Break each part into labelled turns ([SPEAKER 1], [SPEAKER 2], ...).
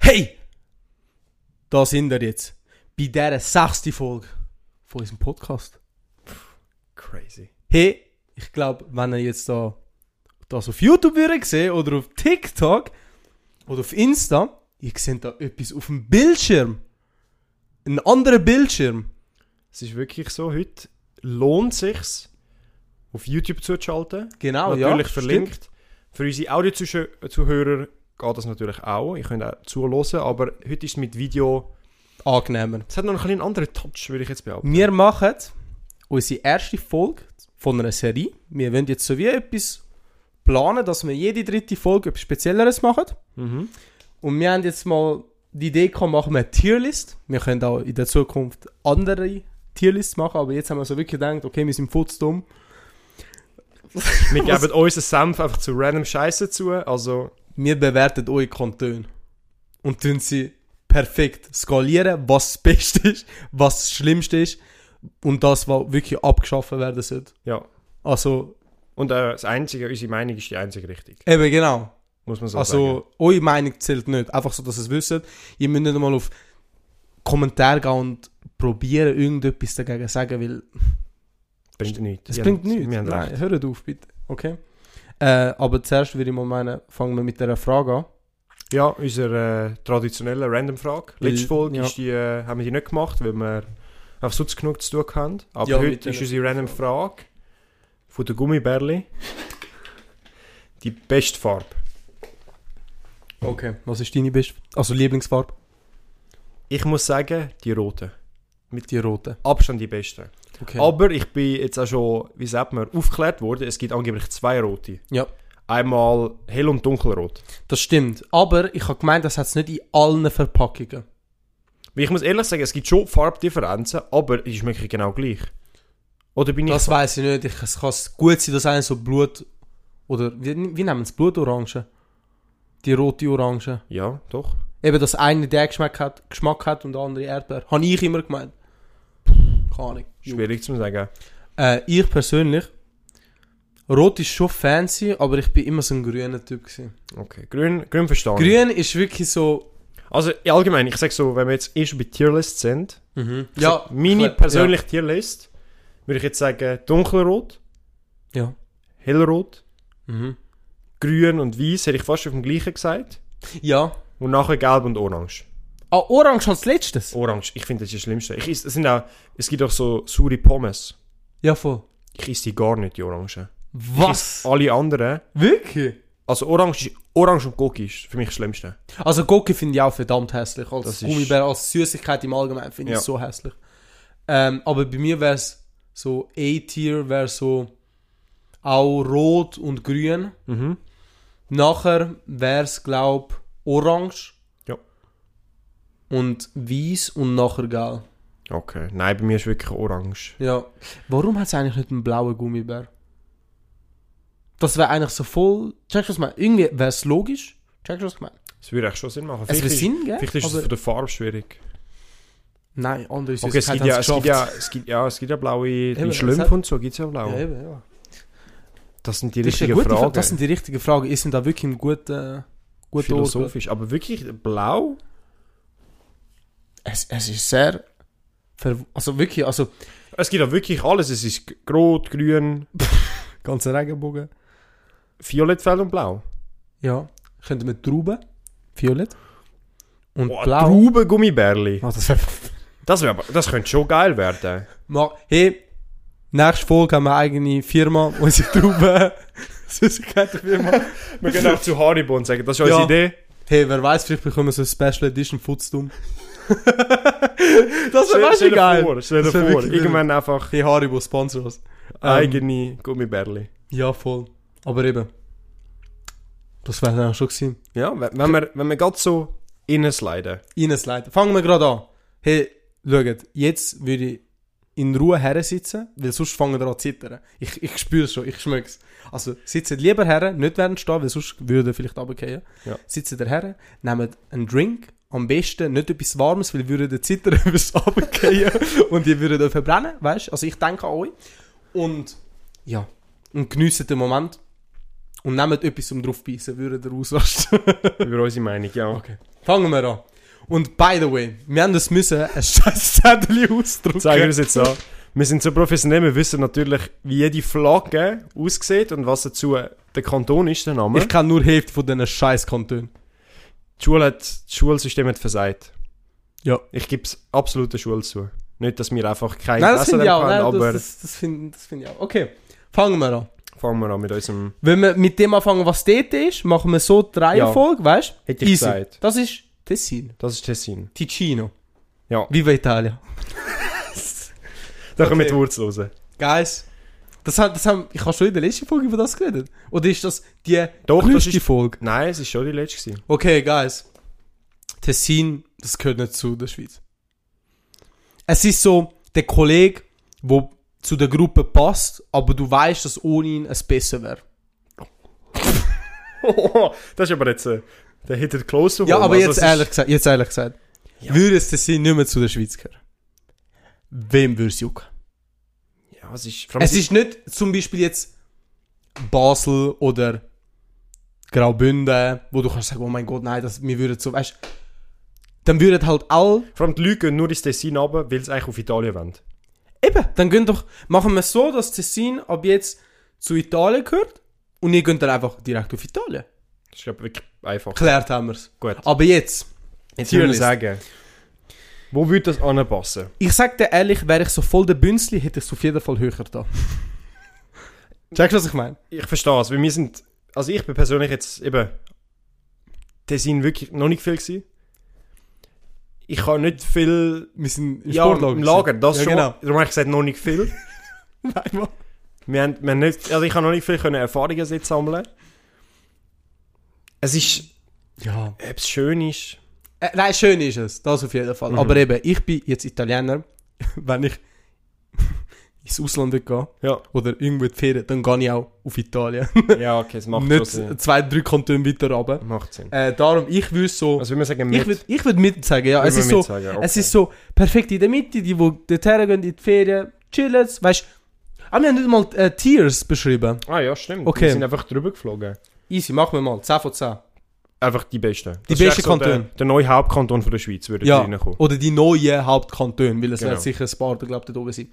[SPEAKER 1] Hey! Da sind wir jetzt. Bei dieser sechsten Folge von unserem Podcast.
[SPEAKER 2] Crazy.
[SPEAKER 1] Hey, ich glaube, wenn ihr jetzt da das auf YouTube würdet sehen oder auf TikTok oder auf Insta, ihr seht da etwas auf dem Bildschirm. Ein anderer Bildschirm.
[SPEAKER 2] Es ist wirklich so, heute lohnt sich's, auf YouTube zuzuschalten.
[SPEAKER 1] Genau, ja.
[SPEAKER 2] natürlich
[SPEAKER 1] stimmt.
[SPEAKER 2] verlinkt. Für unsere Audiozuhörer geht das natürlich auch. Ihr könnt auch zuhören, aber heute ist es mit Video.
[SPEAKER 1] Angenehmer.
[SPEAKER 2] Es hat noch ein bisschen einen anderen Touch, würde ich jetzt behaupten.
[SPEAKER 1] Wir machen unsere erste Folge von einer Serie. Wir wollen jetzt so wie etwas planen, dass wir jede dritte Folge etwas Spezielleres machen.
[SPEAKER 2] Mhm.
[SPEAKER 1] Und wir haben jetzt mal die Idee gehabt, machen wir eine Tierlist. Wir können auch in der Zukunft andere Tierlists machen, aber jetzt haben wir so wirklich gedacht, okay, wir sind futzdumm.
[SPEAKER 2] Wir geben unseren Senf einfach zu random Scheiße zu. Also,
[SPEAKER 1] Wir bewerten eure Kantone und tun sie perfekt skalieren, was das Beste ist, was das Schlimmste ist und das, was wirklich abgeschafft werden sollte.
[SPEAKER 2] ja.
[SPEAKER 1] Also,
[SPEAKER 2] Und äh, das Einzige, unsere Meinung ist die einzige richtig.
[SPEAKER 1] eben genau.
[SPEAKER 2] Muss man so sagen.
[SPEAKER 1] Also, eure Meinung zählt nicht. Einfach so, dass ihr es wisst. Ihr müsst nicht mal auf Kommentare gehen und probieren, irgendetwas dagegen zu sagen, weil
[SPEAKER 2] Bringt nichts.
[SPEAKER 1] es
[SPEAKER 2] Wir
[SPEAKER 1] bringt
[SPEAKER 2] haben-
[SPEAKER 1] nichts.
[SPEAKER 2] Wir haben recht.
[SPEAKER 1] Nein, hört auf, bitte. Okay? Äh, aber zuerst würde ich mal meinen, fangen wir mit dieser Frage an.
[SPEAKER 2] Ja, unsere äh, traditionelle Random-Frage.
[SPEAKER 1] Weil-
[SPEAKER 2] Letzte Folge
[SPEAKER 1] ja.
[SPEAKER 2] ist die, äh, haben wir die nicht gemacht, weil wir auf sonst genug zu tun haben. Aber
[SPEAKER 1] Ja, mit
[SPEAKER 2] heute
[SPEAKER 1] der-
[SPEAKER 2] ist unsere Random-Frage von der Gummibärli. Die beste Farbe.
[SPEAKER 1] Okay. Was ist deine beste? Also Lieblingsfarbe?
[SPEAKER 2] Ich muss sagen, die rote.
[SPEAKER 1] Die rote.
[SPEAKER 2] Abstand die beste.
[SPEAKER 1] Okay.
[SPEAKER 2] Aber ich bin jetzt auch schon, wie sagt man, aufgeklärt worden. Es gibt angeblich zwei rote.
[SPEAKER 1] ja,
[SPEAKER 2] Einmal hell und dunkelrot.
[SPEAKER 1] das stimmt. Aber ich habe gemeint, das hat es nicht in allen Verpackungen.
[SPEAKER 2] Weil Ich muss ehrlich sagen, es gibt schon Farbdifferenzen, aber es ist wirklich genau gleich. Oder bin
[SPEAKER 1] Das weiß ich nicht. Ich, es kann gut sein, dass einer so Blut. Oder wie, wie nennen es Blutorange? Die rote Orange.
[SPEAKER 2] ich... Ja, doch.
[SPEAKER 1] Eben, dass einer der Geschmack hat, Geschmack hat und der andere Erdbeer. Habe ich immer gemeint. Keine Ahnung.
[SPEAKER 2] Schwierig zu sagen.
[SPEAKER 1] Äh, ich persönlich. Rot ist schon fancy, aber ich bin immer so ein grüner Typ. Gewesen.
[SPEAKER 2] Okay, grün, grün verstanden.
[SPEAKER 1] Grün ist wirklich so.
[SPEAKER 2] Also ja, allgemein, ich sage so, wenn wir jetzt eh schon bei Tierlist sind,
[SPEAKER 1] Ja,
[SPEAKER 2] so meine
[SPEAKER 1] klar,
[SPEAKER 2] persönliche Tierlist, würde ich jetzt sagen, dunkelrot,
[SPEAKER 1] Ja.
[SPEAKER 2] hellrot,
[SPEAKER 1] Ja. Mhm.
[SPEAKER 2] grün und weiß, hätte ich fast auf dem gleichen gesagt.
[SPEAKER 1] ja.
[SPEAKER 2] Und nachher gelb und orange.
[SPEAKER 1] Ah, Orange als letztes.
[SPEAKER 2] Orange, ich finde das ist das Schlimmste. Ich is, es, sind auch, es gibt auch so saure Pommes.
[SPEAKER 1] Ja, voll.
[SPEAKER 2] Ich esse die gar nicht, die Orangen.
[SPEAKER 1] Was?
[SPEAKER 2] Alle anderen,
[SPEAKER 1] Wirklich?
[SPEAKER 2] also orange, orange und Gurke ist für mich das Schlimmste.
[SPEAKER 1] Also Gurke finde ich auch verdammt hässlich. Als
[SPEAKER 2] Das ist-
[SPEAKER 1] Gummibär, als Süßigkeit im Allgemeinen finde ich
[SPEAKER 2] Ja.
[SPEAKER 1] es so hässlich. Ähm, aber bei mir wäre es so A-Tier, wäre so auch rot und grün.
[SPEAKER 2] Mhm.
[SPEAKER 1] Nachher wäre es, glaube orange.
[SPEAKER 2] Ja.
[SPEAKER 1] Und weiß und nachher gelb.
[SPEAKER 2] Okay, nein, bei mir ist wirklich orange.
[SPEAKER 1] Ja. Warum hat es eigentlich nicht einen blauen Gummibär? Das wäre eigentlich so voll... Checkst du, was ich meine? Irgendwie wäre es logisch. Checkst du, was ich meine?
[SPEAKER 2] Das würde echt schon Sinn machen.
[SPEAKER 1] Es
[SPEAKER 2] Vielleicht
[SPEAKER 1] würde
[SPEAKER 2] ist-
[SPEAKER 1] Sinn, gell?
[SPEAKER 2] Vielleicht ist es
[SPEAKER 1] Aber-
[SPEAKER 2] von der Farbe schwierig.
[SPEAKER 1] Nein, andere
[SPEAKER 2] Okay, es
[SPEAKER 1] Süßigkeiten
[SPEAKER 2] gibt, ja, es,
[SPEAKER 1] haben's
[SPEAKER 2] gibt
[SPEAKER 1] geschafft.
[SPEAKER 2] ja, es, gibt, ja, es gibt ja blaue
[SPEAKER 1] halt Eben,
[SPEAKER 2] die
[SPEAKER 1] es
[SPEAKER 2] Schlümpfe
[SPEAKER 1] hat-
[SPEAKER 2] und so, gibt es ja blau.
[SPEAKER 1] Ja, eben, ja.
[SPEAKER 2] Das sind die
[SPEAKER 1] Das ist eine
[SPEAKER 2] richtigen
[SPEAKER 1] gute Fra-
[SPEAKER 2] Fragen.
[SPEAKER 1] Das sind die richtigen Fragen. Ihr sind da wirklich im guten, guten Ort.
[SPEAKER 2] philosophisch. Aber wirklich blau?
[SPEAKER 1] Es, es ist sehr. ver- Also wirklich, also.
[SPEAKER 2] Es gibt ja wirklich alles. Es ist g- rot, grün,
[SPEAKER 1] Ganze Regenbogen.
[SPEAKER 2] violett, fell und blau.
[SPEAKER 1] Ja. Könnten wir Trauben, Violett und
[SPEAKER 2] Oh,
[SPEAKER 1] Blau.
[SPEAKER 2] Trauben, Gummibärli.
[SPEAKER 1] Ah, das wär-
[SPEAKER 2] Das, wär, aber- das könnte schon geil werden.
[SPEAKER 1] Ma- hey, nächste Folge haben wir eine eigene Firma, unsere Trauben. Süßigkeitenfirma.
[SPEAKER 2] Wir gehen auch zu Haribo und sagen, das ist unsere
[SPEAKER 1] Ja.
[SPEAKER 2] Idee.
[SPEAKER 1] Hey, wer weiß, vielleicht bekommen wir so eine Special Edition Futztum. das
[SPEAKER 2] Stell-
[SPEAKER 1] wäre
[SPEAKER 2] stell
[SPEAKER 1] wirklich
[SPEAKER 2] dir
[SPEAKER 1] geil.
[SPEAKER 2] vor, Stell dir
[SPEAKER 1] Das wär
[SPEAKER 2] vor,
[SPEAKER 1] wirklich Ähm. wild.
[SPEAKER 2] irgendwann einfach
[SPEAKER 1] Hey, Haribo, sponsor uns.
[SPEAKER 2] eigene Gummibärli.
[SPEAKER 1] Ja, voll. Aber eben. Das wäre dann auch schon gewesen.
[SPEAKER 2] Ja, wenn wenn wir, wenn wir gerade so innen sliden.
[SPEAKER 1] Ines Leiter. Fangen wir gerade an. Hey, schaut, jetzt würde ich in Ruhe her sitzen, weil sonst fangen wir an zu zittern. Ich, ich spüre es schon, ich schmecke es. Also sitzen lieber her, nicht während stehen, weil sonst würde vielleicht runterfallen.
[SPEAKER 2] Ja.
[SPEAKER 1] Sitzen der her, nehmen einen Drink, am besten nicht etwas Warmes, weil würde der zittern, wenn es runterfallen und ihr würdet dann verbrennen, weißt du? Also ich denke an euch. Und ja, und geniessen den Moment und nehmt etwas, um drauf zu beißen, würde ihr ausrasten.
[SPEAKER 2] Über unsere Meinung, ja.
[SPEAKER 1] Okay. Fangen wir an. Und by the way, wir haben das müssen ein scheiß Zettel ausdrucken.
[SPEAKER 2] Zeigen wir es jetzt an. Wir sind so professionell, wir wissen natürlich, wie jede Flagge aussieht und was dazu der Kanton ist, der Name.
[SPEAKER 1] Ich kenne nur die Hälfte von diesen scheiß Kantonen.
[SPEAKER 2] Die Schule hat, das Schulsystem hat versagt.
[SPEAKER 1] Ja.
[SPEAKER 2] Ich gebe es absolut der Schule zu. Nicht, dass wir einfach kein
[SPEAKER 1] Nein, das
[SPEAKER 2] Interesse
[SPEAKER 1] finde ich auch.
[SPEAKER 2] daran haben,
[SPEAKER 1] Nein,
[SPEAKER 2] aber
[SPEAKER 1] das das, das finde das finde ich auch. Okay, fangen wir an.
[SPEAKER 2] fangen wir an mit unserem...
[SPEAKER 1] Wenn wir mit dem anfangen, was dort ist, machen wir so die Reihenfolge, weißt du?
[SPEAKER 2] Hätte ich
[SPEAKER 1] Easy.
[SPEAKER 2] gesagt.
[SPEAKER 1] Das ist Tessin.
[SPEAKER 2] Das ist Tessin.
[SPEAKER 1] Ticino.
[SPEAKER 2] Ja.
[SPEAKER 1] Viva Italia.
[SPEAKER 2] Da können wir die
[SPEAKER 1] Okay.
[SPEAKER 2] Wurzel raus.
[SPEAKER 1] Guys, das haben, das haben, ich habe schon in der letzten Folge über das geredet. Oder ist das die
[SPEAKER 2] Doch, das
[SPEAKER 1] größte
[SPEAKER 2] ist-
[SPEAKER 1] Folge?
[SPEAKER 2] Nein, es war schon die letzte. gewesen.
[SPEAKER 1] Okay, guys. Tessin, das gehört nicht zu der Schweiz. Es ist so, der Kollege, der zu der Gruppe passt, aber du weißt, dass ohne ihn es besser wäre.
[SPEAKER 2] das ist aber jetzt... Äh, der hätte close zu
[SPEAKER 1] Ja,
[SPEAKER 2] holen.
[SPEAKER 1] aber
[SPEAKER 2] Also,
[SPEAKER 1] jetzt
[SPEAKER 2] es ist-
[SPEAKER 1] ehrlich, gesagt, jetzt ehrlich gesagt,
[SPEAKER 2] Ja.
[SPEAKER 1] würde es Tessin nicht mehr zu der Schweiz gehören? Wem würde es jucken?
[SPEAKER 2] Ja, es ist... vor allem
[SPEAKER 1] Es ist nicht zum Beispiel jetzt Basel oder Graubünden, wo du kannst sagen, oh mein Gott, nein, das, wir würden so, weißt dann würden halt all,
[SPEAKER 2] Vor allem die Leute gehen nur ins Tessin runter, weil sie eigentlich auf Italien wollen.
[SPEAKER 1] eben, dann gehen doch, machen wir es so, dass Tessin ab jetzt zu Italien gehört und ihr geht dann einfach direkt auf Italien.
[SPEAKER 2] Das ist glaub ich, wirklich einfach.
[SPEAKER 1] Klärt haben wir es.
[SPEAKER 2] Gut.
[SPEAKER 1] Aber jetzt,
[SPEAKER 2] Jetzt
[SPEAKER 1] Tier
[SPEAKER 2] würde ich
[SPEAKER 1] List.
[SPEAKER 2] sagen, wo würde das anpassen?
[SPEAKER 1] ich sag dir ehrlich, wäre ich so voll der Bünzli, hätte ich es auf jeden Fall höher da. Checkst du, was ich meine?
[SPEAKER 2] Ich verstehe es, weil wir sind, also ich bin persönlich jetzt eben, Tessin wirklich noch nicht viel gewesen. Ich kann nicht viel,
[SPEAKER 1] Wir sind im
[SPEAKER 2] ja,
[SPEAKER 1] Sportlager.
[SPEAKER 2] im Lager, das
[SPEAKER 1] Ja,
[SPEAKER 2] schon,
[SPEAKER 1] genau.
[SPEAKER 2] darum habe ich gesagt, noch nicht viel.
[SPEAKER 1] Nein, Mann.
[SPEAKER 2] Wir haben, wir haben nicht, also ich habe noch nicht viel können Erfahrungen jetzt sammeln. Es ist,
[SPEAKER 1] Ja.
[SPEAKER 2] ob es schön ist,
[SPEAKER 1] Äh, nein, schön ist es, das auf jeden Fall. Aber eben, ich bin jetzt Italiener. Mhm. Wenn ich ins Ausland gehe
[SPEAKER 2] ja,
[SPEAKER 1] oder irgendwo in die Ferien, dann gehe ich auch auf Italien.
[SPEAKER 2] ja, okay, es macht schon
[SPEAKER 1] Nicht
[SPEAKER 2] Sinn.
[SPEAKER 1] zwei, drei Kantone weiter runter.
[SPEAKER 2] Macht Sinn.
[SPEAKER 1] Äh, darum, ich würde so...
[SPEAKER 2] Also wenn wir sagen, mit,
[SPEAKER 1] ich würde ich würd mit sagen, ja. Es
[SPEAKER 2] würden
[SPEAKER 1] ist,
[SPEAKER 2] wir
[SPEAKER 1] so,
[SPEAKER 2] mitsagen,
[SPEAKER 1] es
[SPEAKER 2] okay.
[SPEAKER 1] ist so perfekt in der Mitte, die, die dort hergehen, in die Ferien, chillen, weißt du. Ah, wir haben nicht mal äh, Tiers beschrieben.
[SPEAKER 2] ah ja, stimmt,
[SPEAKER 1] Okay.
[SPEAKER 2] wir sind einfach drüber geflogen.
[SPEAKER 1] Easy, machen wir mal. 10 von 10.
[SPEAKER 2] Einfach die besten.
[SPEAKER 1] Die
[SPEAKER 2] Das ist
[SPEAKER 1] besten
[SPEAKER 2] echt so
[SPEAKER 1] Kantone.
[SPEAKER 2] Der, der neue Hauptkanton von der Schweiz würde
[SPEAKER 1] Ja,
[SPEAKER 2] da reinkommen.
[SPEAKER 1] oder die neuen Hauptkantone, weil es
[SPEAKER 2] Genau.
[SPEAKER 1] werden sicher ein paar, glaube ich, dort oben sein.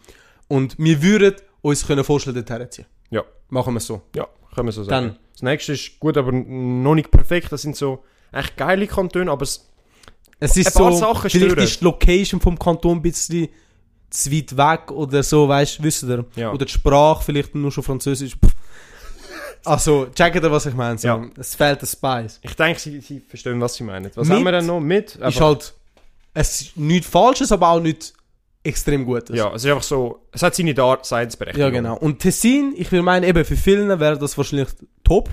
[SPEAKER 1] Und wir würden uns können vorstellen, dort herzuziehen.
[SPEAKER 2] Ja.
[SPEAKER 1] Machen wir es so.
[SPEAKER 2] Ja, können wir so sagen.
[SPEAKER 1] Dann,
[SPEAKER 2] Das nächste ist gut, aber noch nicht perfekt. Das sind so echt geile Kantone, aber es,
[SPEAKER 1] es ist
[SPEAKER 2] Ein paar
[SPEAKER 1] so,
[SPEAKER 2] Sachen
[SPEAKER 1] vielleicht
[SPEAKER 2] stören.
[SPEAKER 1] ist die Location vom Kanton ein bisschen zu weit weg oder so, weißt du, wisst ihr?
[SPEAKER 2] Ja.
[SPEAKER 1] Oder die Sprache vielleicht nur schon Französisch. Pff. Also, checkt ihr, was ich meine? So,
[SPEAKER 2] Ja.
[SPEAKER 1] Es fehlt der Spice.
[SPEAKER 2] ich denke, sie, sie verstehen, was sie meinen. Was
[SPEAKER 1] Mit
[SPEAKER 2] haben wir denn noch mit?
[SPEAKER 1] Ist
[SPEAKER 2] Einfach-
[SPEAKER 1] halt, es ist nichts Falsches, aber auch nichts extrem Gutes.
[SPEAKER 2] ja, es ist einfach so, es hat seine Daseinsberechtigung.
[SPEAKER 1] Ja, genau. Und Tessin, ich will meinen, eben für viele wäre das wahrscheinlich top.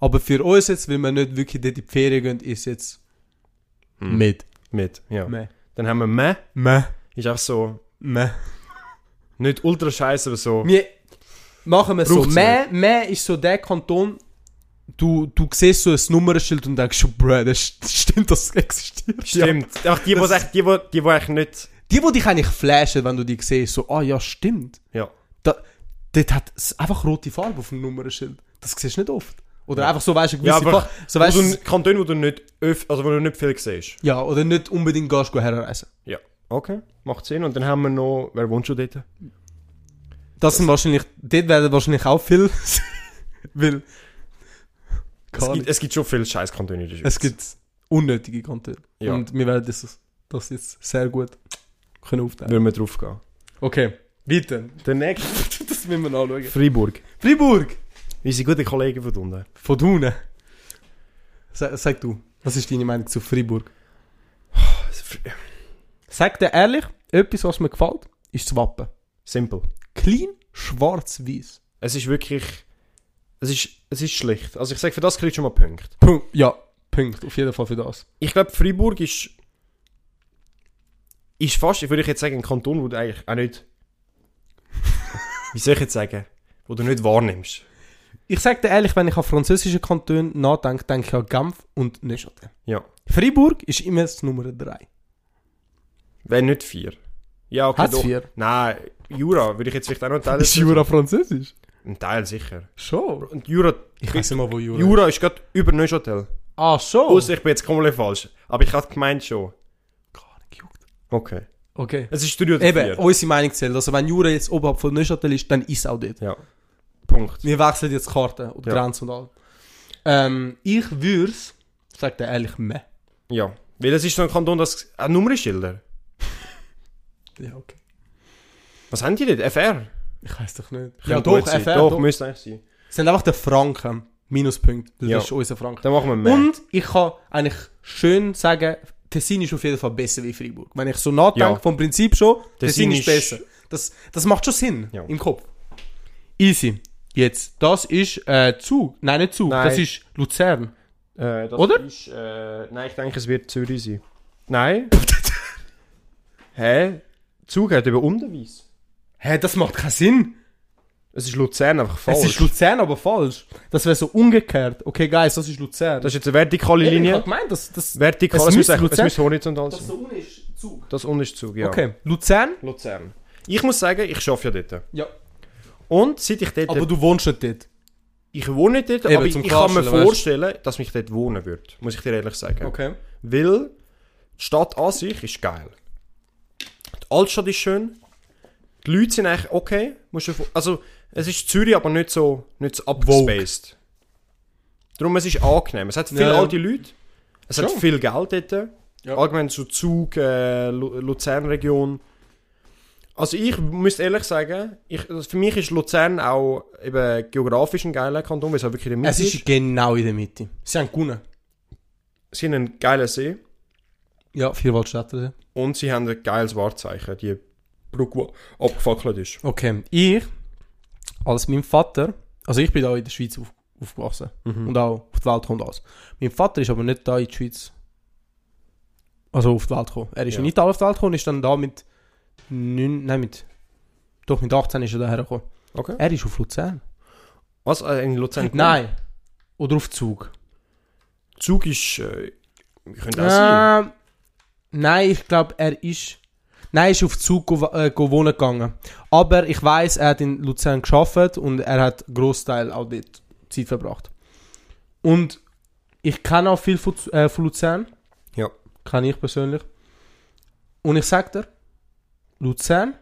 [SPEAKER 1] Aber für uns jetzt, weil wir nicht wirklich dort in die Ferien gehen, ist jetzt
[SPEAKER 2] Hm.
[SPEAKER 1] mit.
[SPEAKER 2] Mit, ja.
[SPEAKER 1] Meh.
[SPEAKER 2] Dann haben wir Meh.
[SPEAKER 1] Meh.
[SPEAKER 2] Ist einfach so,
[SPEAKER 1] Meh.
[SPEAKER 2] nicht ultra scheiße, aber so.
[SPEAKER 1] Wir machen wir so.
[SPEAKER 2] Braucht's
[SPEAKER 1] Meh, Meh ist so der Kanton, du, du siehst so ein Nummernschild und denkst, bruh, das st- stimmt, das existiert. Ja.
[SPEAKER 2] Stimmt. Einfach die, wo's
[SPEAKER 1] Das-
[SPEAKER 2] echt- die, wo, die, wo eigentlich nicht,
[SPEAKER 1] Die, die dich eigentlich flashen, wenn du die siehst, so, ah ja, stimmt.
[SPEAKER 2] ja.
[SPEAKER 1] Da, dort hat es einfach rote Farbe auf dem Nummernschild. Das siehst du nicht oft. Oder einfach so, weißt du, eine
[SPEAKER 2] Ja,
[SPEAKER 1] gewisse
[SPEAKER 2] einfach,
[SPEAKER 1] Farbe. So, weißt,
[SPEAKER 2] wo
[SPEAKER 1] du,
[SPEAKER 2] du, Kantone, wo du nicht, öf also wo du nicht viel siehst.
[SPEAKER 1] Ja, oder nicht unbedingt gehst du herreisen.
[SPEAKER 2] Ja. Okay, macht Sinn. Und dann haben wir noch, wer wohnt schon dort?
[SPEAKER 1] Das sind wahrscheinlich, dort werden wahrscheinlich auch viel, weil
[SPEAKER 2] Es
[SPEAKER 1] Keine Ahnung.
[SPEAKER 2] gibt, es gibt schon viele scheiß Kantone in der Schweiz.
[SPEAKER 1] es gibt unnötige Kantone.
[SPEAKER 2] Ja.
[SPEAKER 1] Und wir werden das, das jetzt sehr gut können aufteilen.
[SPEAKER 2] Würden wir drauf gehen.
[SPEAKER 1] Okay, weiter.
[SPEAKER 2] Der nächste.
[SPEAKER 1] das müssen wir anschauen.
[SPEAKER 2] Freiburg.
[SPEAKER 1] Freiburg!
[SPEAKER 2] Unsere guten Kollegen von unten.
[SPEAKER 1] Von unten. Sag, sag du, was ist deine Meinung zu Freiburg? Sag dir ehrlich, etwas, was mir gefällt, ist das Wappen.
[SPEAKER 2] Simple.
[SPEAKER 1] Clean, schwarz, weiß.
[SPEAKER 2] Es ist wirklich. Es ist, es ist schlicht. Also ich sage, für das kriegst du schon mal Punkte.
[SPEAKER 1] Punkt. Ja, Punkt. Auf jeden Fall für das.
[SPEAKER 2] Ich glaube, Freiburg ist. Ist fast, würde ich jetzt sagen, ein Kanton, wo du eigentlich auch nicht. wie soll ich jetzt sagen? Wo du nicht wahrnimmst.
[SPEAKER 1] Ich sage dir ehrlich, wenn ich an französische Kantone nachdenke, denke ich an Genf und Neuchâtel.
[SPEAKER 2] Ja.
[SPEAKER 1] Freiburg ist immer das Nummer 3.
[SPEAKER 2] Wenn nicht vier. Ja, okay,
[SPEAKER 1] Hat's
[SPEAKER 2] doch.
[SPEAKER 1] vier?
[SPEAKER 2] Nein, Jura würde ich jetzt vielleicht auch noch einen Teil.
[SPEAKER 1] Ist Jura französisch?
[SPEAKER 2] Ein Teil sicher.
[SPEAKER 1] Schon.
[SPEAKER 2] Und Jura.
[SPEAKER 1] Ich weiß nicht mal, wo Jura,
[SPEAKER 2] Jura ist gerade über Neuchâtel.
[SPEAKER 1] Ah, schon?
[SPEAKER 2] Außer ich bin jetzt komplett falsch. Aber ich hatte gemeint schon.
[SPEAKER 1] Gar nicht gejuckt.
[SPEAKER 2] Okay. Oh.
[SPEAKER 1] Okay.
[SPEAKER 2] Es ist Studio
[SPEAKER 1] Eben,
[SPEAKER 2] 4.
[SPEAKER 1] unsere Meinung zählt. Also wenn Jura jetzt oberhalb von Neuchâtel ist, dann ist es auch dort.
[SPEAKER 2] Ja. Punkt.
[SPEAKER 1] Wir wechseln jetzt Karten und
[SPEAKER 2] Ja.
[SPEAKER 1] Grenzen und all. Ähm, ich würde es, sagt er ehrlich, meh.
[SPEAKER 2] Ja. Weil es ist so ein Kanton, das... Ah, Nummernschilder.
[SPEAKER 1] Ja, okay.
[SPEAKER 2] Was haben die dort? FR?
[SPEAKER 1] Ich weiß doch nicht. ja,
[SPEAKER 2] Könnte
[SPEAKER 1] doch,
[SPEAKER 2] gut sein.
[SPEAKER 1] FR.
[SPEAKER 2] Doch,
[SPEAKER 1] Doch,
[SPEAKER 2] müsste eigentlich sein.
[SPEAKER 1] Es sind einfach der Franken. Minuspunkt. Das
[SPEAKER 2] Ja.
[SPEAKER 1] ist unser Franken.
[SPEAKER 2] Dann machen wir mehr.
[SPEAKER 1] Und ich kann eigentlich schön sagen, Tessin ist auf jeden Fall besser wie Freiburg. Wenn ich so nachdenke,
[SPEAKER 2] Ja.
[SPEAKER 1] vom Prinzip schon,
[SPEAKER 2] Tessin
[SPEAKER 1] Tessin,
[SPEAKER 2] ist-
[SPEAKER 1] ist besser. Das, das macht schon Sinn
[SPEAKER 2] Ja.
[SPEAKER 1] im Kopf. Easy. Jetzt, das ist äh, Zug. Nein, nicht Zug.
[SPEAKER 2] Nein.
[SPEAKER 1] Das ist Luzern.
[SPEAKER 2] Äh, das
[SPEAKER 1] Oder?
[SPEAKER 2] Ist, äh, nein, ich denke, es wird Zürich sein. Nein? Hä? Zug hat über Unterweis.
[SPEAKER 1] Hä, das macht keinen Sinn.
[SPEAKER 2] Es ist Luzern einfach falsch.
[SPEAKER 1] Es ist Luzern, aber falsch. Das wäre so umgekehrt. Okay, guys, das ist Luzern.
[SPEAKER 2] das ist jetzt eine vertikale
[SPEAKER 1] Eben, Ich
[SPEAKER 2] Linie.
[SPEAKER 1] hab gemeint, das, das,
[SPEAKER 2] Vertikal,
[SPEAKER 1] Es
[SPEAKER 2] es, muss
[SPEAKER 1] müsste
[SPEAKER 2] eigentlich- es
[SPEAKER 1] Luzern-
[SPEAKER 2] muss horizontal
[SPEAKER 1] das
[SPEAKER 2] sein.
[SPEAKER 1] so unten ist Zug.
[SPEAKER 2] Das unten ist Zug, ja.
[SPEAKER 1] Okay, Luzern?
[SPEAKER 2] Luzern. Ich muss sagen, ich arbeite ja dort.
[SPEAKER 1] Ja.
[SPEAKER 2] Und seit ich dort...
[SPEAKER 1] Aber du wohnst nicht dort.
[SPEAKER 2] ich wohne nicht dort,
[SPEAKER 1] Eben,
[SPEAKER 2] aber ich
[SPEAKER 1] zum
[SPEAKER 2] ich kann mir
[SPEAKER 1] Klarstellen, weißt du.
[SPEAKER 2] vorstellen, dass mich dort wohnen wird. Muss ich dir ehrlich sagen.
[SPEAKER 1] Okay.
[SPEAKER 2] Weil die Stadt an sich ist geil. Die Altstadt ist schön. Die Leute sind eigentlich okay. Musst du dir vor- Also, es ist Zürich, aber nicht so, nicht so abgespaced. Darum, es ist angenehm. Es hat viele
[SPEAKER 1] Ja, ja.
[SPEAKER 2] alte Leute. Es hat
[SPEAKER 1] Schon.
[SPEAKER 2] viel Geld dort.
[SPEAKER 1] Ja.
[SPEAKER 2] Allgemein so Zug, äh, Lu- Luzern-Region. Also ich muss ehrlich sagen, ich, also für mich ist Luzern auch eben geografisch ein geiler Kanton, weil es auch wirklich in der
[SPEAKER 1] Es
[SPEAKER 2] Mitte
[SPEAKER 1] ist genau in der Mitte. Sie haben gewonnen.
[SPEAKER 2] Sie haben einen geilen See.
[SPEAKER 1] Ja, Vierwaldstädter.
[SPEAKER 2] Und sie haben ein geiles Wahrzeichen, die Brücke, die abgefackelt ist.
[SPEAKER 1] Okay, ich, als mein Vater, also ich bin da in der Schweiz auf, aufgewachsen
[SPEAKER 2] Mhm.
[SPEAKER 1] und auch auf die Welt kommt aus. Mein Vater ist aber nicht da in die Schweiz, also auf die Welt gekommen. Er ist
[SPEAKER 2] Ja.
[SPEAKER 1] in Italien auf die Welt gekommen und ist dann da mit 9, nein mit, doch mit 18 ist er daher gekommen.
[SPEAKER 2] Okay.
[SPEAKER 1] Er ist auf Luzern.
[SPEAKER 2] Was? Äh, in Luzern?
[SPEAKER 1] Nein. Oder auf Zug.
[SPEAKER 2] Zug ist... Äh, könnte auch sein.
[SPEAKER 1] Ähm, nein, ich glaube, er ist. Nein, er ist auf Zug gewo- äh, go wohnen gegangen. Aber ich weiß, er hat in Luzern geschafft und er hat einen Großteil auch dort Zeit verbracht. Und ich kenne auch viel von, Z- äh, von Luzern.
[SPEAKER 2] Ja.
[SPEAKER 1] Kenne ich persönlich. Und ich sag dir, Luzern,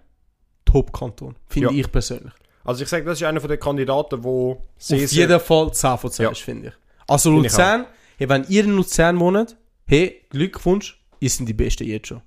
[SPEAKER 1] Top-Kanton. Finde
[SPEAKER 2] Ja.
[SPEAKER 1] ich persönlich.
[SPEAKER 2] Also ich sage, das ist einer von den Kandidaten, der sehr,
[SPEAKER 1] Auf
[SPEAKER 2] sehr...
[SPEAKER 1] jeden Fall 10 von 10
[SPEAKER 2] Ja.
[SPEAKER 1] ist, finde ich. Also
[SPEAKER 2] Finde ich
[SPEAKER 1] Luzern, hey, wenn ihr in Luzern wohnt, hey, Glückwunsch, ihr sind die Besten jetzt schon.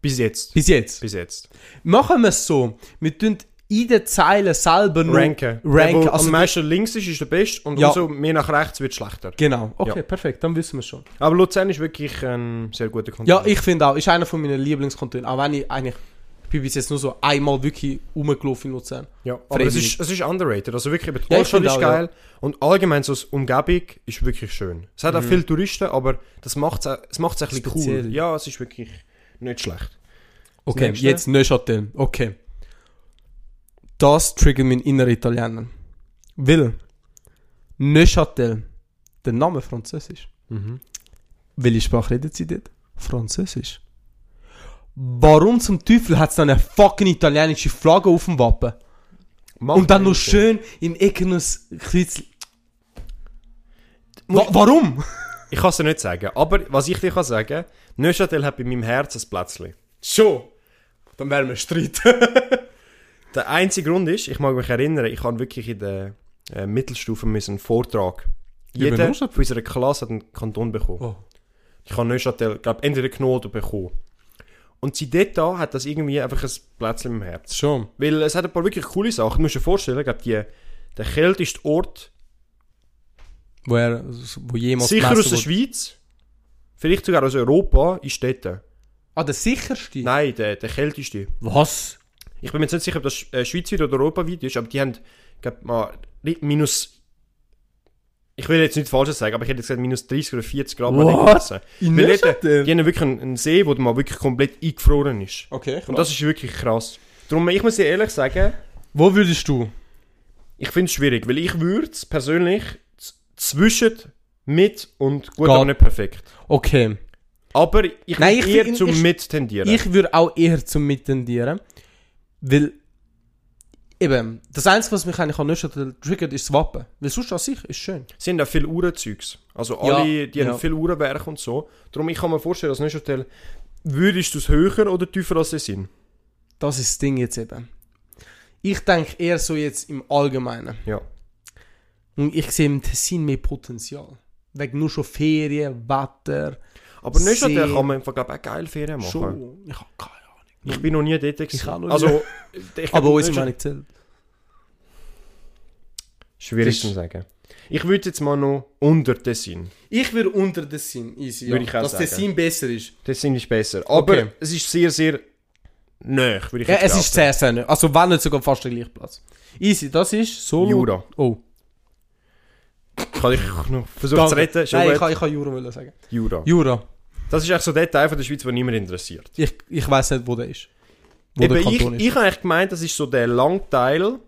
[SPEAKER 2] Bis jetzt.
[SPEAKER 1] Bis jetzt.
[SPEAKER 2] Bis jetzt.
[SPEAKER 1] Machen wir es so. Wir tun in den Zeilen selber noch
[SPEAKER 2] Ranken.
[SPEAKER 1] ranken.
[SPEAKER 2] Der, der
[SPEAKER 1] also,
[SPEAKER 2] am meisten links ist, ist der Beste. Und
[SPEAKER 1] Ja.
[SPEAKER 2] umso mehr nach rechts wird schlechter.
[SPEAKER 1] genau. Okay,
[SPEAKER 2] Ja.
[SPEAKER 1] perfekt. Dann wissen wir schon.
[SPEAKER 2] Aber Luzern ist wirklich ein sehr guter Kandidat.
[SPEAKER 1] Ja, ich finde auch. Ist einer von meinen Lieblingskantonen. Auch wenn ich eigentlich... Ich bin bis jetzt nur so einmal wirklich rumgelaufen in Luzern.
[SPEAKER 2] Ja, aber es
[SPEAKER 1] Freiwillig.
[SPEAKER 2] ist, es ist underrated. Also wirklich, aber die
[SPEAKER 1] Ja, ich
[SPEAKER 2] Altstadt
[SPEAKER 1] finde
[SPEAKER 2] ist
[SPEAKER 1] auch, ja.
[SPEAKER 2] geil. Und allgemein so die Umgebung ist wirklich schön. Es hat auch viele Touristen, aber das macht es auch- es macht's ein bisschen cool.
[SPEAKER 1] Mhm. Speziell.
[SPEAKER 2] Ja, es ist wirklich nicht schlecht.
[SPEAKER 1] Okay,
[SPEAKER 2] nächste.
[SPEAKER 1] jetzt Neuchâtel. Okay. Das triggert meinen inneren Italiener. Weil Neuchâtel, der Name Französisch. Welche Sprache redet sie dort? Französisch. Warum zum Teufel hat es dann eine fucking italienische Flagge auf dem Wappen?
[SPEAKER 2] Macht
[SPEAKER 1] Und dann
[SPEAKER 2] keinen
[SPEAKER 1] noch
[SPEAKER 2] Sinn.
[SPEAKER 1] schön in Ecken noch ein Kreuz. Wa
[SPEAKER 2] Muss-
[SPEAKER 1] warum?
[SPEAKER 2] Ich kann es dir nicht sagen, aber was ich dir kann sagen, Neuchâtel hat bei meinem Herz ein Plätzchen.
[SPEAKER 1] Schon. Dann wären wir Streit.
[SPEAKER 2] Der einzige Grund ist, ich mag mich erinnern, ich habe wirklich in der äh, Mittelstufe müssen einen Vortrag.
[SPEAKER 1] Über
[SPEAKER 2] Jeder von
[SPEAKER 1] Neuchâtel?
[SPEAKER 2] unserer Klasse hat einen Kanton bekommen.
[SPEAKER 1] Oh.
[SPEAKER 2] Ich habe Neuchâtel, glaube entweder genommen oder bekommen. Und seitdem da hat das irgendwie einfach ein Plätzchen im Herz.
[SPEAKER 1] Schon.
[SPEAKER 2] Weil es hat ein paar wirklich coole Sachen. Du musst dir vorstellen, ich glaube, die, der kälteste Ort,
[SPEAKER 1] Wo, er, wo jemals
[SPEAKER 2] sicher
[SPEAKER 1] gemessen
[SPEAKER 2] aus der
[SPEAKER 1] wurde.
[SPEAKER 2] Schweiz, vielleicht sogar aus Europa, ist dort.
[SPEAKER 1] Ah, der sicherste?
[SPEAKER 2] Nein, der, der kälteste.
[SPEAKER 1] Was?
[SPEAKER 2] Ich bin mir jetzt nicht sicher, ob das sch- äh, schweizweit oder europaweit ist, aber die haben, ich glaube, mal ri- minus... Ich will jetzt nichts Falsches sagen, aber ich hätte gesagt, minus 30 oder 40 Grad mal
[SPEAKER 1] What?
[SPEAKER 2] Nebenwasser.
[SPEAKER 1] In
[SPEAKER 2] Weil dort, äh,
[SPEAKER 1] Neuchâtel?
[SPEAKER 2] Die haben wirklich einen, einen See, wo du mal wirklich komplett eingefroren ist.
[SPEAKER 1] Okay,
[SPEAKER 2] Und das ist wirklich krass. Darum, ich muss dir ehrlich sagen,
[SPEAKER 1] Wo würdest du?
[SPEAKER 2] Ich finde es schwierig, weil ich würde es persönlich z- zwischen mit und gut,
[SPEAKER 1] Geht.
[SPEAKER 2] aber nicht perfekt.
[SPEAKER 1] Okay.
[SPEAKER 2] Aber ich
[SPEAKER 1] Nein,
[SPEAKER 2] würde
[SPEAKER 1] ich
[SPEAKER 2] eher
[SPEAKER 1] find-
[SPEAKER 2] zum
[SPEAKER 1] ich-
[SPEAKER 2] Genau. Mit tendieren.
[SPEAKER 1] Ich würde auch eher zum Mittendieren, weil Eben, das Einzige, was mich eigentlich an Neuchâtel triggert, ist das Wappen. Weil sonst an sich ist schön.
[SPEAKER 2] Sie haben auch viel Uhrenzeugs. Also
[SPEAKER 1] Ja,
[SPEAKER 2] alle, die
[SPEAKER 1] ja.
[SPEAKER 2] haben viel Uhrenwerk und so. Darum, ich kann mir vorstellen, dass Neuchâtel, würdest du es höher oder tiefer als sie sind?
[SPEAKER 1] Das ist das Ding jetzt eben. Ich denke eher so jetzt im Allgemeinen.
[SPEAKER 2] Ja.
[SPEAKER 1] Und ich sehe im Tessin mehr Potenzial. Wegen nur schon Ferien, Wetter.
[SPEAKER 2] Aber Neuchâtel
[SPEAKER 1] Sie-
[SPEAKER 2] kann man einfach glaub, auch geil Ferien machen.
[SPEAKER 1] Schon. Ich habe keine Ahnung.
[SPEAKER 2] Ich bin noch nie dort. gewesen.
[SPEAKER 1] auch noch nie.
[SPEAKER 2] also, ich
[SPEAKER 1] Aber uns
[SPEAKER 2] Neuchâtel-
[SPEAKER 1] meine ich zählt.
[SPEAKER 2] Schwierig
[SPEAKER 1] Das-
[SPEAKER 2] zu sagen. Ich würde jetzt mal noch unter Tessin.
[SPEAKER 1] Ich würde unter Tessin easy. Ja.
[SPEAKER 2] Würde ich auch
[SPEAKER 1] Dass
[SPEAKER 2] sagen.
[SPEAKER 1] Tessin besser ist.
[SPEAKER 2] Tessin ist besser. Aber
[SPEAKER 1] Okay.
[SPEAKER 2] es ist sehr, sehr nöch, würde ich
[SPEAKER 1] Ja,
[SPEAKER 2] jetzt
[SPEAKER 1] es ist
[SPEAKER 2] behaupten.
[SPEAKER 1] sehr, sehr nah. Also wenn nicht sogar fast der gleiche Platz. Easy, das ist Solo.
[SPEAKER 2] Jura.
[SPEAKER 1] Oh.
[SPEAKER 2] Kann ich noch versuchen zu retten? Schon
[SPEAKER 1] Nein,
[SPEAKER 2] gut.
[SPEAKER 1] ich kann, ich kann Jura wollen sagen.
[SPEAKER 2] Jura.
[SPEAKER 1] Jura.
[SPEAKER 2] Das ist eigentlich so der Teil von der Schweiz, der niemand interessiert.
[SPEAKER 1] Ich, ich weiß nicht, wo der ist. Wo
[SPEAKER 2] Eben,
[SPEAKER 1] der
[SPEAKER 2] ich,
[SPEAKER 1] Kanton ist.
[SPEAKER 2] ich habe eigentlich gemeint, das ist so der lange Teil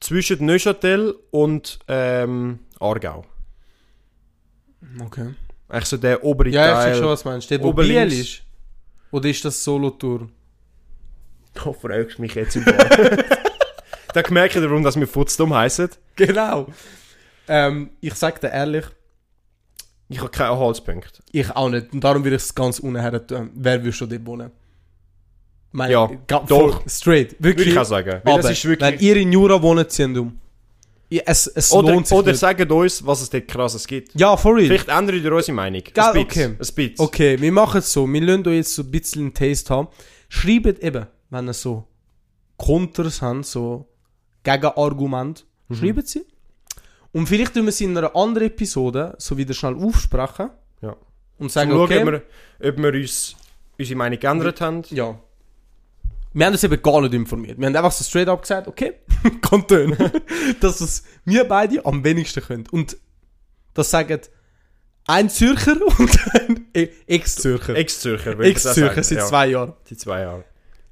[SPEAKER 2] zwischen Neuchâtel und ähm, Aargau.
[SPEAKER 1] Okay.
[SPEAKER 2] Eigentlich so der obere
[SPEAKER 1] Ja, ich
[SPEAKER 2] Teil.
[SPEAKER 1] verstehe schon, was du meinst. Dort, wo Biel
[SPEAKER 2] Oberlinks.
[SPEAKER 1] ist. Oder ist das Solothurn?
[SPEAKER 2] Du fragst mich jetzt überall. da merke ich, warum dass wir Futzdumm heissen.
[SPEAKER 1] Genau. Ähm, ich sag dir ehrlich,
[SPEAKER 2] Ich habe keinen Anhaltspunkt.
[SPEAKER 1] ich auch nicht. Und darum würde ich es ganz unher tun. Wer würde schon dort wohnen? Meine,
[SPEAKER 2] Ja,
[SPEAKER 1] ga-
[SPEAKER 2] doch.
[SPEAKER 1] voll Straight. Wirklich.
[SPEAKER 2] Würde ich auch sagen. Weil
[SPEAKER 1] aber
[SPEAKER 2] das ist wirklich...
[SPEAKER 1] wenn ihr in Jura wohnt, zieht um. Ja, es es lohnt
[SPEAKER 2] Oder,
[SPEAKER 1] sich
[SPEAKER 2] oder
[SPEAKER 1] nicht.
[SPEAKER 2] sagt uns, was es dort krasses gibt.
[SPEAKER 1] Ja, for real.
[SPEAKER 2] Vielleicht ändert ihr unsere Meinung.
[SPEAKER 1] Gell,
[SPEAKER 2] Ein
[SPEAKER 1] okay.
[SPEAKER 2] bisschen. Ein bisschen.
[SPEAKER 1] Okay, wir machen es so. Wir lassen euch jetzt so ein bisschen einen Taste haben. Schreibt eben, wenn ihr so Konters habt, so Gegenargumente,
[SPEAKER 2] Mhm.
[SPEAKER 1] schreibt sie. Und vielleicht tun wir sie in einer anderen Episode so wieder schnell aufsprechen
[SPEAKER 2] Ja.
[SPEAKER 1] und
[SPEAKER 2] Um Schauen,
[SPEAKER 1] sagen,
[SPEAKER 2] ob
[SPEAKER 1] okay,
[SPEAKER 2] wir, ob wir uns, unsere Meinung geändert haben.
[SPEAKER 1] ja. Wir haben uns eben gar nicht informiert. Wir haben einfach so straight up gesagt, okay, Kanton. dass es wir beide am wenigsten können. Und das sagen ein Zürcher und ein E- Ex-Zürcher.
[SPEAKER 2] Ex-Zürcher, würde ich das auch
[SPEAKER 1] Ex-Zürcher
[SPEAKER 2] sagen.
[SPEAKER 1] seit
[SPEAKER 2] ja.
[SPEAKER 1] zwei Jahren.
[SPEAKER 2] Seit zwei Jahren.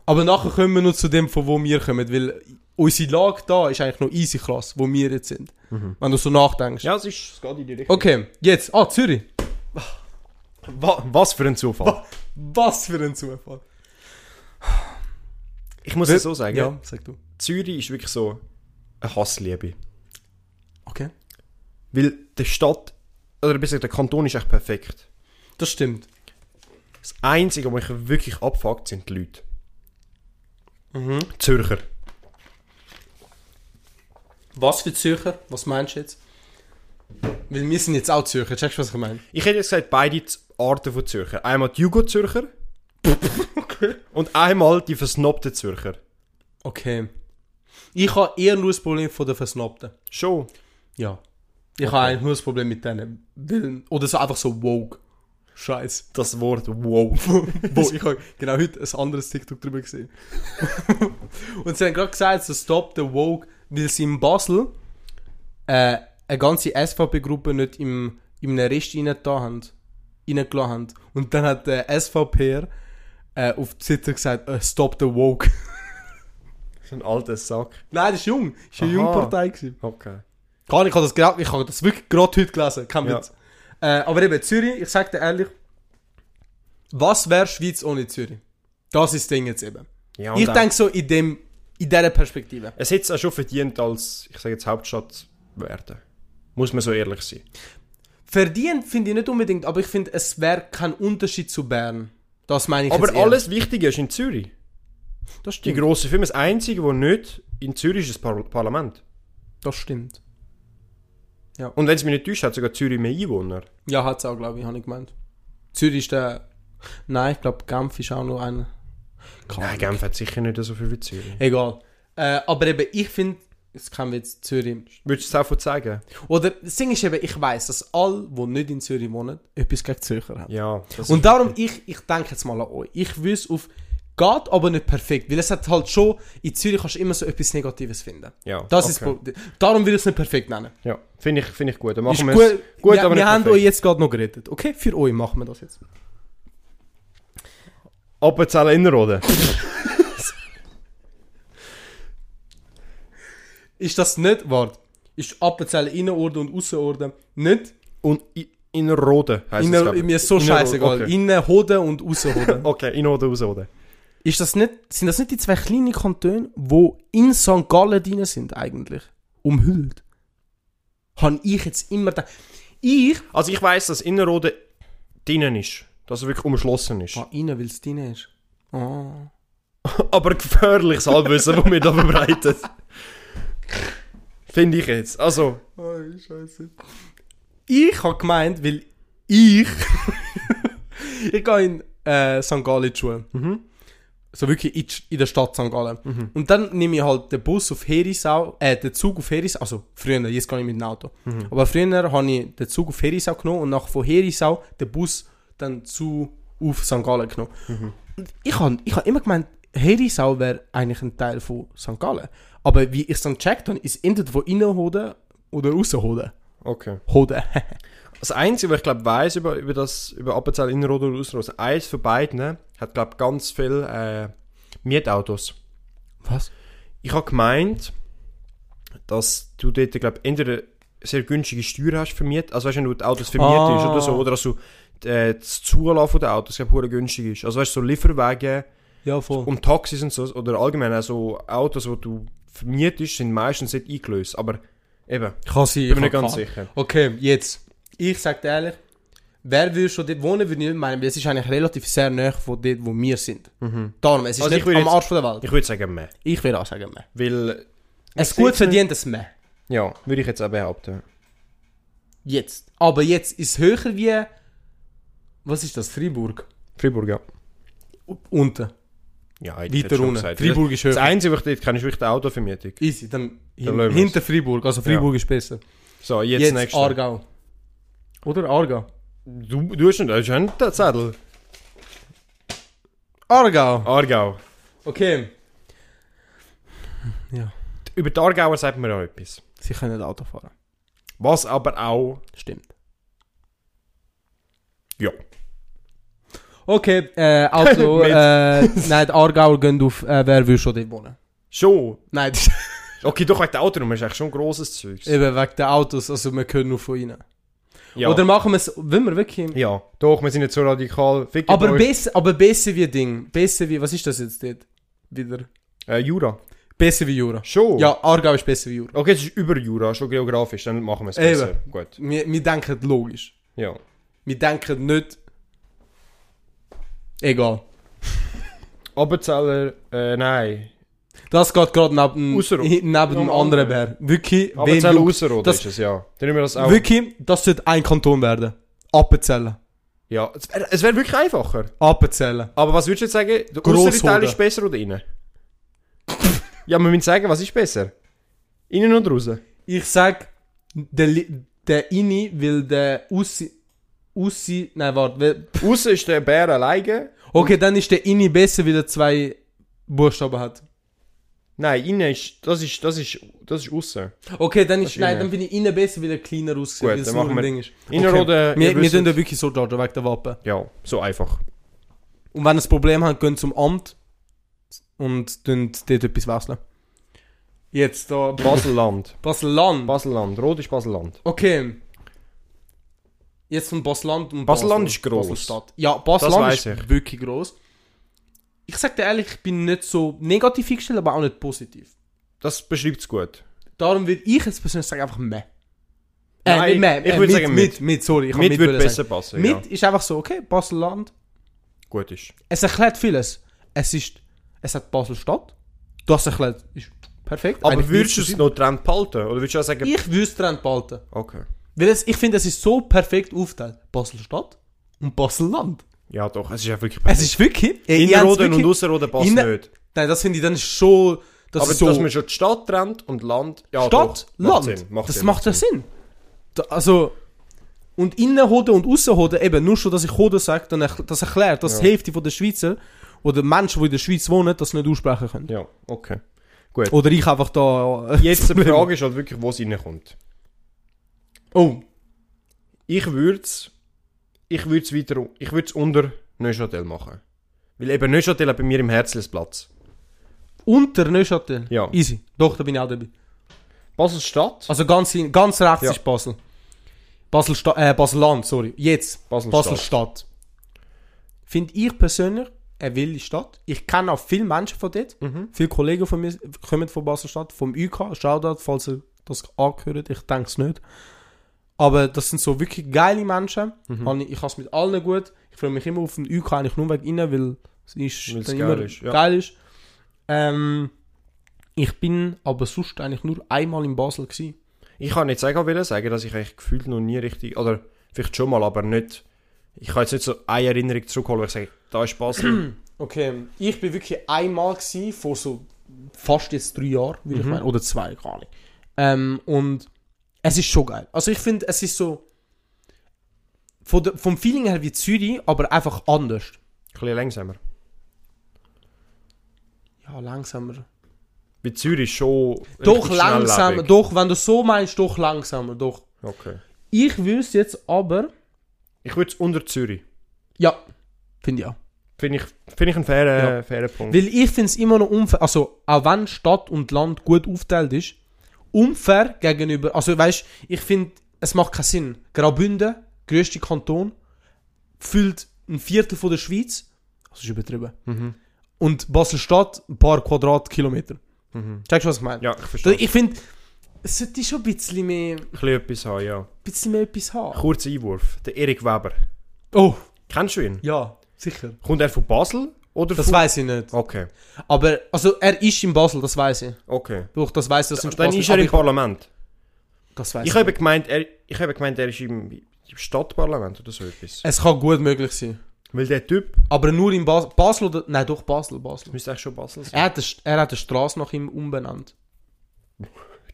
[SPEAKER 1] Aber nachher kommen wir noch zu dem, von wo wir kommen, weil unsere Lage da ist eigentlich noch easy krass, wo wir jetzt sind. Wenn du so nachdenkst.
[SPEAKER 2] Mhm. Ja, es, ist, es geht in die Richtung.
[SPEAKER 1] Okay, jetzt. Ah, Zürich.
[SPEAKER 2] Wa was für ein Zufall.
[SPEAKER 1] Was für ein Zufall.
[SPEAKER 2] Ich muss es so sagen.
[SPEAKER 1] Ja, sag du.
[SPEAKER 2] Zürich ist wirklich so eine Hassliebe.
[SPEAKER 1] Okay.
[SPEAKER 2] Weil der Stadt, oder besser gesagt, der Kanton ist echt perfekt.
[SPEAKER 1] Das stimmt.
[SPEAKER 2] Das Einzige, was mich wirklich abfuckt, sind die Leute. Mhm. Zürcher.
[SPEAKER 1] Was für Zürcher? Was meinst du jetzt? Weil wir sind jetzt auch Zürcher, checkst du, was ich meine?
[SPEAKER 2] Ich hätte jetzt gesagt, beide Z- Arten von Zürcher. Einmal die Jugo-Zürcher und einmal die versnobten Zürcher.
[SPEAKER 1] Okay. Ich habe eher nur das Problem von den Versnobten.
[SPEAKER 2] Schon.
[SPEAKER 1] Ja. Ich habe eigentlich nur das Problem mit denen. Weil- Oder so einfach so woke. Scheiß.
[SPEAKER 2] Das Wort wow.
[SPEAKER 1] wo, wo ich habe genau heute ein anderes TikTok drüber gesehen. und sie haben gerade gesagt, so stop the woke, weil sie in Basel äh, eine ganze SVP-Gruppe nicht im, im Rest reingetan haben. Reingelassen haben. Und dann hat der SVPer äh, auf Twitter gesagt, äh, stop the woke.
[SPEAKER 2] So ein alter Sack.
[SPEAKER 1] Nein, das ist jung. Das war eine
[SPEAKER 2] Aha.
[SPEAKER 1] Jungpartei. gewesen.
[SPEAKER 2] Okay.
[SPEAKER 1] Keine Ahnung, ich habe das, genau- ich habe das wirklich gerade heute gelesen. Kein
[SPEAKER 2] Ja.
[SPEAKER 1] Witz. Äh, aber eben, Zürich, ich sage dir ehrlich, was wäre Schweiz ohne Zürich? Das ist das Ding jetzt eben.
[SPEAKER 2] Ja,
[SPEAKER 1] Ich denke so in, dem, in dieser Perspektive.
[SPEAKER 2] Es hätte es auch schon verdient, als, ich sage jetzt, Hauptstadt zu werden. Muss man so ehrlich sein.
[SPEAKER 1] Verdient finde ich nicht unbedingt, aber ich finde, es wäre kein Unterschied zu Bern. Das meine ich
[SPEAKER 2] Aber
[SPEAKER 1] jetzt eher.
[SPEAKER 2] alles Wichtige ist in Zürich.
[SPEAKER 1] Das
[SPEAKER 2] Die
[SPEAKER 1] stimmt.
[SPEAKER 2] grossen Firmen, das Einzige, was nicht in Zürich ist, ist das Par Parlament.
[SPEAKER 1] Das stimmt.
[SPEAKER 2] Und wenn es mich nicht täuscht, hat sogar Zürich mehr Einwohner.
[SPEAKER 1] Ja, hat es auch, glaube ich, habe ich gemeint. Zürich ist der... Nein, ich glaube, Genf ist auch nur ein...
[SPEAKER 2] Nein, Genf hat sicher nicht so viel wie Zürich.
[SPEAKER 1] Egal. Äh, aber eben, ich finde... Es kann jetzt Zürich...
[SPEAKER 2] Würdest du es auch sagen?
[SPEAKER 1] Oder das Ding ist eben, ich weiß, dass alle, die nicht in Zürich wohnen, etwas gegen Zürcher haben.
[SPEAKER 2] Ja. Das
[SPEAKER 1] Und darum, ich, ich denke jetzt mal an euch. Ich wüsste auf, geht aber nicht perfekt, weil es hat halt schon, in Zürich kannst du immer so etwas Negatives finden.
[SPEAKER 2] Ja,
[SPEAKER 1] Das ist das
[SPEAKER 2] okay.
[SPEAKER 1] Problem. Darum will ich es nicht perfekt nennen.
[SPEAKER 2] ja. Finde ich, finde ich gut. Dann
[SPEAKER 1] Ist
[SPEAKER 2] machen wir
[SPEAKER 1] gut,
[SPEAKER 2] es. Gut,
[SPEAKER 1] wir,
[SPEAKER 2] aber
[SPEAKER 1] wir
[SPEAKER 2] nicht
[SPEAKER 1] haben euch
[SPEAKER 2] perfekt.
[SPEAKER 1] jetzt gerade noch gerettet. Okay, für euch machen wir das jetzt.
[SPEAKER 2] Appenzell Innerrhoden.
[SPEAKER 1] Ist das nicht, warte, ist Appenzell Innenorden und Aussenorden nicht?
[SPEAKER 2] Und I- Innerrhoden heisst
[SPEAKER 1] Innen,
[SPEAKER 2] es, glaub ich.
[SPEAKER 1] mir ist so
[SPEAKER 2] Innerrhoden,
[SPEAKER 1] scheißegal.
[SPEAKER 2] Okay,
[SPEAKER 1] Innenhoden und Außenhoden.
[SPEAKER 2] okay Innerrhoden, Ausrhoden.
[SPEAKER 1] Ist das nicht, sind das nicht die zwei kleinen Kantone, wo in St. Gallen drin sind eigentlich? Umhüllt. Habe ich jetzt immer gedacht. Ich...
[SPEAKER 2] Also ich weiss, dass Innerrhoden drinnen ist. Dass er wirklich umschlossen ist.
[SPEAKER 1] Ah, rein, weil es drin ist. Ah.
[SPEAKER 2] Aber gefährliches Halbwissen, das wir da verbreitet. Finde ich jetzt. Also,
[SPEAKER 1] Oh, scheiße. Ich habe gemeint, weil ich... ich gehe in äh, St. Gallen in die Schule. So wirklich in, die Sch- in der Stadt St. Gallen. Und dann nehme ich halt den Bus auf Herisau, äh, den Zug auf Herisau, also früher, jetzt gehe ich mit dem Auto. Aber früher habe ich den Zug auf Herisau genommen und nach von Herisau den Bus dann zu auf St. Gallen genommen. Und ich habe ich hab immer gemeint, Herisau wäre eigentlich ein Teil von St. Gallen. Aber wie ich es dann gecheckt habe, ist entweder von innen hoden oder außen hoden.
[SPEAKER 2] okay.
[SPEAKER 1] Hoden.
[SPEAKER 2] Das Einzige, was ich glaube weiss über, über das, über Appenzell Innerrhoden und Ausserrhoden, eins von beiden hat glaube ganz viel äh, Mietautos.
[SPEAKER 1] Was?
[SPEAKER 2] Ich habe gemeint, dass du dort glaube entweder sehr günstige Steuern hast für Miet, also weißt du, wenn du die Autos vermietest
[SPEAKER 1] Ah.
[SPEAKER 2] oder so, oder dass du äh, das Zulassen der Autos glaube hure günstig ist. Also weißt du, so Lieferwege
[SPEAKER 1] Ja, voll.
[SPEAKER 2] und Taxis und so, oder allgemein auch so Autos, die du vermietest, sind meistens nicht eingelöst, aber eben,
[SPEAKER 1] Kann sein.
[SPEAKER 2] ich bin mir
[SPEAKER 1] kann-
[SPEAKER 2] nicht ganz
[SPEAKER 1] kann.
[SPEAKER 2] sicher.
[SPEAKER 1] Okay, jetzt. Ich sag dir ehrlich, wer will schon dort wohnen, würde ich nicht meinen, weil es ist eigentlich relativ sehr nah von dort, wo wir sind. Darum, es ist
[SPEAKER 2] Also ich
[SPEAKER 1] nicht
[SPEAKER 2] würde
[SPEAKER 1] am
[SPEAKER 2] jetzt-
[SPEAKER 1] Arsch von der Welt.
[SPEAKER 2] Ich würde sagen, mehr.
[SPEAKER 1] Ich will auch sagen, mehr.
[SPEAKER 2] Weil,
[SPEAKER 1] Ein gut
[SPEAKER 2] sehe es nicht.
[SPEAKER 1] verdientes mehr.
[SPEAKER 2] ja, würde ich jetzt auch behaupten.
[SPEAKER 1] Jetzt. Aber jetzt ist es höher wie. Was ist das? Freiburg?
[SPEAKER 2] Fribourg, ja.
[SPEAKER 1] U- Unten.
[SPEAKER 2] Ja, ich
[SPEAKER 1] Weiter unten. Fribourg ist
[SPEAKER 2] Das
[SPEAKER 1] höher.
[SPEAKER 2] Einzige, was ich dort kenne, ist wirklich die Autovermietung.
[SPEAKER 1] Easy. Dann, hin,
[SPEAKER 2] lassen wir's.
[SPEAKER 1] hinter Freiburg. Also Freiburg ist besser.
[SPEAKER 2] So, jetzt,
[SPEAKER 1] Jetzt,
[SPEAKER 2] nächste.
[SPEAKER 1] Aargau. Oder Aargau?
[SPEAKER 2] Du, du hast nicht, hast nicht den Zettel.
[SPEAKER 1] Aargau!
[SPEAKER 2] Aargau.
[SPEAKER 1] Okay. Ja.
[SPEAKER 2] Über die Aargauer sagt man auch etwas.
[SPEAKER 1] Sie können Auto fahren.
[SPEAKER 2] Was aber auch...
[SPEAKER 1] Stimmt.
[SPEAKER 2] Ja.
[SPEAKER 1] Okay, äh, also,
[SPEAKER 2] Mit-
[SPEAKER 1] äh, nein, die Aargauer gehen auf, äh, wer will schon dort wohnen?
[SPEAKER 2] Schon.
[SPEAKER 1] Nein, das ist
[SPEAKER 2] Okay, doch, wegen der Autonummer ist eigentlich schon ein grosses Zeug.
[SPEAKER 1] eben wegen den Autos, also wir können nur von ihnen.
[SPEAKER 2] Ja.
[SPEAKER 1] Oder machen wir es, wenn wir wirklich...
[SPEAKER 2] ja. Doch, wir sind nicht so radikal. Fickt
[SPEAKER 1] Aber,
[SPEAKER 2] euch.
[SPEAKER 1] besser, aber besser wie Ding, besser wie, was ist das jetzt dort? Wieder.
[SPEAKER 2] Äh, Jura.
[SPEAKER 1] Besser wie Jura.
[SPEAKER 2] Schon.
[SPEAKER 1] Ja, Aargau ist besser wie Jura.
[SPEAKER 2] Okay, es ist über Jura, schon geografisch, dann machen wir es
[SPEAKER 1] Eben.
[SPEAKER 2] besser. Gut.
[SPEAKER 1] Wir, wir denken logisch.
[SPEAKER 2] Ja.
[SPEAKER 1] Wir denken nicht... Egal.
[SPEAKER 2] Appenzeller, äh, nein.
[SPEAKER 1] Das geht gerade neben,
[SPEAKER 2] Ausser-
[SPEAKER 1] neben dem
[SPEAKER 2] Neben
[SPEAKER 1] anderen Bär. Wirklich, wen
[SPEAKER 2] Appenzeller
[SPEAKER 1] juckt's?
[SPEAKER 2] Ausserrhoden
[SPEAKER 1] Das-
[SPEAKER 2] ist es, ja. Dann nehmen wir das auch.
[SPEAKER 1] Wirklich, das sollte ein Kanton werden. Appenzellen.
[SPEAKER 2] Ja, es wäre es wär wirklich einfacher.
[SPEAKER 1] Appenzellen.
[SPEAKER 2] Aber was würdest du jetzt sagen? Der
[SPEAKER 1] Grosshoden.
[SPEAKER 2] äußere Teil ist besser oder innen? ja, wir müssen sagen, was ist besser? Innen oder draußen?
[SPEAKER 1] Ich sag, der, Li- der Inni will der Ussi. Ussi. Nein, warte. wel-
[SPEAKER 2] Außen ist der Bär alleine.
[SPEAKER 1] Okay, dann ist der Inni besser, weil er zwei Buchstaben hat.
[SPEAKER 2] Nein, innen ist. Das ist. Das ist. Das ist außen.
[SPEAKER 1] Okay, dann ist.
[SPEAKER 2] ist
[SPEAKER 1] Nein,
[SPEAKER 2] innen.
[SPEAKER 1] dann bin ich innen besser, weil er kleiner aussieht.
[SPEAKER 2] Gut,
[SPEAKER 1] weil es
[SPEAKER 2] dann
[SPEAKER 1] nur
[SPEAKER 2] machen
[SPEAKER 1] ein
[SPEAKER 2] wir-
[SPEAKER 1] Ding ist.
[SPEAKER 2] Innen
[SPEAKER 1] okay.
[SPEAKER 2] oder. ihr
[SPEAKER 1] Wir, wir
[SPEAKER 2] wisst
[SPEAKER 1] tun
[SPEAKER 2] es.
[SPEAKER 1] da wirklich so Georgia wegen der Wappen.
[SPEAKER 2] Ja, so einfach.
[SPEAKER 1] Und wenn ihr ein Problem habt, geht zum Amt und tun dort etwas wechseln. Jetzt da.
[SPEAKER 2] Baselland.
[SPEAKER 1] Basel-Land.
[SPEAKER 2] Baselland. Rot ist Baselland.
[SPEAKER 1] Okay. Jetzt von Basel-Land und
[SPEAKER 2] Basel-Land ist gross.
[SPEAKER 1] Basel-Stadt. Ja,
[SPEAKER 2] Das
[SPEAKER 1] Basel-Land
[SPEAKER 2] weiss
[SPEAKER 1] ist wirklich gross. Ich sag dir ehrlich, ich bin nicht so negativ eingestellt, aber auch nicht positiv.
[SPEAKER 2] Das beschreibt es gut.
[SPEAKER 1] Darum würde ich jetzt persönlich sagen, einfach meh. Äh,
[SPEAKER 2] Nein,
[SPEAKER 1] nicht meh,
[SPEAKER 2] ich würd
[SPEAKER 1] mit, mit,
[SPEAKER 2] sagen mit.
[SPEAKER 1] mit, sorry, ich hab
[SPEAKER 2] mit
[SPEAKER 1] mit
[SPEAKER 2] würde
[SPEAKER 1] wollen
[SPEAKER 2] besser
[SPEAKER 1] sagen.
[SPEAKER 2] passen. Ja.
[SPEAKER 1] Mit ist einfach so, okay, Basel-Land.
[SPEAKER 2] Gut ist.
[SPEAKER 1] Es erklärt vieles. Es ist, es hat Basel-Stadt. Das erklärt, ist perfekt.
[SPEAKER 2] Aber
[SPEAKER 1] Eigentlich
[SPEAKER 2] würdest du
[SPEAKER 1] nichts
[SPEAKER 2] es noch Trend behalten? Oder würdest du auch sagen.
[SPEAKER 1] zu- Ich würde es dran behalten.
[SPEAKER 2] Okay.
[SPEAKER 1] Weil es, ich finde, es ist so perfekt aufgeteilt. Basel-Stadt und Basel-Land.
[SPEAKER 2] Ja, doch, es ist ja wirklich
[SPEAKER 1] Es ist wirklich... Ey, ich hab's
[SPEAKER 2] Innerrhoden
[SPEAKER 1] wirklich-
[SPEAKER 2] und Ausserrhoden passt
[SPEAKER 1] Inner-
[SPEAKER 2] nicht.
[SPEAKER 1] Nein, das finde ich dann ist schon... Das
[SPEAKER 2] Aber
[SPEAKER 1] ist so
[SPEAKER 2] dass man schon die Stadt trennt und Land. Ja,
[SPEAKER 1] Stadt,
[SPEAKER 2] doch, macht
[SPEAKER 1] Land.
[SPEAKER 2] Sinn, macht
[SPEAKER 1] das
[SPEAKER 2] Sinn,
[SPEAKER 1] macht ja Sinn. Da, also... Und Innenhoden und Aussenhoden, eben, nur schon, dass ich Hoden sage, dann erkl- das erklärt, dass die Hälfte von der Schweizer oder Menschen, die in der Schweiz wohnen, das nicht aussprechen können.
[SPEAKER 2] Ja, okay. Gut.
[SPEAKER 1] Oder ich einfach da... äh,
[SPEAKER 2] Jetzt die Frage ist halt wirklich, wo es reinkommt.
[SPEAKER 1] Oh,
[SPEAKER 2] Ich würde es. Ich würde es weiter. Ich würde es unter Neuchâtel machen. Weil eben Neuchâtel hat bei mir im Herzlesplatz.
[SPEAKER 1] unter Neuchâtel.
[SPEAKER 2] Ja.
[SPEAKER 1] Easy. Doch, da bin ich auch dabei.
[SPEAKER 2] Basel Stadt.
[SPEAKER 1] Also ganz, hin- ganz rechts
[SPEAKER 2] Ja.
[SPEAKER 1] ist Basel. Basel äh, Basel-Land, sorry. Jetzt.
[SPEAKER 2] Basel-Stadt.
[SPEAKER 1] Basel-Stadt. Finde ich persönlich eine wilde Stadt. Ich kenne auch viele Menschen von dort.
[SPEAKER 2] Mhm.
[SPEAKER 1] Viele Kollegen von mir kommen von Basel-Stadt, vom UK. Shoutout, falls ihr das angehört. Ich denke es nicht. Aber das sind so wirklich geile Menschen.
[SPEAKER 2] Mhm.
[SPEAKER 1] Habe Ich, ich habe es mit allen gut. Ich freue mich immer auf den UK, eigentlich nur wegen ihnen, weil es ist
[SPEAKER 2] Weil's
[SPEAKER 1] dann
[SPEAKER 2] geil
[SPEAKER 1] immer
[SPEAKER 2] ist, ja.
[SPEAKER 1] geil ist. Ähm, ich bin aber sonst eigentlich nur einmal in Basel gewesen.
[SPEAKER 2] Ich kann nicht sagen, will sagen, dass ich eigentlich gefühlt noch nie richtig, oder vielleicht schon mal, aber nicht, ich kann jetzt nicht so eine Erinnerung zurückholen, wo ich sage, da ist Basel.
[SPEAKER 1] Okay, ich bin wirklich einmal gsi vor so fast jetzt drei Jahren, würde ich meinen, oder zwei, gar nicht. Ähm, und es ist schon geil. Also ich finde, es ist so von der, vom Feeling her wie Zürich, aber einfach anders.
[SPEAKER 2] ein bisschen langsamer.
[SPEAKER 1] Ja, langsamer.
[SPEAKER 2] Bei Zürich ist schon
[SPEAKER 1] Doch
[SPEAKER 2] richtig
[SPEAKER 1] langsamer,
[SPEAKER 2] schnelllebig.
[SPEAKER 1] doch, wenn du so meinst, doch langsamer, doch.
[SPEAKER 2] Okay.
[SPEAKER 1] Ich wüsste jetzt aber,
[SPEAKER 2] Ich würde es unter Zürich.
[SPEAKER 1] ja, finde ich auch.
[SPEAKER 2] Finde ich, finde ich einen fairen, fairen Punkt.
[SPEAKER 1] Weil ich finde es immer noch unfair, also auch wenn Stadt und Land gut aufteilt ist, unfair gegenüber, also weißt ich finde, es macht keinen Sinn. Graubünden, grösste Kanton, füllt ein Viertel von der Schweiz, das ist übertrieben, und Basel-Stadt ein paar Quadratkilometer. Checkst du, was ich meine? Also,
[SPEAKER 2] Ja, ich verstehe.
[SPEAKER 1] Ich finde, es sollte schon ein bisschen mehr, ein
[SPEAKER 2] Ein bisschen etwas haben, ja.
[SPEAKER 1] bisschen mehr etwas haben.
[SPEAKER 2] Kurzer Einwurf. Der Erik Weber.
[SPEAKER 1] Oh,
[SPEAKER 2] Kennst du ihn?
[SPEAKER 1] ja, sicher.
[SPEAKER 2] Kommt er von Basel? Oder
[SPEAKER 1] Das
[SPEAKER 2] von...
[SPEAKER 1] weiß ich nicht.
[SPEAKER 2] Okay,
[SPEAKER 1] Aber, also er ist in Basel, das weiß ich.
[SPEAKER 2] okay.
[SPEAKER 1] Doch, das weiß ich, Also- das
[SPEAKER 2] Dann ist er im Parlament.
[SPEAKER 1] Das weiß
[SPEAKER 2] Ich habe gemeint, er, ich habe gemeint, er ist im, im Stadtparlament oder so etwas.
[SPEAKER 1] Es kann gut möglich sein.
[SPEAKER 2] Weil der Typ
[SPEAKER 1] Aber nur in Basel. Basel oder. Nein, doch Basel. Basel.
[SPEAKER 2] müsste eigentlich schon Basel sein.
[SPEAKER 1] Er hat, eine, St- er hat eine Straße nach ihm umbenannt.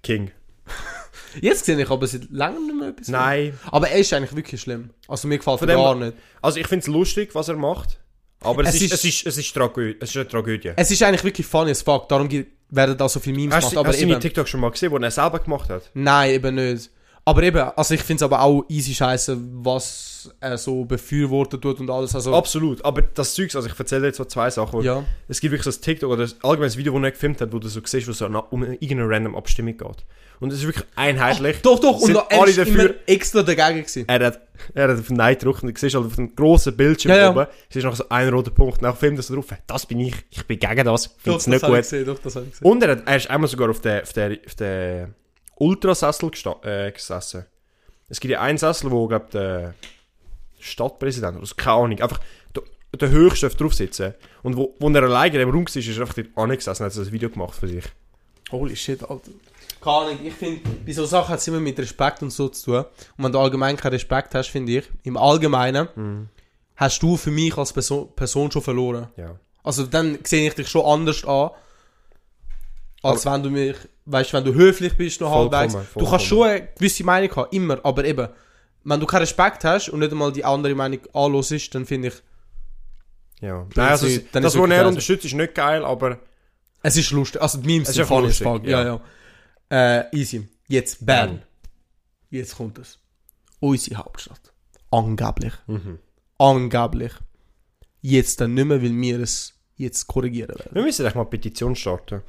[SPEAKER 2] King.
[SPEAKER 1] Jetzt sehe ich aber seit langem nicht mehr etwas. von
[SPEAKER 2] Nein.
[SPEAKER 1] ihm. Aber er ist eigentlich wirklich schlimm. Also mir gefällt
[SPEAKER 2] Von
[SPEAKER 1] er
[SPEAKER 2] dem-
[SPEAKER 1] gar nicht.
[SPEAKER 2] Also ich finde es lustig, was er macht. Aber es,
[SPEAKER 1] Es
[SPEAKER 2] ist,
[SPEAKER 1] ist-
[SPEAKER 2] es ist, es ist, Tragö es ist eine Tragödie.
[SPEAKER 1] Es ist eigentlich wirklich funny as fuck. Darum gibt- werden da so viele Memes
[SPEAKER 2] Hast
[SPEAKER 1] gemacht.
[SPEAKER 2] du
[SPEAKER 1] Aber
[SPEAKER 2] hast du seine
[SPEAKER 1] eben,
[SPEAKER 2] TikTok schon mal gesehen, wo er selber gemacht hat?
[SPEAKER 1] nein, eben nicht. Aber eben, also ich finde es aber auch easy scheiße, was er so befürwortet tut und alles. Also,
[SPEAKER 2] Absolut. Aber das Zeugs, also ich erzähle jetzt so zwei Sachen. wo-
[SPEAKER 1] ja.
[SPEAKER 2] Es gibt wirklich so ein TikTok oder ein allgemeines Video, das er gefilmt hat, wo du so siehst, wo es so na- um irgendeine random Abstimmung geht. Und es ist wirklich einheitlich.
[SPEAKER 1] Doch, doch, und
[SPEAKER 2] Sind
[SPEAKER 1] noch- er
[SPEAKER 2] alle
[SPEAKER 1] ist immer
[SPEAKER 2] dafür?
[SPEAKER 1] extra dagegen gewesen.
[SPEAKER 2] Er hat, er hat auf Nein gedrückt und du siehst halt auf dem grossen Bildschirm
[SPEAKER 1] Ja, ja.
[SPEAKER 2] oben, es ist noch so ein roter Punkt. Nach Film, das drauf das bin ich, ich bin gegen das, finde es
[SPEAKER 1] das
[SPEAKER 2] nicht
[SPEAKER 1] habe ich
[SPEAKER 2] gut.
[SPEAKER 1] gesehen, doch, das habe ich gesehen.
[SPEAKER 2] Und er, hat, er ist einmal sogar auf der, auf der, auf der Ultrasessel gesta- äh, gesessen. Es gibt ja einen Sessel, wo, glaube der Stadtpräsident, oder so, keine Ahnung, einfach der, der höchste drauf sitzen. Und wo, wo er alleine im Raum war, ist er einfach dort angesessen und hat so ein Video gemacht für sich.
[SPEAKER 1] Holy shit, Alter. Keine Ahnung, ich finde, bei so Sachen hat es immer mit Respekt und so zu tun. Und wenn du allgemein keinen Respekt hast, finde ich, im Allgemeinen,
[SPEAKER 2] Mhm.
[SPEAKER 1] hast du für mich als Perso Person schon verloren.
[SPEAKER 2] Ja.
[SPEAKER 1] Also dann sehe ich dich schon anders an, als wenn du mich, weißt wenn du höflich bist, noch
[SPEAKER 2] Vollkommen,
[SPEAKER 1] halbwegs. Du
[SPEAKER 2] vollkommen.
[SPEAKER 1] kannst schon eine gewisse Meinung haben, immer, aber eben, wenn du keinen Respekt hast und nicht einmal die andere Meinung anlässt, dann finde ich,
[SPEAKER 2] ja. Nein, also,
[SPEAKER 1] ist- dann
[SPEAKER 2] das,
[SPEAKER 1] ist
[SPEAKER 2] was
[SPEAKER 1] wirklich
[SPEAKER 2] er
[SPEAKER 1] geil.
[SPEAKER 2] unterstützt, ist nicht geil, aber
[SPEAKER 1] es ist lustig. Also die Memes
[SPEAKER 2] Es ist
[SPEAKER 1] sind
[SPEAKER 2] einfach
[SPEAKER 1] funny as
[SPEAKER 2] lustig,
[SPEAKER 1] fuck. Ja, ja. Äh, easy. Jetzt Bern. Jetzt kommt es. Unsere Hauptstadt. Angeblich. Angeblich. Jetzt dann nicht mehr, weil wir es jetzt korrigieren werden.
[SPEAKER 2] Wir müssen echt mal eine Petition starten.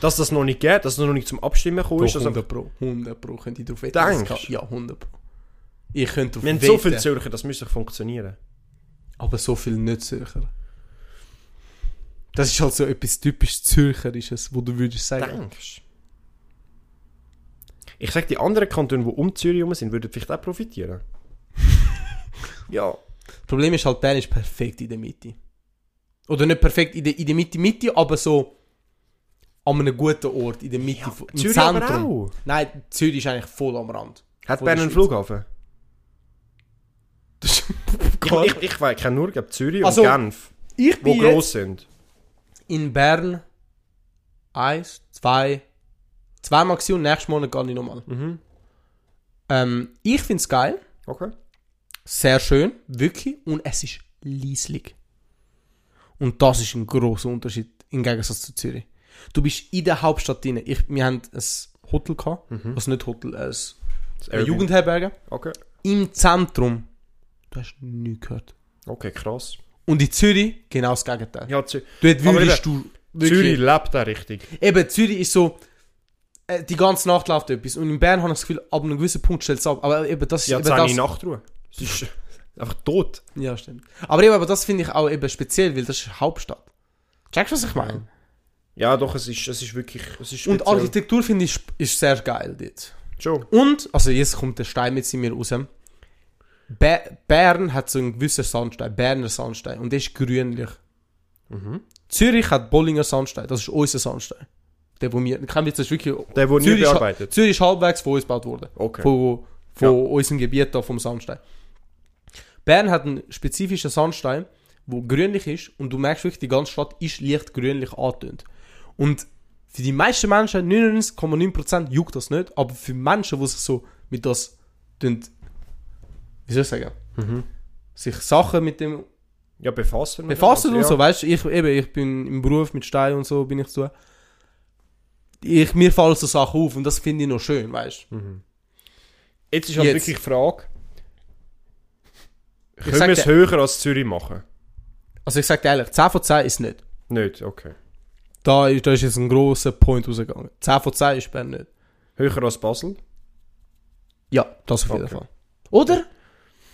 [SPEAKER 2] dass das noch nicht geht, dass es noch nicht zum Abstimmen gekommen ist. also,
[SPEAKER 1] Doch,
[SPEAKER 2] dass einfach-
[SPEAKER 1] 100 Pro. 100 Pro. Könnt ihr darauf wetten? dass es
[SPEAKER 2] Denkst?
[SPEAKER 1] kann- Ja, 100 Pro. Ich könnte darauf
[SPEAKER 2] Wir haben
[SPEAKER 1] wetten.
[SPEAKER 2] so viele Zürcher, das müsste doch funktionieren.
[SPEAKER 1] aber so viel nicht Zürcher. Das ist halt so etwas typisch Zürcherisches, wo du würdest sagen.
[SPEAKER 2] Denkst Ich sag, die anderen Kantone, die um Zürich herum sind, würden vielleicht auch profitieren. ja.
[SPEAKER 1] Das Problem ist halt, Bern ist perfekt in der Mitte. Oder nicht perfekt in der, in der Mitte, Mitte, aber so an einem guten Ort, in der Mitte, von- im
[SPEAKER 2] Zürich
[SPEAKER 1] Zentrum.
[SPEAKER 2] aber auch.
[SPEAKER 1] Nein, Zürich ist eigentlich voll am Rand.
[SPEAKER 2] Hat
[SPEAKER 1] Von
[SPEAKER 2] Bern
[SPEAKER 1] der
[SPEAKER 2] einen
[SPEAKER 1] Schweiz.
[SPEAKER 2] Flughafen?
[SPEAKER 1] Das ist-
[SPEAKER 2] Ich, ich, ich weiß, kenne nur glaub, Zürich
[SPEAKER 1] Also,
[SPEAKER 2] und Genf,
[SPEAKER 1] ich
[SPEAKER 2] die
[SPEAKER 1] bin jetzt
[SPEAKER 2] gross sind.
[SPEAKER 1] in Bern eins, zwei, zweimal gewesen und nächsten Monat gar nicht nochmal.
[SPEAKER 2] Mhm.
[SPEAKER 1] Ähm, ich finde es geil,
[SPEAKER 2] Okay.
[SPEAKER 1] sehr schön, wirklich, und es ist leislig. Und das ist ein großer Unterschied im Gegensatz zu Zürich. Du bist in der Hauptstadt drin. Ich, wir haben ein Hotel gehabt, also nicht Hotel, äh,
[SPEAKER 2] Mhm. Das
[SPEAKER 1] eine
[SPEAKER 2] Airbnb.
[SPEAKER 1] Jugendherberge.
[SPEAKER 2] Okay.
[SPEAKER 1] Im Zentrum, du hast nichts gehört.
[SPEAKER 2] Okay, krass.
[SPEAKER 1] Und in Zürich genau das Gegenteil.
[SPEAKER 2] Ja, Zü
[SPEAKER 1] Dort
[SPEAKER 2] Aber
[SPEAKER 1] würdest du wirklich,
[SPEAKER 2] Zürich
[SPEAKER 1] Zürich.
[SPEAKER 2] lebt da richtig.
[SPEAKER 1] Eben, Zürich ist so. äh, Die ganze Nacht läuft etwas. Und in Bern habe ich das Gefühl, ab einem gewissen Punkt stellt es ab. Aber eben, das ist
[SPEAKER 2] Ja,
[SPEAKER 1] eben
[SPEAKER 2] jetzt habe
[SPEAKER 1] das.
[SPEAKER 2] ich Nachtruhe. Es ist, Einfach tot.
[SPEAKER 1] Ja, stimmt. Aber eben, aber das finde ich auch eben speziell, weil das ist Hauptstadt. Checkst du, was ich meine?
[SPEAKER 2] Ja, doch, es ist, es ist wirklich. Es ist
[SPEAKER 1] Und
[SPEAKER 2] speziell.
[SPEAKER 1] Architektur finde ich sp- ist sehr geil dort.
[SPEAKER 2] Schon.
[SPEAKER 1] Und, also jetzt kommt der Stein jetzt in mir raus. Be Bern hat so einen gewissen Sandstein, Berner Sandstein, und der ist grünlich.
[SPEAKER 2] Mhm.
[SPEAKER 1] Zürich hat Bollinger Sandstein, das ist unser Sandstein. Der, wo wir, kein Witz, das ist wirklich...
[SPEAKER 2] Der, wo nie
[SPEAKER 1] Zürich,
[SPEAKER 2] bearbeitet.
[SPEAKER 1] Zürich ist halbwegs von uns gebaut worden.
[SPEAKER 2] Okay.
[SPEAKER 1] Von, von
[SPEAKER 2] Ja.
[SPEAKER 1] unserem Gebiet da, vom Sandstein. Bern hat einen spezifischen Sandstein, wo grünlich ist, und du merkst wirklich, die ganze Stadt ist leicht grünlich angetönt. Und für die meisten Menschen, 99,9% juckt das nicht, aber für Menschen, die sich so mit das, tun- wie soll ich sagen, sich Sachen mit dem
[SPEAKER 2] Ja, befassen. wir
[SPEAKER 1] befassen
[SPEAKER 2] uns,
[SPEAKER 1] und
[SPEAKER 2] ja.
[SPEAKER 1] so, weißt du, ich, eben, ich bin im Beruf mit Stein und so, bin ich so, ich, mir fallen so Sachen auf und das finde ich noch schön, weißt du.
[SPEAKER 2] Jetzt ist halt
[SPEAKER 1] Jetzt.
[SPEAKER 2] wirklich die Frage. Können
[SPEAKER 1] sag
[SPEAKER 2] wir es
[SPEAKER 1] dir-
[SPEAKER 2] höher als Zürich machen?
[SPEAKER 1] Also ich sag dir ehrlich, 10 von 10 ist nicht.
[SPEAKER 2] Nicht, okay.
[SPEAKER 1] Da ist, da ist jetzt ein grosser Point rausgegangen. 10 von 10 ist Bern nicht.
[SPEAKER 2] Höher als Basel?
[SPEAKER 1] Ja, das auf jeden
[SPEAKER 2] Okay.
[SPEAKER 1] Fall. Oder?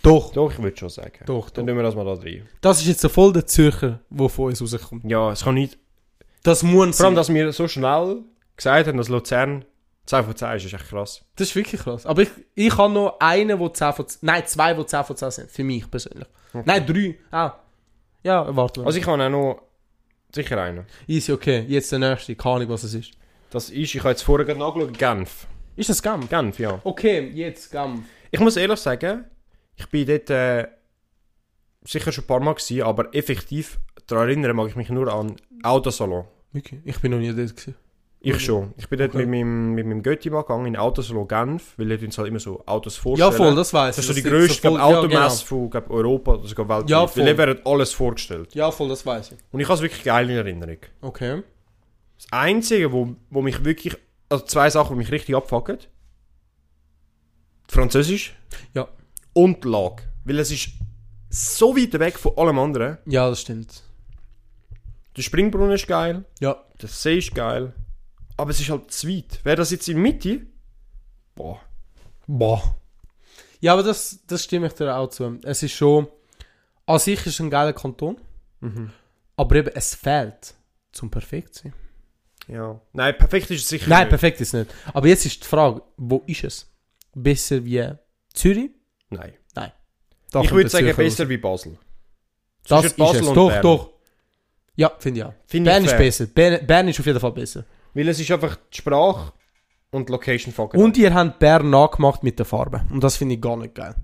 [SPEAKER 1] Doch.
[SPEAKER 2] Doch, ich würde schon sagen.
[SPEAKER 1] Doch,
[SPEAKER 2] Dann
[SPEAKER 1] doch.
[SPEAKER 2] nehmen wir das mal da rein.
[SPEAKER 1] Das ist jetzt so voll der Zürcher, der von uns rauskommt.
[SPEAKER 2] Ja, es kann nicht.
[SPEAKER 1] Das muss
[SPEAKER 2] Vor allem,
[SPEAKER 1] sein. Das,
[SPEAKER 2] dass wir so schnell gesagt haben, dass Luzern 10 von 10 ist, ist echt krass.
[SPEAKER 1] das ist wirklich krass. Aber ich, ich habe noch einen, wo 10 von 10, nein, zwei, die 10 von 10 sind. Für mich persönlich. Nein, drei. Ah. Ja, warte mal.
[SPEAKER 2] Also ich habe auch noch sicher einen.
[SPEAKER 1] Easy, okay. Jetzt der nächste. Keine Ahnung, was es ist.
[SPEAKER 2] Das ist, ich habe jetzt vorher gerade nachgeschaut, Genf.
[SPEAKER 1] Ist das Gamm?
[SPEAKER 2] Genf, ja.
[SPEAKER 1] Okay, jetzt Gamm.
[SPEAKER 2] Ich muss ehrlich sagen, ich bin dort äh, sicher schon ein paar Mal gewesen, aber effektiv daran erinnern mag ich mich nur an Autosalon.
[SPEAKER 1] Okay, ich bin noch nie dort gewesen. Mhm.
[SPEAKER 2] Ich schon. Ich bin dort mit meinem, mit meinem Götti mal gegangen in Autosalon Genf, weil dort uns halt immer so Autos
[SPEAKER 1] Ja,
[SPEAKER 2] vorstellen.
[SPEAKER 1] voll, das weiß
[SPEAKER 2] Das ist so die grösste glaub, Automesse von glaub, Europa oder sogar weltweit.
[SPEAKER 1] genau. Ja,
[SPEAKER 2] weil
[SPEAKER 1] voll.
[SPEAKER 2] dort werden alles vorgestellt.
[SPEAKER 1] genau. Ja, voll, das weiß ich.
[SPEAKER 2] Und ich habe es wirklich geil in Erinnerung.
[SPEAKER 1] Okay.
[SPEAKER 2] Das Einzige, wo, wo mich wirklich... Also zwei Sachen, die mich richtig abfucken. Französisch
[SPEAKER 1] Ja.
[SPEAKER 2] und die Lage. Weil es ist so weit weg von allem anderen.
[SPEAKER 1] Ja, das stimmt.
[SPEAKER 2] Der Springbrunnen ist geil,
[SPEAKER 1] Ja.
[SPEAKER 2] der See ist geil. Aber es ist halt zu weit. Wäre das jetzt in der Mitte... Boah.
[SPEAKER 1] Boah. Ja, aber das, das stimme ich dir auch zu. Es ist schon. An sich ist es ein geiler Kanton.
[SPEAKER 2] Mhm.
[SPEAKER 1] Aber eben, es fehlt zum perfekt sein.
[SPEAKER 2] Ja. Nein, perfekt ist es sicher
[SPEAKER 1] Nein,
[SPEAKER 2] nicht.
[SPEAKER 1] perfekt ist es nicht. Aber jetzt ist die Frage, wo ist es? Besser wie Zürich?
[SPEAKER 2] Nein.
[SPEAKER 1] Da
[SPEAKER 2] Ich
[SPEAKER 1] kommt
[SPEAKER 2] würde
[SPEAKER 1] der
[SPEAKER 2] sagen,
[SPEAKER 1] Zürcher raus.
[SPEAKER 2] besser wie Basel.
[SPEAKER 1] Das
[SPEAKER 2] Zwischen
[SPEAKER 1] ist es.
[SPEAKER 2] und
[SPEAKER 1] Doch,
[SPEAKER 2] Bern.
[SPEAKER 1] doch. Ja, finde ich auch.
[SPEAKER 2] Finde
[SPEAKER 1] Bern
[SPEAKER 2] ich
[SPEAKER 1] ist
[SPEAKER 2] fair.
[SPEAKER 1] besser. Bern, Bern ist auf jeden Fall besser.
[SPEAKER 2] Weil es ist einfach die Sprache und die Location genau. fucking.
[SPEAKER 1] Und ihr habt Bern nachgemacht mit der Farbe. Und das finde ich gar nicht geil.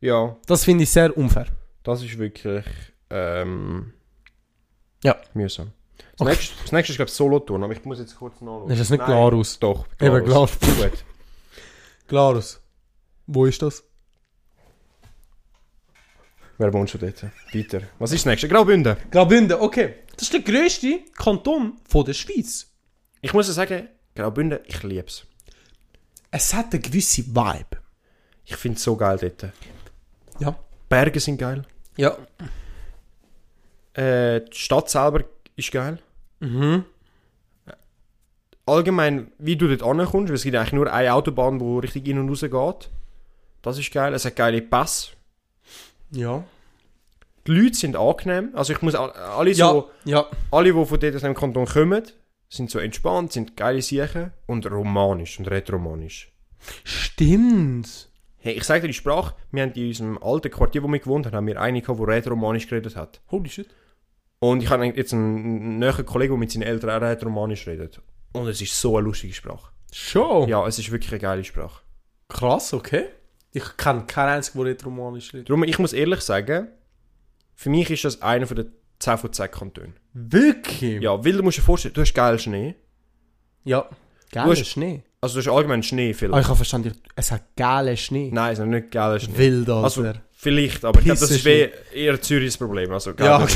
[SPEAKER 2] Ja,
[SPEAKER 1] Das finde ich sehr unfair.
[SPEAKER 2] das ist wirklich ähm,
[SPEAKER 1] Ja.
[SPEAKER 2] mühsam. Das,
[SPEAKER 1] Okay.
[SPEAKER 2] nächste, das nächste ist, glaube ich, Solothurn, aber ich muss jetzt kurz nachschauen.
[SPEAKER 1] Ist das nicht
[SPEAKER 2] Nein.
[SPEAKER 1] Glarus?
[SPEAKER 2] Doch,
[SPEAKER 1] Eben,
[SPEAKER 2] Glarus. Gut.
[SPEAKER 1] Klarus. Wo ist das?
[SPEAKER 2] Wer wohnt schon dort? Weiter. Was ist das nächste? Graubünden.
[SPEAKER 1] Graubünden, okay. Das ist der grösste Kanton von der Schweiz.
[SPEAKER 2] Ich muss ja sagen, Graubünden, ich liebe es.
[SPEAKER 1] Es hat eine gewisse Vibe.
[SPEAKER 2] Ich finde es so geil dort.
[SPEAKER 1] Ja.
[SPEAKER 2] Berge sind geil.
[SPEAKER 1] Ja.
[SPEAKER 2] Äh, die Stadt selber ist geil.
[SPEAKER 1] Mhm.
[SPEAKER 2] Allgemein, wie du dort ankommst, weil es gibt eigentlich nur eine Autobahn, die richtig in und raus geht. Das ist geil. Es hat geile Pass.
[SPEAKER 1] Ja.
[SPEAKER 2] Die Leute sind angenehm. Also ich muss a- alle
[SPEAKER 1] Ja.
[SPEAKER 2] so,
[SPEAKER 1] ja.
[SPEAKER 2] alle, die von dort aus dem Kanton kommen, sind so entspannt, sind geile Siechen und romanisch und rätoromanisch.
[SPEAKER 1] Stimmt.
[SPEAKER 2] Hey, ich sage dir die Sprache, wir haben in unserem alten Quartier, wo wir gewohnt haben, haben wir einen gehabt, der rätoromanisch geredet hat.
[SPEAKER 1] Holy shit.
[SPEAKER 2] Und ich habe jetzt einen näheren Kollegen, der mit seinen Eltern auch recht romanisch redet. Und es ist so eine lustige Sprache.
[SPEAKER 1] Schon.
[SPEAKER 2] Ja, es ist wirklich eine geile Sprache.
[SPEAKER 1] Krass, okay. Ich kenne keinen einzigen, der Romanisch redet.
[SPEAKER 2] Darum, ich muss ehrlich sagen, für mich ist das einer von den 10 von 10 Kantonen.
[SPEAKER 1] Wirklich?
[SPEAKER 2] Ja, weil du musst dir vorstellen, du hast geilen Schnee.
[SPEAKER 1] Ja.
[SPEAKER 2] Du
[SPEAKER 1] Geiler
[SPEAKER 2] hast-
[SPEAKER 1] Schnee.
[SPEAKER 2] Also du hast allgemein Schnee viel.
[SPEAKER 1] Ah, ich habe verstanden, es hat geilen Schnee.
[SPEAKER 2] Nein, es ist nicht geiler Schnee.
[SPEAKER 1] Wild, Alter.
[SPEAKER 2] Also vielleicht, aber ich glaube, das ist
[SPEAKER 1] Pissenschnee.
[SPEAKER 2] weh- eher Zürichs Problem. Also,
[SPEAKER 1] Ja.
[SPEAKER 2] ja.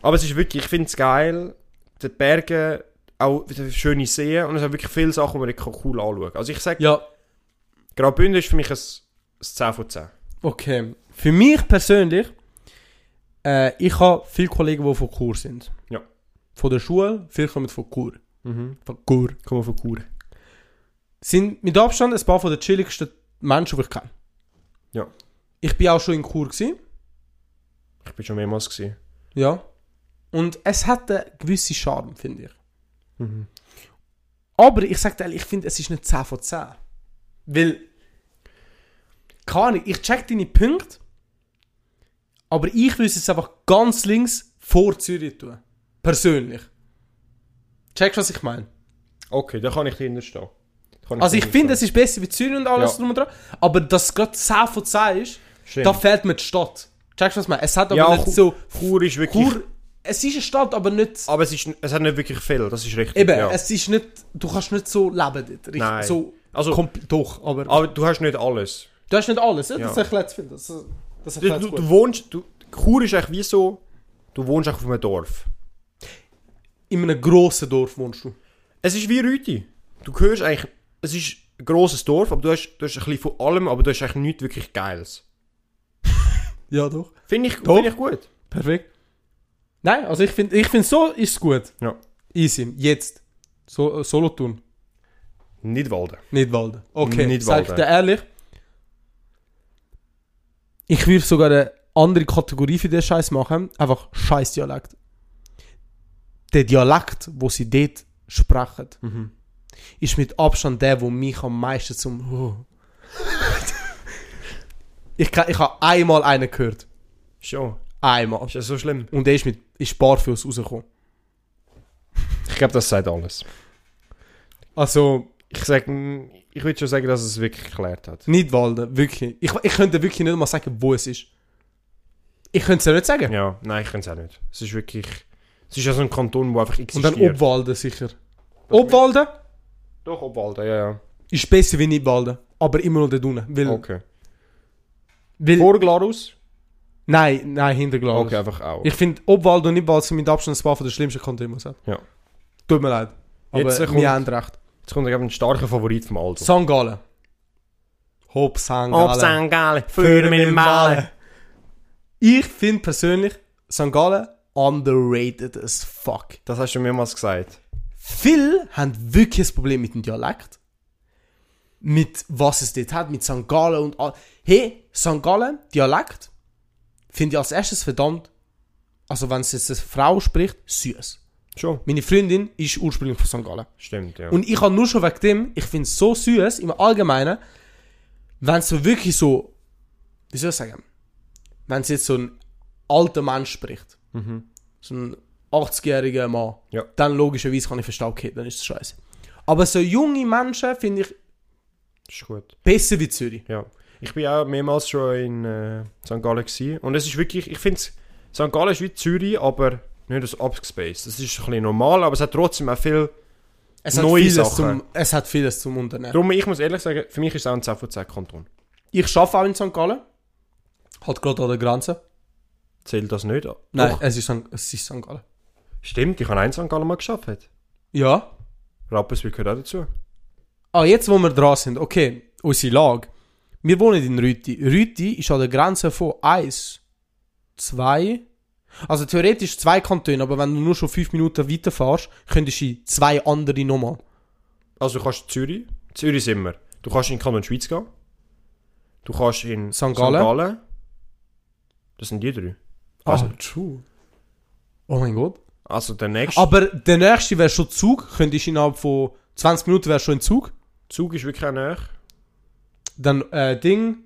[SPEAKER 2] Aber es ist wirklich, ich finde es geil, die Berge, auch wieder schöne Seen und es hat wirklich viele Sachen, die man cool anschauen kann. Also ich sage,
[SPEAKER 1] ja,
[SPEAKER 2] Graubünden ist für mich ein, ein 10 von 10.
[SPEAKER 1] okay. Für mich persönlich, äh, ich habe viele Kollegen, die von Chur sind.
[SPEAKER 2] Ja.
[SPEAKER 1] Von der Schule, viele kommen von Chur.
[SPEAKER 2] Mhm.
[SPEAKER 1] Von Chur.
[SPEAKER 2] Kommen von Chur.
[SPEAKER 1] Sind mit Abstand ein paar von den chilligsten Menschen, die ich kenne.
[SPEAKER 2] Ja.
[SPEAKER 1] Ich bin auch schon in Chur gewesen.
[SPEAKER 2] Ich bin schon mehrmals gewesen.
[SPEAKER 1] Ja. Und es hat einen gewissen Charme, finde ich.
[SPEAKER 2] Mhm.
[SPEAKER 1] Aber ich sage dir ehrlich, ich finde, es ist nicht 10 von 10. Weil, keine Ahnung, ich check deine Punkte, aber ich würde es jetzt einfach ganz links vor Zürich tun. Persönlich. Checkst du, was ich meine?
[SPEAKER 2] Okay, da kann ich dahinter stehen. Da kann
[SPEAKER 1] Also ich
[SPEAKER 2] dahinter
[SPEAKER 1] finde, es ist besser wie Zürich und alles
[SPEAKER 2] Ja.
[SPEAKER 1] drum und dran, aber dass es gerade 10 von 10 ist,
[SPEAKER 2] Stimmt.
[SPEAKER 1] da fehlt mir die Stadt. Checkst du, was ich meine? Es hat aber
[SPEAKER 2] Ja,
[SPEAKER 1] nicht
[SPEAKER 2] Chu-
[SPEAKER 1] so...
[SPEAKER 2] stehen. Chur ist wirklich...
[SPEAKER 1] Chur, es ist eine Stadt, aber nicht...
[SPEAKER 2] Aber es, ist, es hat nicht wirklich viel, das ist richtig.
[SPEAKER 1] Eben,
[SPEAKER 2] ja.
[SPEAKER 1] es ist nicht, du kannst nicht so leben dort. richtig,
[SPEAKER 2] Nein.
[SPEAKER 1] So
[SPEAKER 2] Also-
[SPEAKER 1] komp- doch, aber,
[SPEAKER 2] Aber du hast nicht alles.
[SPEAKER 1] du hast nicht alles, ja? das
[SPEAKER 2] Ja.
[SPEAKER 1] erklärt viel. Das, das
[SPEAKER 2] Du,
[SPEAKER 1] erklärt
[SPEAKER 2] du,
[SPEAKER 1] gut.
[SPEAKER 2] du wohnst... Du, Chur ist eigentlich wie so... Du wohnst eigentlich auf einem Dorf.
[SPEAKER 1] In einem grossen Dorf wohnst du.
[SPEAKER 2] Es ist wie Rüti. Du hörst eigentlich... Es ist ein grosses Dorf, aber du hast, du hast ein bisschen von allem, aber du hast eigentlich nichts wirklich Geiles.
[SPEAKER 1] Ja, doch.
[SPEAKER 2] Finde ich,
[SPEAKER 1] Doch.
[SPEAKER 2] find ich gut.
[SPEAKER 1] Perfekt. Nein, also ich finde, ich find, so ist es gut.
[SPEAKER 2] Ja.
[SPEAKER 1] Easy, jetzt. So, äh, Solothurn,
[SPEAKER 2] Nicht Walden.
[SPEAKER 1] nicht Walden. Okay,
[SPEAKER 2] Nicht
[SPEAKER 1] sag ich
[SPEAKER 2] Walden.
[SPEAKER 1] dir ehrlich. Ich würde sogar eine andere Kategorie für den Scheiß machen. Einfach Scheiß Dialekt. Der Dialekt, wo sie dort sprechen. ist mit Abstand der, der mich am meisten zum. ich kann- ich habe einmal einen gehört.
[SPEAKER 2] Schon.
[SPEAKER 1] Einmal.
[SPEAKER 2] Ist das so schlimm?
[SPEAKER 1] Und der ist mit ist barfuß rausgekommen.
[SPEAKER 2] Ich glaube, das sagt alles.
[SPEAKER 1] Also,
[SPEAKER 2] Ich sag... mm, Ich würde schon sagen, dass es wirklich geklärt hat.
[SPEAKER 1] nicht Walden, wirklich. Ich, ich könnte wirklich nicht mal sagen, wo es ist. Ich könnte es ja nicht sagen.
[SPEAKER 2] Ja, nein, ich kann es auch nicht. Es ist wirklich... Es ist ja so ein Kanton, der einfach
[SPEAKER 1] Und
[SPEAKER 2] existiert.
[SPEAKER 1] dann Obwalden sicher. Obwalden
[SPEAKER 2] Doch, Obwalden, ja, ja.
[SPEAKER 1] ist besser wie Nidwalden. Aber immer noch dort unten. Weil,
[SPEAKER 2] Okay.
[SPEAKER 1] weil,
[SPEAKER 2] Vor Glarus?
[SPEAKER 1] nein, nein, hinter Glarus.
[SPEAKER 2] Okay, einfach auch.
[SPEAKER 1] Ich finde, Obwalden und Nidwalden sind mit Abstand ein paar von der schlimmsten Kantone, die man sagt.
[SPEAKER 2] Ja.
[SPEAKER 1] Tut mir leid. Aber
[SPEAKER 2] Jetzt, äh, kommt-
[SPEAKER 1] wir haben recht.
[SPEAKER 2] Jetzt kommt eben ein starker Favorit vom Aldo.
[SPEAKER 1] St. Gallen. Hopp St. Gallen.
[SPEAKER 2] Gallen,
[SPEAKER 1] Ich finde persönlich St. Gallen underrated as fuck.
[SPEAKER 2] Das hast du mehrmals gesagt.
[SPEAKER 1] Viele haben wirklich ein Problem mit dem Dialekt. Mit was es dort hat, mit St. Gallen und all. Hey, St. Gallen, Dialekt, finde ich als erstes verdammt, also wenn es jetzt eine Frau spricht, süß.
[SPEAKER 2] Schon.
[SPEAKER 1] Meine Freundin ist ursprünglich von St. Gallen.
[SPEAKER 2] Stimmt, ja.
[SPEAKER 1] Und ich habe nur schon wegen dem, ich finde es so süß im Allgemeinen, wenn es so wirklich so, wie soll ich sagen, wenn es jetzt so ein alter Mensch spricht, so ein 80-jähriger Mann,
[SPEAKER 2] Mhm. Ja.
[SPEAKER 1] dann logischerweise kann ich verstehen, okay, dann ist es scheiße. Aber so junge Menschen finde ich
[SPEAKER 2] ist gut.
[SPEAKER 1] besser wie Zürich.
[SPEAKER 2] Ja. Ich bin auch mehrmals schon in äh, St. Gallen gewesen. Und es ist wirklich, ich finde St. Gallen ist wie Zürich, aber nicht das abgespaced. Es ist ein bisschen normal, aber es hat trotzdem auch viel...
[SPEAKER 1] Es hat,
[SPEAKER 2] Neue
[SPEAKER 1] vieles,
[SPEAKER 2] Sachen.
[SPEAKER 1] zum, es hat vieles zum Unternehmen.
[SPEAKER 2] Darum, ich muss ehrlich sagen, für mich ist es auch ein 10 von 10 Kanton.
[SPEAKER 1] Ich arbeite auch in St. Gallen, hat gerade an der Grenze.
[SPEAKER 2] Zählt das nicht?
[SPEAKER 1] Nein,
[SPEAKER 2] Doch.
[SPEAKER 1] es ist, St. es ist St. Gallen.
[SPEAKER 2] Stimmt, ich habe einen St. Gallen mal geschafft.
[SPEAKER 1] Ja,
[SPEAKER 2] Rapperswil gehört auch dazu.
[SPEAKER 1] Ah, jetzt, wo wir dran sind, okay, unsere Lage. Wir wohnen in Rüti. Rüti ist an der Grenze von 1, 2, also theoretisch zwei Kantone, aber wenn du nur schon 5 Minuten weiterfährst, könntest du in zwei andere nochmal.
[SPEAKER 2] Also du kannst Zürich, Zürich sind wir. Du kannst in den Kanton Schweiz gehen. Du kannst in
[SPEAKER 1] St. Gallen.
[SPEAKER 2] Das sind die drei.
[SPEAKER 1] Also, true. Oh mein Gott.
[SPEAKER 2] Also der nächste
[SPEAKER 1] Aber der nächste wäre schon Zug, könntest innerhalb von 20 Minuten wärst schon in Zug.
[SPEAKER 2] Zug ist wirklich auch näher.
[SPEAKER 1] Dann, äh, Ding,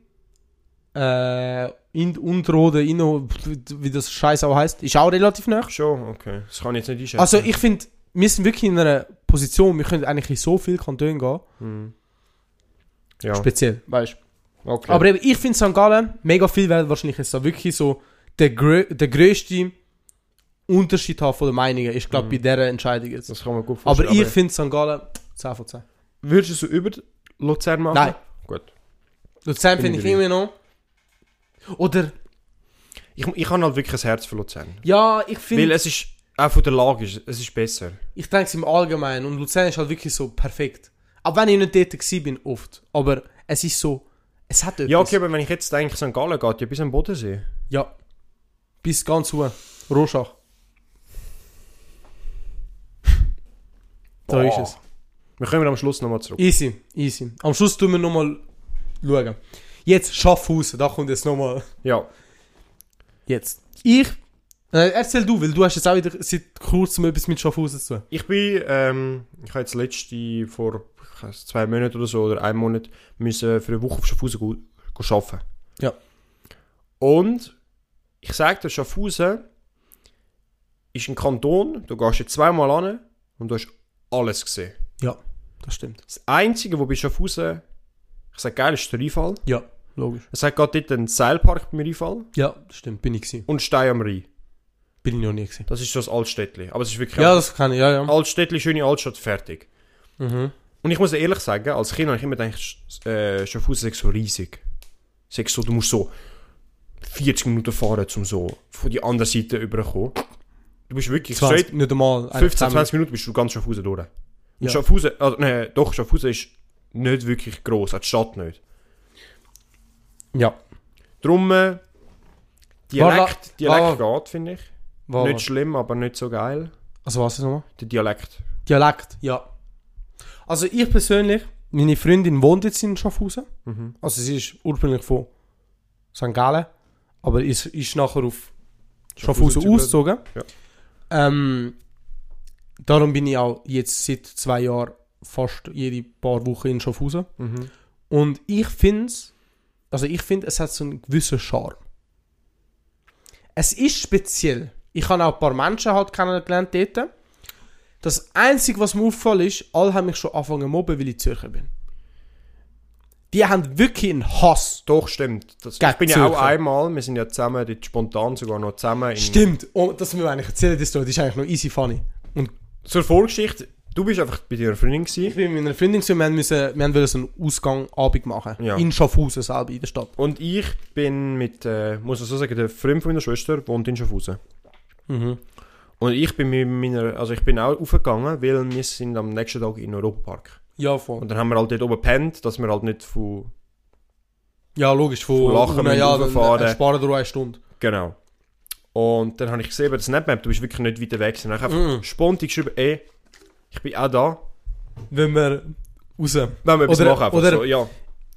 [SPEAKER 1] äh, in Unterrode, Inno, wie das Scheiß auch heißt, ist auch relativ nah.
[SPEAKER 2] Schon, okay. Das kann ich jetzt nicht einschätzen.
[SPEAKER 1] Also ich finde, wir sind wirklich in einer Position, wir können eigentlich in so viele Kantone gehen.
[SPEAKER 2] ja.
[SPEAKER 1] Speziell, weißt du.
[SPEAKER 2] okay.
[SPEAKER 1] Aber eben, ich finde St. Gallen, mega viel werden wahrscheinlich jetzt da wirklich so der, grö der grösste Unterschied haben von den Meinungen. Ich glaube, bei dieser Entscheidung jetzt.
[SPEAKER 2] Mhm. das kann man gut
[SPEAKER 1] aber
[SPEAKER 2] vorstellen.
[SPEAKER 1] ich finde St. Gallen 10 von 10.
[SPEAKER 2] Würdest du es so über Luzern machen?
[SPEAKER 1] Nein.
[SPEAKER 2] Gut.
[SPEAKER 1] Luzern
[SPEAKER 2] Bin
[SPEAKER 1] finde
[SPEAKER 2] ich
[SPEAKER 1] ich
[SPEAKER 2] dabei.
[SPEAKER 1] immer noch. Oder,
[SPEAKER 2] Ich, ich habe halt wirklich ein Herz für Luzern.
[SPEAKER 1] ja, ich
[SPEAKER 2] Weil äh,
[SPEAKER 1] finde,
[SPEAKER 2] es ist, auch von der Lage ist, es ist besser.
[SPEAKER 1] ich denke es im Allgemeinen und Luzern ist halt wirklich so perfekt. Auch wenn ich nicht dort gewesen bin, oft. Aber es ist so, es hat etwas.
[SPEAKER 2] Ja, okay, aber wenn ich jetzt denke, St. Gallen geht ja bis am Bodensee.
[SPEAKER 1] Ja. Bis ganz hoch. Rorschach. Da
[SPEAKER 2] Boah.
[SPEAKER 1] ist es.
[SPEAKER 2] Wir kommen am Schluss nochmal zurück.
[SPEAKER 1] Easy, easy. Am Schluss tun wir nochmal schauen. Jetzt Schaffhausen, da kommt jetzt nochmal.
[SPEAKER 2] Ja.
[SPEAKER 1] Jetzt. Ich. Äh, erzähl du, weil du hast jetzt auch wieder seit kurzem etwas mit Schaffhausen zu tun.
[SPEAKER 2] Ich bin, ähm, ich habe jetzt letzte, vor ich weiss, zwei Monaten oder so, oder einem Monat, müssen für eine Woche auf Schaffhausen go- go arbeiten.
[SPEAKER 1] Ja.
[SPEAKER 2] Und ich sage dir, Schaffhausen ist ein Kanton, du gehst jetzt zweimal an und du hast alles gesehen.
[SPEAKER 1] Ja, das stimmt.
[SPEAKER 2] Das Einzige, was bei Schaffhausen, ich sage geil, ist der Rheinfall.
[SPEAKER 1] Ja, logisch.
[SPEAKER 2] Es hat gerade dort einen Seilpark beim Rheinfall
[SPEAKER 1] Ja, das stimmt. Bin ich gewesen.
[SPEAKER 2] und Stein am Rhein.
[SPEAKER 1] Bin ich noch nie gewesen.
[SPEAKER 2] Das ist so das Altstädtli. Aber es ist wirklich
[SPEAKER 1] Ja, das kann ich, ja, ja.
[SPEAKER 2] Altstädtli, schöne Altstadt, fertig.
[SPEAKER 1] Mhm.
[SPEAKER 2] Und ich muss dir ehrlich sagen, als Kind habe ich immer gedacht, Sch- äh, Schaffhausen ist so riesig. Sag so, du musst so 40 Minuten fahren, um so von der anderen Seite überzukommen. Du bist wirklich
[SPEAKER 1] 20,
[SPEAKER 2] straight,
[SPEAKER 1] nicht einmal.
[SPEAKER 2] 15,
[SPEAKER 1] 10
[SPEAKER 2] 20 Minuten bist du ganz Schaffhausen durch. Und
[SPEAKER 1] Ja.
[SPEAKER 2] Schaffhausen, also, nein, doch, Schaffhausen ist nicht wirklich gross, auch die Stadt nicht.
[SPEAKER 1] Ja.
[SPEAKER 2] Drum, äh,
[SPEAKER 1] Warte,
[SPEAKER 2] Dialekt,
[SPEAKER 1] warte,
[SPEAKER 2] Dialekt geht, finde ich.
[SPEAKER 1] Wa-
[SPEAKER 2] Nicht schlimm, aber nicht so geil.
[SPEAKER 1] Also was ist nochmal?
[SPEAKER 2] Der Dialekt.
[SPEAKER 1] Dialekt, ja. Also ich persönlich, meine Freundin wohnt jetzt in Schaffhausen. Also sie ist ursprünglich von St. Gallen, aber ist, ist nachher auf Schaffhausen
[SPEAKER 2] Schaffhausen
[SPEAKER 1] ausgezogen.
[SPEAKER 2] Ja.
[SPEAKER 1] Ähm, darum bin ich auch jetzt seit zwei Jahren fast jede paar Wochen in Schaffhausen. Und ich finde also ich finde, es hat so einen gewissen Charme. Es ist speziell. Ich habe auch ein paar Menschen halt kennengelernt dort. Das Einzige, was mir auffällt, ist, alle haben mich schon angefangen zu mobben, weil ich Zürcher bin. Die haben wirklich einen Hass.
[SPEAKER 2] Doch, stimmt. Das,
[SPEAKER 1] Gegen
[SPEAKER 2] ich bin ja auch
[SPEAKER 1] Zürcher.
[SPEAKER 2] einmal, wir sind ja zusammen, dort spontan sogar noch zusammen. In,
[SPEAKER 1] Stimmt, oh, das müssen wir eigentlich erzählen, die Story, die ist eigentlich noch easy funny. Und
[SPEAKER 2] Zur Vorgeschichte, du bist einfach bei deiner Freundin
[SPEAKER 1] ich
[SPEAKER 2] gewesen.
[SPEAKER 1] bin mit meiner Freundin, gewesen, wir, haben müssen, wir haben wollen so einen Ausgangabend machen.
[SPEAKER 2] Ja.
[SPEAKER 1] In Schaffhausen selber, in der Stadt.
[SPEAKER 2] Und ich bin mit, äh, muss man so sagen, der Freund von meiner Schwester wohnt in Schaffhausen.
[SPEAKER 1] Mhm.
[SPEAKER 2] Und ich bin mit meiner, also ich bin auch aufgegangen, weil wir sind am nächsten Tag in den Europapark.
[SPEAKER 1] Ja, voll.
[SPEAKER 2] Und dann haben wir halt dort oben gepennt, dass wir halt nicht von,
[SPEAKER 1] Ja, logisch, von,
[SPEAKER 2] Von Lachen
[SPEAKER 1] na
[SPEAKER 2] müssen
[SPEAKER 1] ja, dann
[SPEAKER 2] rauffahren.
[SPEAKER 1] ersparen dir auch eine Stunde.
[SPEAKER 2] genau. Und dann habe ich gesehen bei der Snapmap, du bist wirklich nicht weiter weg. Und dann habe ich einfach
[SPEAKER 1] Mhm.
[SPEAKER 2] spontan geschrieben, ey, ich bin auch da.
[SPEAKER 1] Wenn wir raus...
[SPEAKER 2] Wenn wir etwas
[SPEAKER 1] Oder-
[SPEAKER 2] machen, einfach
[SPEAKER 1] oder-
[SPEAKER 2] so, ja.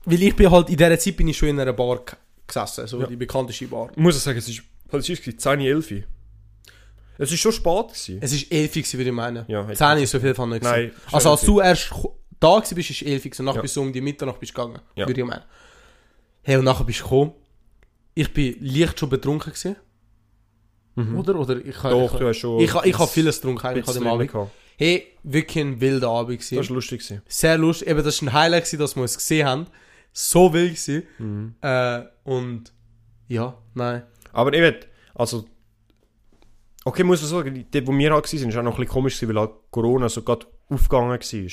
[SPEAKER 1] Weil ich bin halt, in dieser Zeit bin ich schon in einer Bar g- gesessen, so
[SPEAKER 2] Ja.
[SPEAKER 1] die bekannteste Bar.
[SPEAKER 2] muss ich sagen, es ist, was ist es? 10, 11. Es war schon spät. Gewesen.
[SPEAKER 1] Es ist elfig, würde ich meinen.
[SPEAKER 2] Ja, hätte
[SPEAKER 1] 10 ist so viel von nicht.
[SPEAKER 2] Nein,
[SPEAKER 1] gewesen. Also als
[SPEAKER 2] schon
[SPEAKER 1] du erst ko- da gewesen bist, ist elfig und nachher
[SPEAKER 2] Ja.
[SPEAKER 1] bist du um die Mitternacht bist du gegangen,
[SPEAKER 2] Ja.
[SPEAKER 1] würde ich meinen. Hey, und nachher bist du gekommen. Ich bin leicht schon betrunken gewesen. Oder? Oder ich habe
[SPEAKER 2] Mhm. Doch,
[SPEAKER 1] ich,
[SPEAKER 2] du hast schon.
[SPEAKER 1] ich, ich,
[SPEAKER 2] ein
[SPEAKER 1] habe vieles getrunken eigentlich an
[SPEAKER 2] bisschen
[SPEAKER 1] dem Abend.
[SPEAKER 2] gehabt.
[SPEAKER 1] Hey, wirklich ein wilder Abend gewesen.
[SPEAKER 2] Das war lustig. Gewesen.
[SPEAKER 1] sehr lustig. Eben, das war ein Highlight, gewesen, dass wir es gesehen haben. So wild gewesen. Äh, und ja, nein.
[SPEAKER 2] Aber eben, also. Okay, muss man sagen, dort, wo wir halt waren, ist auch noch ein bisschen komisch, gewesen, weil halt Corona so gerade aufgegangen war.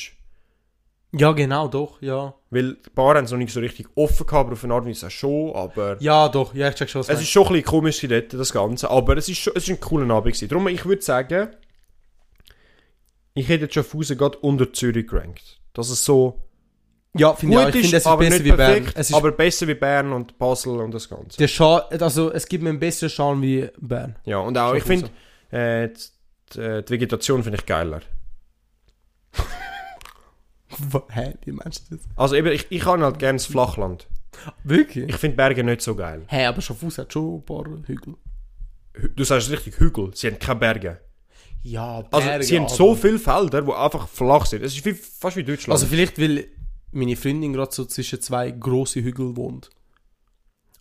[SPEAKER 1] Ja, genau, doch, ja.
[SPEAKER 2] Weil die Bar haben es noch nicht so richtig offen gehabt, aber auf eine Art und Weise auch schon. Aber
[SPEAKER 1] Ja, doch, ja, ich check schon, was du
[SPEAKER 2] es ist schon ein bisschen komisch gewesen dort, das Ganze. Aber es ist, schon, es ist ein cooler Abend. Gewesen. Darum, ich würde sagen, ich hätte jetzt Schaffhausen gerade unter Zürich gerankt. Dass es so.
[SPEAKER 1] Ja, finde ich auch.
[SPEAKER 2] gut
[SPEAKER 1] Ich finde,
[SPEAKER 2] ist,
[SPEAKER 1] es ist
[SPEAKER 2] aber
[SPEAKER 1] besser
[SPEAKER 2] nicht
[SPEAKER 1] wie Bern.
[SPEAKER 2] perfekt,
[SPEAKER 1] Es ist
[SPEAKER 2] aber besser wie Bern und Basel und das Ganze.
[SPEAKER 1] der Scha also, es gibt mir einen besseren Charme wie Bern.
[SPEAKER 2] Ja, und auch, ich
[SPEAKER 1] Schaffhausen.
[SPEAKER 2] finde, äh, die, die, die Vegetation finde ich geiler.
[SPEAKER 1] Hä? Wie meinst du das jetzt?
[SPEAKER 2] Also eben, ich, ich kann halt gerne das Flachland.
[SPEAKER 1] Wirklich?
[SPEAKER 2] Ich finde Berge nicht so geil.
[SPEAKER 1] Hä, aber Schaffhausen hat schon ein paar Hügel.
[SPEAKER 2] Hü- Du sagst richtig, Hügel, sie haben keine Berge.
[SPEAKER 1] Ja,
[SPEAKER 2] Also
[SPEAKER 1] Berge,
[SPEAKER 2] sie haben
[SPEAKER 1] aber-
[SPEAKER 2] so viele Felder, die einfach flach sind. Es ist wie, fast wie Deutschland.
[SPEAKER 1] Also, vielleicht, weil meine Freundin gerade so zwischen zwei grossen Hügeln wohnt.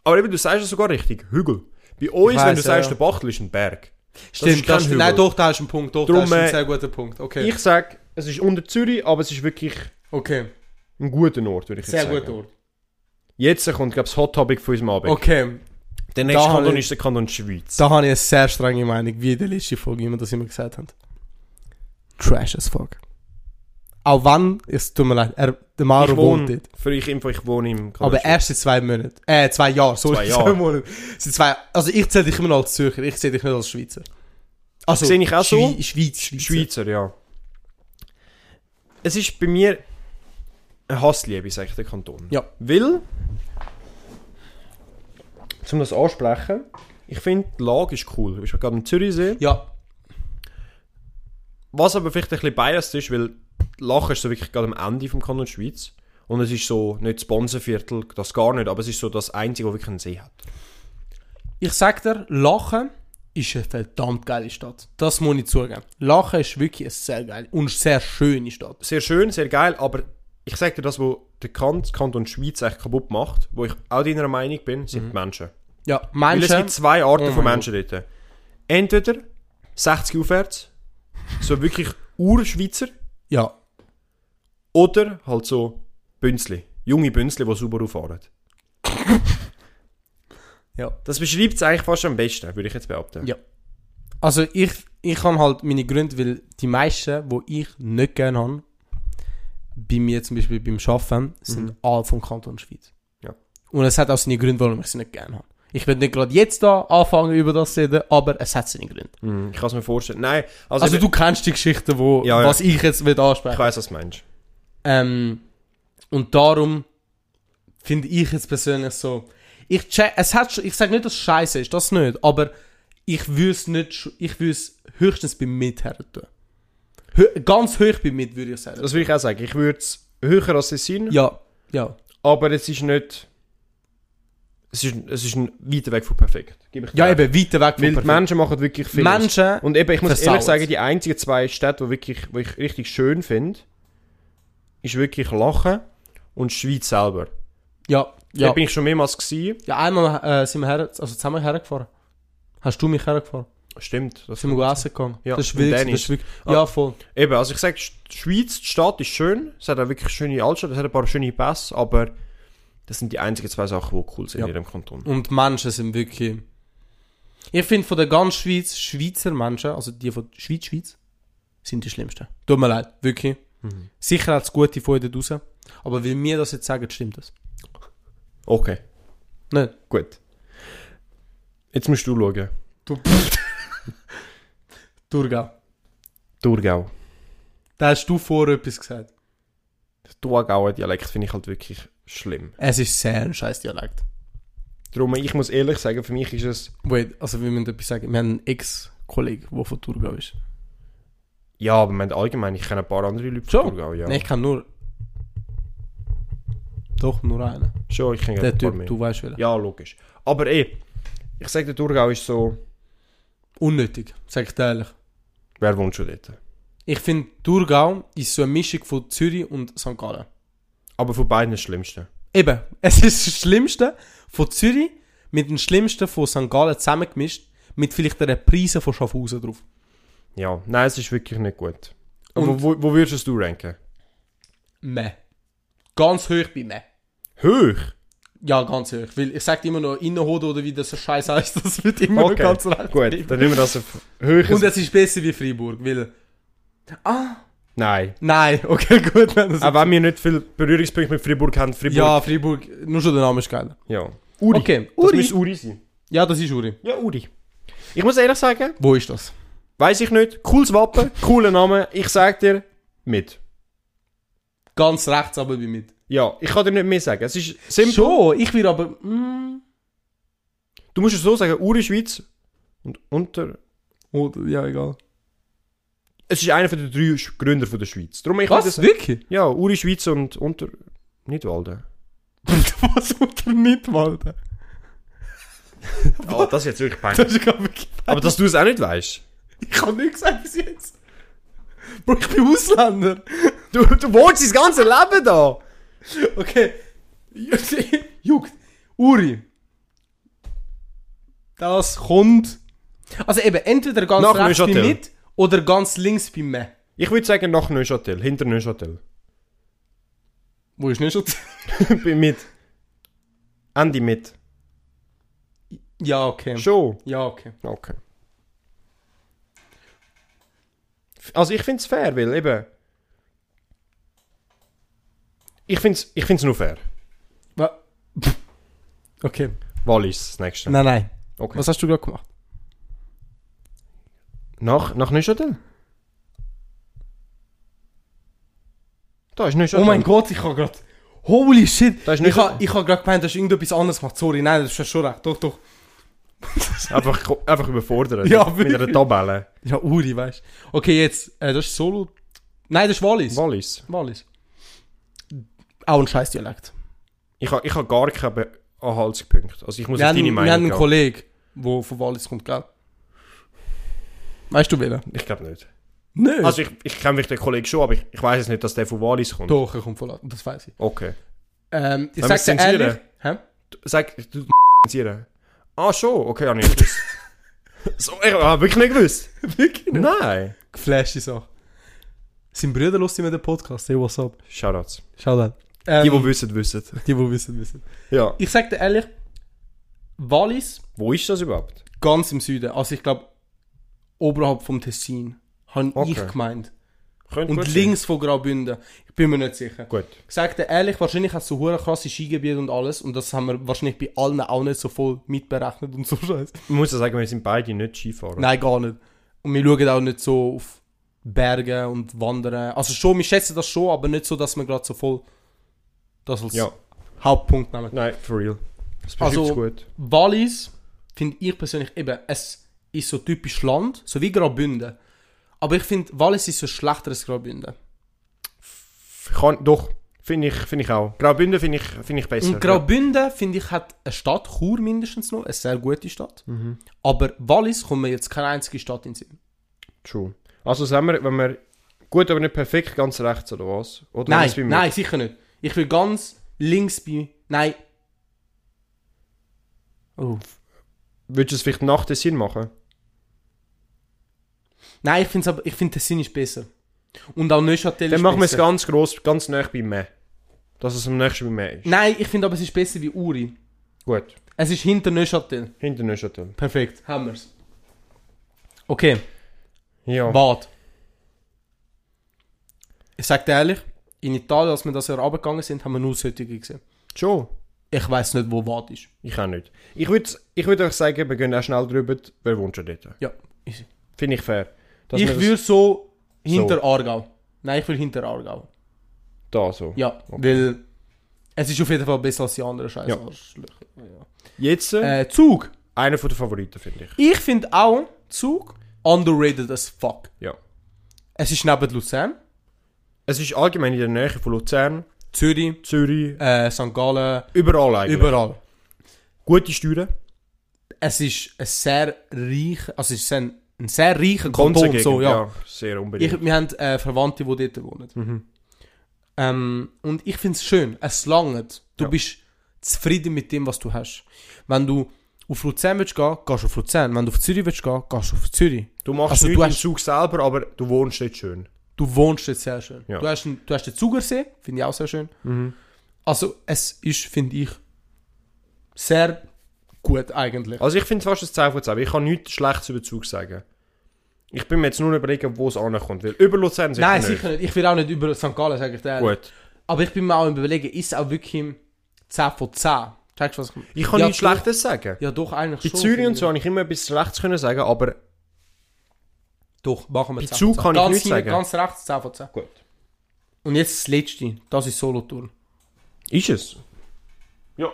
[SPEAKER 2] Aber eben, du sagst es sogar richtig, Hügel. Bei uns, wenn
[SPEAKER 1] weiss,
[SPEAKER 2] du
[SPEAKER 1] ja,
[SPEAKER 2] sagst,
[SPEAKER 1] ja.
[SPEAKER 2] der Bachtel ist ein Berg.
[SPEAKER 1] Stimmt,
[SPEAKER 2] kein
[SPEAKER 1] das
[SPEAKER 2] Hügel.
[SPEAKER 1] Nein, doch, da hast du einen Punkt. Doch,
[SPEAKER 2] Drum,
[SPEAKER 1] da hast du einen
[SPEAKER 2] äh,
[SPEAKER 1] sehr guten Punkt. Okay.
[SPEAKER 2] Ich sage, es ist unter Zürich, aber es ist wirklich
[SPEAKER 1] okay.
[SPEAKER 2] ein guter Ort, würde ich
[SPEAKER 1] Sehr
[SPEAKER 2] jetzt sagen.
[SPEAKER 1] guter Ort.
[SPEAKER 2] Jetzt kommt, glaube ich, das Hot Topic von unserem Abend.
[SPEAKER 1] Okay.
[SPEAKER 2] Der
[SPEAKER 1] Da
[SPEAKER 2] nächste Kanton
[SPEAKER 1] habe ich-
[SPEAKER 2] ist der Kanton Schweiz.
[SPEAKER 1] Da habe ich eine sehr strenge Meinung, wie in der letzten Folge, wie wir das immer gesagt haben. Trash as fuck. Auch wenn, es tut mir leid, er, der Maro
[SPEAKER 2] ich
[SPEAKER 1] wohnt
[SPEAKER 2] wohne,
[SPEAKER 1] dort.
[SPEAKER 2] für euch Info, ich wohne im Kanton
[SPEAKER 1] Aber erst seit zwei Monaten. Äh, zwei Jahren, sorry.
[SPEAKER 2] Zwei Jahre.
[SPEAKER 1] Zwei Monate. Seit zwei, also ich zähle dich immer noch als Zürcher, ich zähle dich nicht als Schweizer. Also,
[SPEAKER 2] Sehe ich auch so?
[SPEAKER 1] Schweiz, Schweiz, Schweizer.
[SPEAKER 2] Schweizer. Schweizer, ja. Es ist bei mir eine Hassliebe, sage ich, der Kanton.
[SPEAKER 1] Ja.
[SPEAKER 2] Weil, um das ansprechen, ich finde, die Lage ist cool. Du bist gerade am Zürichsee.
[SPEAKER 1] Ja,
[SPEAKER 2] Was aber vielleicht ein bisschen biased ist, weil Lachen ist so wirklich gerade am Ende vom Kanton Schweiz. Und es ist so nicht das Bonzenviertel, das gar nicht, aber es ist so das Einzige, wo wirklich einen See hat.
[SPEAKER 1] Ich sag dir, Lachen ist eine verdammt geile Stadt. Das muss ich zugeben. Lachen ist wirklich eine sehr geile und sehr schöne Stadt.
[SPEAKER 2] Sehr schön, sehr geil, aber ich sage dir das, was der Kant, Kanton Schweiz eigentlich kaputt macht, wo ich auch deiner Meinung bin, sind die Menschen.
[SPEAKER 1] Ja,
[SPEAKER 2] Weil es
[SPEAKER 1] Menschen.
[SPEAKER 2] gibt zwei Arten
[SPEAKER 1] Oh
[SPEAKER 2] von
[SPEAKER 1] mein
[SPEAKER 2] Menschen dort. Entweder 60 aufwärts, so wirklich Urschweizer,
[SPEAKER 1] Ja,
[SPEAKER 2] oder halt so Bünzli, junge Bünzli, die Subaru fahren.
[SPEAKER 1] ja.
[SPEAKER 2] Das beschreibt es eigentlich fast am besten, würde ich jetzt behaupten.
[SPEAKER 1] Ja. Also ich, ich habe halt meine Gründe, weil die meisten, die ich nicht gerne habe, bei mir zum Beispiel beim Arbeiten, sind alle vom Kanton Schweiz.
[SPEAKER 2] Mhm. Ja.
[SPEAKER 1] Und es hat auch seine Gründe, warum ich sie nicht gerne habe. Ich will nicht gerade jetzt da anfangen über das zu reden, aber es hat seine Gründe.
[SPEAKER 2] Mhm, Ich kann es mir vorstellen. Nein, also,
[SPEAKER 1] Also,
[SPEAKER 2] ich,
[SPEAKER 1] du kennst die Geschichten, wo,
[SPEAKER 2] Ja, ja.
[SPEAKER 1] was ich jetzt will ansprechen
[SPEAKER 2] ich weiss, was du meinst.
[SPEAKER 1] Ähm, und darum finde ich jetzt persönlich so. Ich, check, es hat, schon- ich sage nicht, dass es scheiße ist, das nicht, aber ich würde es nicht, sch- ich würde es höchstens beim Mitherren tun. Hö ganz hoch beim Mit, würde ich sagen.
[SPEAKER 2] Das würde ich auch sagen. Ich würde es höher als es sein,
[SPEAKER 1] Ja, ja.
[SPEAKER 2] aber es ist nicht... Es ist, es ist ein weiter Weg von perfekt. Gebe ich dir
[SPEAKER 1] Ja,
[SPEAKER 2] recht.
[SPEAKER 1] eben, weiter weg
[SPEAKER 2] Weil die
[SPEAKER 1] perfekt.
[SPEAKER 2] Menschen machen wirklich viel. aus.
[SPEAKER 1] Menschen
[SPEAKER 2] Und eben, ich muss
[SPEAKER 1] versauen
[SPEAKER 2] ehrlich
[SPEAKER 1] es.
[SPEAKER 2] sagen, die einzigen zwei Städte, die wirklich, wo ich richtig schön finde, ist wirklich Lachen und die Schweiz selber.
[SPEAKER 1] ja,
[SPEAKER 2] Ja. Da
[SPEAKER 1] ja.
[SPEAKER 2] bin ich schon mehrmals gewesen.
[SPEAKER 1] Ja, einmal äh, sind wir her, also zusammen hergefahren. Hast du mich hergefahren?
[SPEAKER 2] Stimmt. Das
[SPEAKER 1] Sind wir gut essen gegangen?
[SPEAKER 2] Ja,
[SPEAKER 1] das ist
[SPEAKER 2] mit
[SPEAKER 1] wild, das
[SPEAKER 2] Dennis.
[SPEAKER 1] ist wirklich,
[SPEAKER 2] Ah.
[SPEAKER 1] ja, voll.
[SPEAKER 2] Eben, also ich sage, die Schweiz, die Stadt ist schön, es hat auch wirklich schöne Altstadt, es hat ein paar schöne Pässe, aber das sind die einzigen zwei Sachen, die cool sind
[SPEAKER 1] Ja.
[SPEAKER 2] in jedem Kanton.
[SPEAKER 1] Und die Menschen sind wirklich. Ich finde von der ganzen Schweiz, Schweizer Menschen, also die von der Schweiz, Schweiz, sind die schlimmsten. Tut mir leid, wirklich. Sicher hat es gute von dort raus. Aber weil mir das jetzt sagen, stimmt das.
[SPEAKER 2] Okay,
[SPEAKER 1] Nein.
[SPEAKER 2] gut. Jetzt musst du schauen.
[SPEAKER 1] Du. Thurgau.
[SPEAKER 2] Thurgau.
[SPEAKER 1] Da hast du vorher etwas gesagt.
[SPEAKER 2] Der Thurgauer Dialekt finde ich halt wirklich schlimm.
[SPEAKER 1] Es ist sehr ein scheiß Dialekt.
[SPEAKER 2] Darum, ich muss ehrlich sagen, für mich ist es,
[SPEAKER 1] Wait, also wir müssen etwas sagen. Wir haben einen Ex-Kollegen, der von Thurgau ist.
[SPEAKER 2] ja, aber man allgemein, ich kenne ein paar andere Leute
[SPEAKER 1] Schon?
[SPEAKER 2] von Thurgau, ja.
[SPEAKER 1] Nein, ich kann nur. Doch, nur einen.
[SPEAKER 2] Schon, ich kenne
[SPEAKER 1] Der
[SPEAKER 2] ein paar
[SPEAKER 1] Typ,
[SPEAKER 2] mehr.
[SPEAKER 1] du weißt welchen.
[SPEAKER 2] Ja, logisch. Aber eh, ich sage, der Thurgau ist so,
[SPEAKER 1] Unnötig, sag ich dir ehrlich.
[SPEAKER 2] wer wohnt schon dort?
[SPEAKER 1] Ich finde, Thurgau ist so eine Mischung von Zürich und St. Gallen.
[SPEAKER 2] Aber von beiden das Schlimmste.
[SPEAKER 1] Eben, es ist das Schlimmste von Zürich mit dem Schlimmsten von St. Gallen zusammengemischt, mit vielleicht einer Prise von Schaffhausen drauf.
[SPEAKER 2] Ja, nein, es ist wirklich nicht gut.
[SPEAKER 1] Und-
[SPEAKER 2] Und wo, wo würdest du es ranken?
[SPEAKER 1] Meh. Ganz hoch bei meh.
[SPEAKER 2] Hoch?
[SPEAKER 1] Ja, ganz hoch. Weil ich sag immer noch Innenhode oder wie das so scheiße heißt, das wird immer
[SPEAKER 2] Okay,
[SPEAKER 1] noch ganz recht. sein.
[SPEAKER 2] Gut, dann nehmen wir das auf höheres...
[SPEAKER 1] Und es ist besser wie Freiburg, weil.
[SPEAKER 2] Nein.
[SPEAKER 1] Nein, okay, gut. wenn das-
[SPEAKER 2] Auch wenn wir nicht viele Berührungspunkte mit Fribourg haben, Fribourg...
[SPEAKER 1] Ja, Freiburg, nur schon der Name ist geil.
[SPEAKER 2] ja. Uri.
[SPEAKER 1] Okay,
[SPEAKER 2] Das
[SPEAKER 1] Uri.
[SPEAKER 2] müsste Uri sein.
[SPEAKER 1] Ja, das ist Uri.
[SPEAKER 2] Ja, Uri. Ich muss ehrlich sagen,
[SPEAKER 1] Wo ist das?
[SPEAKER 2] weiß ich nicht, cooles Wappen, cooler Name, ich sag dir, mit.
[SPEAKER 1] Ganz rechts, aber bei mit.
[SPEAKER 2] Ja, ich kann dir nicht mehr sagen, es ist simpel.
[SPEAKER 1] Schon, ich würde aber. Mm,
[SPEAKER 2] Du musst es so sagen, Uri Schweiz und unter...
[SPEAKER 1] oder, Oh, ja, egal.
[SPEAKER 2] Es ist einer von den drei Sch- Gründer von der Schweiz. Darum ich würde
[SPEAKER 1] Was?
[SPEAKER 2] sagen-
[SPEAKER 1] Wirklich?
[SPEAKER 2] Ja, Uri Schweiz und unter... Nidwalden.
[SPEAKER 1] Was unter Nidwalden?
[SPEAKER 2] Oh, das ist jetzt wirklich peinlich.
[SPEAKER 1] Das ist gar wirklich.
[SPEAKER 2] Aber dass du es auch nicht weißt.
[SPEAKER 1] Ich habe nichts gesagt bis jetzt. Bro, ich bin Ausländer.
[SPEAKER 2] Du, du wohnst dein ganze Leben da.
[SPEAKER 1] Okay. Juckt. Uri. Das kommt. Also eben, entweder ganz
[SPEAKER 2] Nach
[SPEAKER 1] rechts bei
[SPEAKER 2] Neuchâtel.
[SPEAKER 1] mit oder ganz links bei me.
[SPEAKER 2] Ich würde sagen nach Neuchâtel, hinter Neuchâtel.
[SPEAKER 1] Wo ist Neuchâtel?
[SPEAKER 2] Bin mit. Andy mit.
[SPEAKER 1] Ja, okay.
[SPEAKER 2] Schon.
[SPEAKER 1] Ja, okay.
[SPEAKER 2] Okay. F- Also ich finde es fair, weil eben... Ich finde es ich find's nur fair.
[SPEAKER 1] Wa- Okay.
[SPEAKER 2] Wallis, das nächste.
[SPEAKER 1] Nein, nein.
[SPEAKER 2] Okay.
[SPEAKER 1] Was hast du gerade gemacht?
[SPEAKER 2] Nach, nach Neuchâtel? Da ist Neuchâtel.
[SPEAKER 1] Oh mein Gott, ich habe gerade. Holy shit!
[SPEAKER 2] Das ist nicht
[SPEAKER 1] ich habe ich hab gerade gemeint, dass irgendetwas anderes macht. Sorry, nein, das ist schon recht. Doch, doch.
[SPEAKER 2] Einfach, ko- einfach überfordert.
[SPEAKER 1] Ja,
[SPEAKER 2] Mit einer
[SPEAKER 1] wirklich.
[SPEAKER 2] Tabelle.
[SPEAKER 1] Ja, Uri, weißt du. Okay, jetzt, äh, das ist Solo. Nein, das ist Wallis.
[SPEAKER 2] Wallis.
[SPEAKER 1] Wallis. auch ein scheiß Dialekt.
[SPEAKER 2] Ich habe ich ha gar keinen Be- Anhaltspunkt. Also ich muss
[SPEAKER 1] Wir
[SPEAKER 2] auf
[SPEAKER 1] haben,
[SPEAKER 2] deine
[SPEAKER 1] wir haben einen
[SPEAKER 2] Meinung gehen.
[SPEAKER 1] Kollegen, der von Wallis kommt, gell? Weißt du wen?
[SPEAKER 2] Ich glaube nicht.
[SPEAKER 1] Nö.
[SPEAKER 2] Also ich, ich kenne mich den Kollegen schon, aber ich, ich weiß es nicht, dass der von Wallis kommt.
[SPEAKER 1] Doch, er kommt von Laden, das weiß ich.
[SPEAKER 2] Okay.
[SPEAKER 1] Ähm, ich
[SPEAKER 2] Wollen
[SPEAKER 1] sag's dir
[SPEAKER 2] wir's zensieren?
[SPEAKER 1] ehrlich. Hä?
[SPEAKER 2] Sag, du zensieren. Ah, schon? Okay, habe ich nicht gewusst. so, ich habe wirklich nicht gewusst.
[SPEAKER 1] Wirklich?
[SPEAKER 2] Nein.
[SPEAKER 1] Geflashte Sache. Sein Bruder lässt immer den Podcast, hey, what's up?
[SPEAKER 2] Shoutouts.
[SPEAKER 1] Schau da. Ähm,
[SPEAKER 2] Die, die wissen, wissen.
[SPEAKER 1] die, die wissen, wissen.
[SPEAKER 2] Ja.
[SPEAKER 1] Ich sag dir ehrlich, Wallis,
[SPEAKER 2] Wo ist das überhaupt?
[SPEAKER 1] ganz im Süden, also ich glaube, oberhalb vom Tessin, habe
[SPEAKER 2] Okay.
[SPEAKER 1] ich gemeint.
[SPEAKER 2] Könnte
[SPEAKER 1] Und
[SPEAKER 2] gut sein.
[SPEAKER 1] links von Graubünden. Ich bin mir nicht sicher.
[SPEAKER 2] Gut.
[SPEAKER 1] Ich sag dir ehrlich, wahrscheinlich hast du so hure krasse Skigebiete und alles und das haben wir wahrscheinlich bei allen auch nicht so voll mitberechnet und so scheiße.
[SPEAKER 2] Ich muss ja sagen, wir sind beide nicht Skifahrer.
[SPEAKER 1] Nein, gar nicht. Und wir schauen auch nicht so auf Berge und Wandern. Also schon, wir schätzen das schon, aber nicht so, dass wir gerade so voll das als
[SPEAKER 2] Ja.
[SPEAKER 1] Hauptpunkt nehmen.
[SPEAKER 2] Nein, for real. Das beschreibt's
[SPEAKER 1] Also-
[SPEAKER 2] gut.
[SPEAKER 1] Wallis finde ich persönlich eben, es ist so typisch Land, so wie Graubünden. Aber ich finde, Wallis ist so schlechter als Graubünden.
[SPEAKER 2] Kann, doch, finde ich, find ich auch. Graubünden finde ich, find ich besser.
[SPEAKER 1] Und Graubünden, finde ich, hat eine Stadt, Chur mindestens noch, eine sehr gute Stadt.
[SPEAKER 2] Mhm.
[SPEAKER 1] Aber Wallis kommt mir jetzt keine einzige Stadt in den Sinn.
[SPEAKER 2] ja. True. Also sagen wir, wenn wir... Gut, aber nicht perfekt, ganz rechts oder was? Oder
[SPEAKER 1] Nein,
[SPEAKER 2] ist es bei mir?
[SPEAKER 1] nein, sicher nicht. Ich will ganz links bei... Nein. Oh.
[SPEAKER 2] Würdest du es vielleicht nach Tessin machen?
[SPEAKER 1] Nein, ich finde aber, ich finde Tessin ist besser. Und auch Neuchâtel
[SPEAKER 2] Dann
[SPEAKER 1] ist
[SPEAKER 2] machen wir es
[SPEAKER 1] besser.
[SPEAKER 2] ganz gross, ganz nah bei Meh. Dass es am nächsten bei Meh ist.
[SPEAKER 1] Nein, ich finde aber, es ist besser wie Uri.
[SPEAKER 2] Gut.
[SPEAKER 1] Es ist hinter Neuchâtel.
[SPEAKER 2] Hinter Neuchâtel.
[SPEAKER 1] Perfekt, haben wir's. Okay,
[SPEAKER 2] Ja.
[SPEAKER 1] Bad. Ich sag dir ehrlich, in Italien, als wir das Jahr runtergegangen sind, haben wir nur solche gesehen.
[SPEAKER 2] Schon.
[SPEAKER 1] Ich weiß nicht, wo Bad ist.
[SPEAKER 2] Ich auch nicht. Ich würde ich würd euch sagen, wir gehen auch schnell drüber, wer wohnt schon dort.
[SPEAKER 1] Ja, easy.
[SPEAKER 2] Finde ich fair. Dass wir
[SPEAKER 1] ich
[SPEAKER 2] das-
[SPEAKER 1] würde so hinter Aargau. Nein, ich will hinter Aargau.
[SPEAKER 2] Da so.
[SPEAKER 1] Ja, weil es ist auf jeden Fall besser als die anderen Scheiße. Ja.
[SPEAKER 2] Jetzt äh,
[SPEAKER 1] Äh, Zug.
[SPEAKER 2] einer von den Favoriten, finde ich.
[SPEAKER 1] Ich finde auch Zug underrated as fuck.
[SPEAKER 2] Ja.
[SPEAKER 1] Es ist neben Luzern,
[SPEAKER 2] Es ist allgemein in der Nähe von Luzern,
[SPEAKER 1] Zürich,
[SPEAKER 2] Zürich,
[SPEAKER 1] äh, St. Gallen,
[SPEAKER 2] überall eigentlich.
[SPEAKER 1] überall.
[SPEAKER 2] Gute Steuern.
[SPEAKER 1] Es ist ein sehr reich, also es ist ein, ein sehr reicher Kanton.
[SPEAKER 2] Bonzengegend,
[SPEAKER 1] So, ja.
[SPEAKER 2] Sehr unbedingt.
[SPEAKER 1] Ich, wir haben äh, Verwandte, die dort wohnen.
[SPEAKER 2] Mhm.
[SPEAKER 1] Ähm, und ich finde es schön, es langt. Du
[SPEAKER 2] Ja.
[SPEAKER 1] bist zufrieden mit dem, was du hast. Wenn du auf Luzern willst gehen, gehst du auf Luzern. Wenn du auf Zürich willst gehen, gehst du auf Zürich.
[SPEAKER 2] du machst
[SPEAKER 1] also
[SPEAKER 2] nichts
[SPEAKER 1] du
[SPEAKER 2] im
[SPEAKER 1] hast-
[SPEAKER 2] Zug selber, aber du wohnst dort schön.
[SPEAKER 1] Du wohnst jetzt sehr schön.
[SPEAKER 2] Ja. Mhm.
[SPEAKER 1] Du, hast, einen- du hast den Zugersee, finde ich auch sehr schön. Also es ist, finde ich, sehr gut eigentlich.
[SPEAKER 2] Also ich finde es fast ein 10 von 10. Ich kann nichts Schlechtes über Zug sagen. Ich bin mir jetzt nur überlegen, wo es ankommt. Weil über Luzern sicher
[SPEAKER 1] Nein,
[SPEAKER 2] nicht.
[SPEAKER 1] sicher nicht. Ich will auch nicht über St. Gallen, sage ich dir ehrlich.
[SPEAKER 2] Gut.
[SPEAKER 1] Aber ich bin mir auch im Überlegen, ist es auch wirklich im 10 von 10? Checkst du, was ich
[SPEAKER 2] Ich kann
[SPEAKER 1] Ja,
[SPEAKER 2] nichts
[SPEAKER 1] doch.
[SPEAKER 2] Schlechtes sagen.
[SPEAKER 1] Ja, doch, eigentlich
[SPEAKER 2] Bei
[SPEAKER 1] schon.
[SPEAKER 2] Zürich
[SPEAKER 1] finde
[SPEAKER 2] und so habe ich immer etwas Schlechtes können sagen, aber
[SPEAKER 1] ich. Doch, machen wir 10
[SPEAKER 2] Zug
[SPEAKER 1] von
[SPEAKER 2] kann
[SPEAKER 1] 10.
[SPEAKER 2] ich
[SPEAKER 1] ganz
[SPEAKER 2] nichts
[SPEAKER 1] hinten,
[SPEAKER 2] sagen.
[SPEAKER 1] Ganz rechts, 10 von 10.
[SPEAKER 2] gut.
[SPEAKER 1] Und jetzt das letzte, das ist Solothurn.
[SPEAKER 2] Ist es? Ja.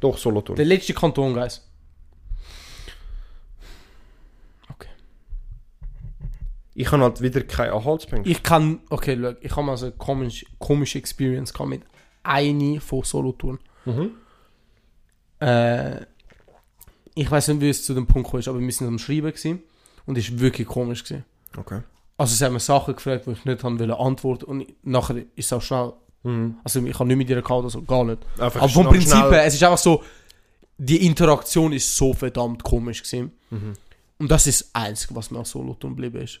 [SPEAKER 2] Doch,
[SPEAKER 1] Der
[SPEAKER 2] Solothurn.
[SPEAKER 1] letzte Kanton, Guys. Okay.
[SPEAKER 2] Ich habe halt wieder keinen Anhaltspunkt.
[SPEAKER 1] Ich kann, okay, schau, ich habe mal so eine komische, komische Experience gehabt mit einer von Solothurn.
[SPEAKER 2] Mhm.
[SPEAKER 1] Äh, ich weiß nicht, wie es zu dem Punkt kam, aber wir sind am Schreiben gewesen und es war wirklich komisch. Gewesen.
[SPEAKER 2] Okay.
[SPEAKER 1] Also sie haben mir Sachen gefragt, die ich nicht haben wollen antworten und ich- nachher ist es auch schnell, also ich habe nicht mit ihr gehabt, also gar nicht.
[SPEAKER 2] Mhm. Einfach
[SPEAKER 1] aber vom
[SPEAKER 2] schnell-
[SPEAKER 1] Prinzip
[SPEAKER 2] schnell-
[SPEAKER 1] her, es ist einfach so, die Interaktion ist so verdammt komisch gewesen.
[SPEAKER 2] Mhm.
[SPEAKER 1] Und das ist das Einzige, was mir an Solothurn geblieben ist.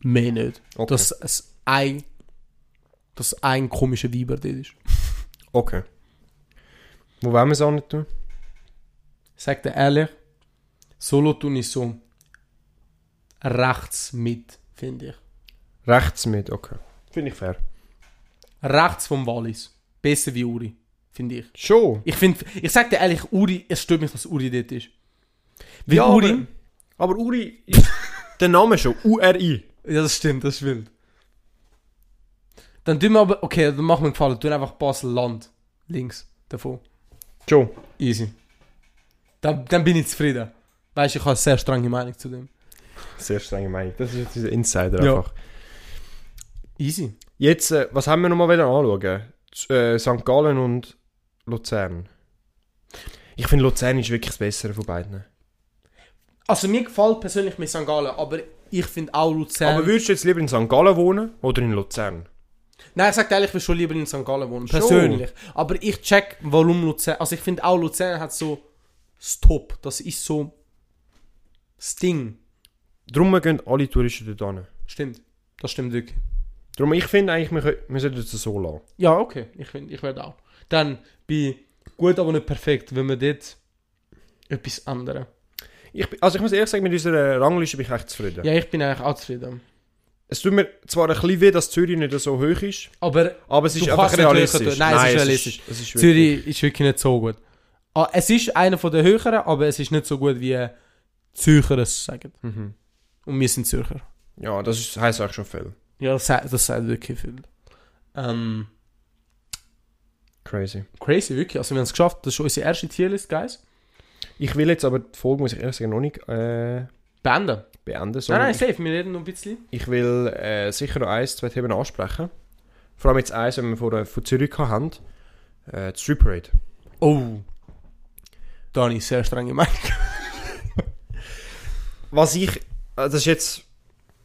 [SPEAKER 1] Mehr nicht.
[SPEAKER 2] Okay.
[SPEAKER 1] Dass es ein, dass ein komischer Weiber dort ist.
[SPEAKER 2] Okay. Wo wollen wir es auch nicht tun?
[SPEAKER 1] Sag dir ehrlich, Solothurn ist so rechts mit, finde ich.
[SPEAKER 2] Rechts mit, okay. Finde ich fair.
[SPEAKER 1] Rechts vom Wallis. Besser wie Uri, finde ich.
[SPEAKER 2] Schon.
[SPEAKER 1] Ich finde, ich sag dir ehrlich, Uri, es stört mich, dass Uri dort ist. Weil
[SPEAKER 2] Ja,
[SPEAKER 1] Uri,
[SPEAKER 2] aber- Aber Uri ist der Name schon. URI.
[SPEAKER 1] Ja, das stimmt, das ist wild. Dann tun wir aber, okay, dann machen wir einen Gefallen, tun einfach Basel-Land links davon.
[SPEAKER 2] Schon.
[SPEAKER 1] Easy. Dann, dann bin ich zufrieden. Weißt du, ich habe eine sehr strenge Meinung zu dem.
[SPEAKER 2] Sehr strenge Meinung. Das ist jetzt dieser Insider
[SPEAKER 1] Ja.
[SPEAKER 2] einfach.
[SPEAKER 1] Easy.
[SPEAKER 2] Jetzt, äh, was haben wir nochmal wieder anschauen? Z- Äh, St. Gallen und Luzern. Ich finde, Luzern ist wirklich das Bessere von beiden.
[SPEAKER 1] Also mir gefällt persönlich mit St. Gallen, aber ich finde auch Luzern...
[SPEAKER 2] Aber würdest du jetzt lieber in St. Gallen wohnen oder in Luzern?
[SPEAKER 1] Nein, ich sag ehrlich, ich will schon lieber in St. Gallen wohnen, persönlich. Aber ich check, warum Luzern... Also ich finde auch Luzern hat so das Top. Das ist so das Ding.
[SPEAKER 2] Darum gehen alle Touristen dort hin.
[SPEAKER 1] Stimmt. Das stimmt wirklich.
[SPEAKER 2] Darum, ich finde eigentlich, wir, können, wir sollten es so lassen.
[SPEAKER 1] Ja, okay. Ich, find- ich werde auch. Dann bei gut, aber nicht perfekt, wenn wir dort etwas ändern.
[SPEAKER 2] Ich, bin- also ich muss ehrlich sagen, mit unserer Rangliste bin ich echt zufrieden.
[SPEAKER 1] Ja, ich bin eigentlich auch zufrieden.
[SPEAKER 2] Es tut mir zwar ein bisschen weh, dass Zürich nicht so hoch ist,
[SPEAKER 1] Aber
[SPEAKER 2] aber es ist
[SPEAKER 1] Du
[SPEAKER 2] einfach
[SPEAKER 1] kannst nicht
[SPEAKER 2] realistisch.
[SPEAKER 1] höher tun. Nein, es ist realistisch.
[SPEAKER 2] es ist wirklich-
[SPEAKER 1] Zürich ist wirklich nicht so gut. Ah, Es ist einer von der höheren, aber es ist nicht so gut wie Zürcher es sagen.
[SPEAKER 2] Mhm.
[SPEAKER 1] Und wir sind Zürcher.
[SPEAKER 2] Ja, das ist, heisst auch schon viel.
[SPEAKER 1] Ja, das sagt, das sagt wirklich viel. Ähm,
[SPEAKER 2] Crazy.
[SPEAKER 1] crazy, wirklich. Also wir haben es geschafft. Das ist unsere erste Tierlist, Guys.
[SPEAKER 2] Ich will jetzt aber die Folge, muss ich ehrlich sagen, noch nicht äh,
[SPEAKER 1] Beenden.
[SPEAKER 2] beenden.
[SPEAKER 1] Nein,
[SPEAKER 2] sondern
[SPEAKER 1] nein, safe. Wir reden noch ein bisschen.
[SPEAKER 2] Ich will äh, sicher noch eins, zwei Themen ansprechen. Vor allem jetzt eins, wenn wir von, von Zürich gehabt haben. Äh, die Street Parade.
[SPEAKER 1] Oh. Dani, sehr streng gemeint.
[SPEAKER 2] Was ich, äh, das ist jetzt,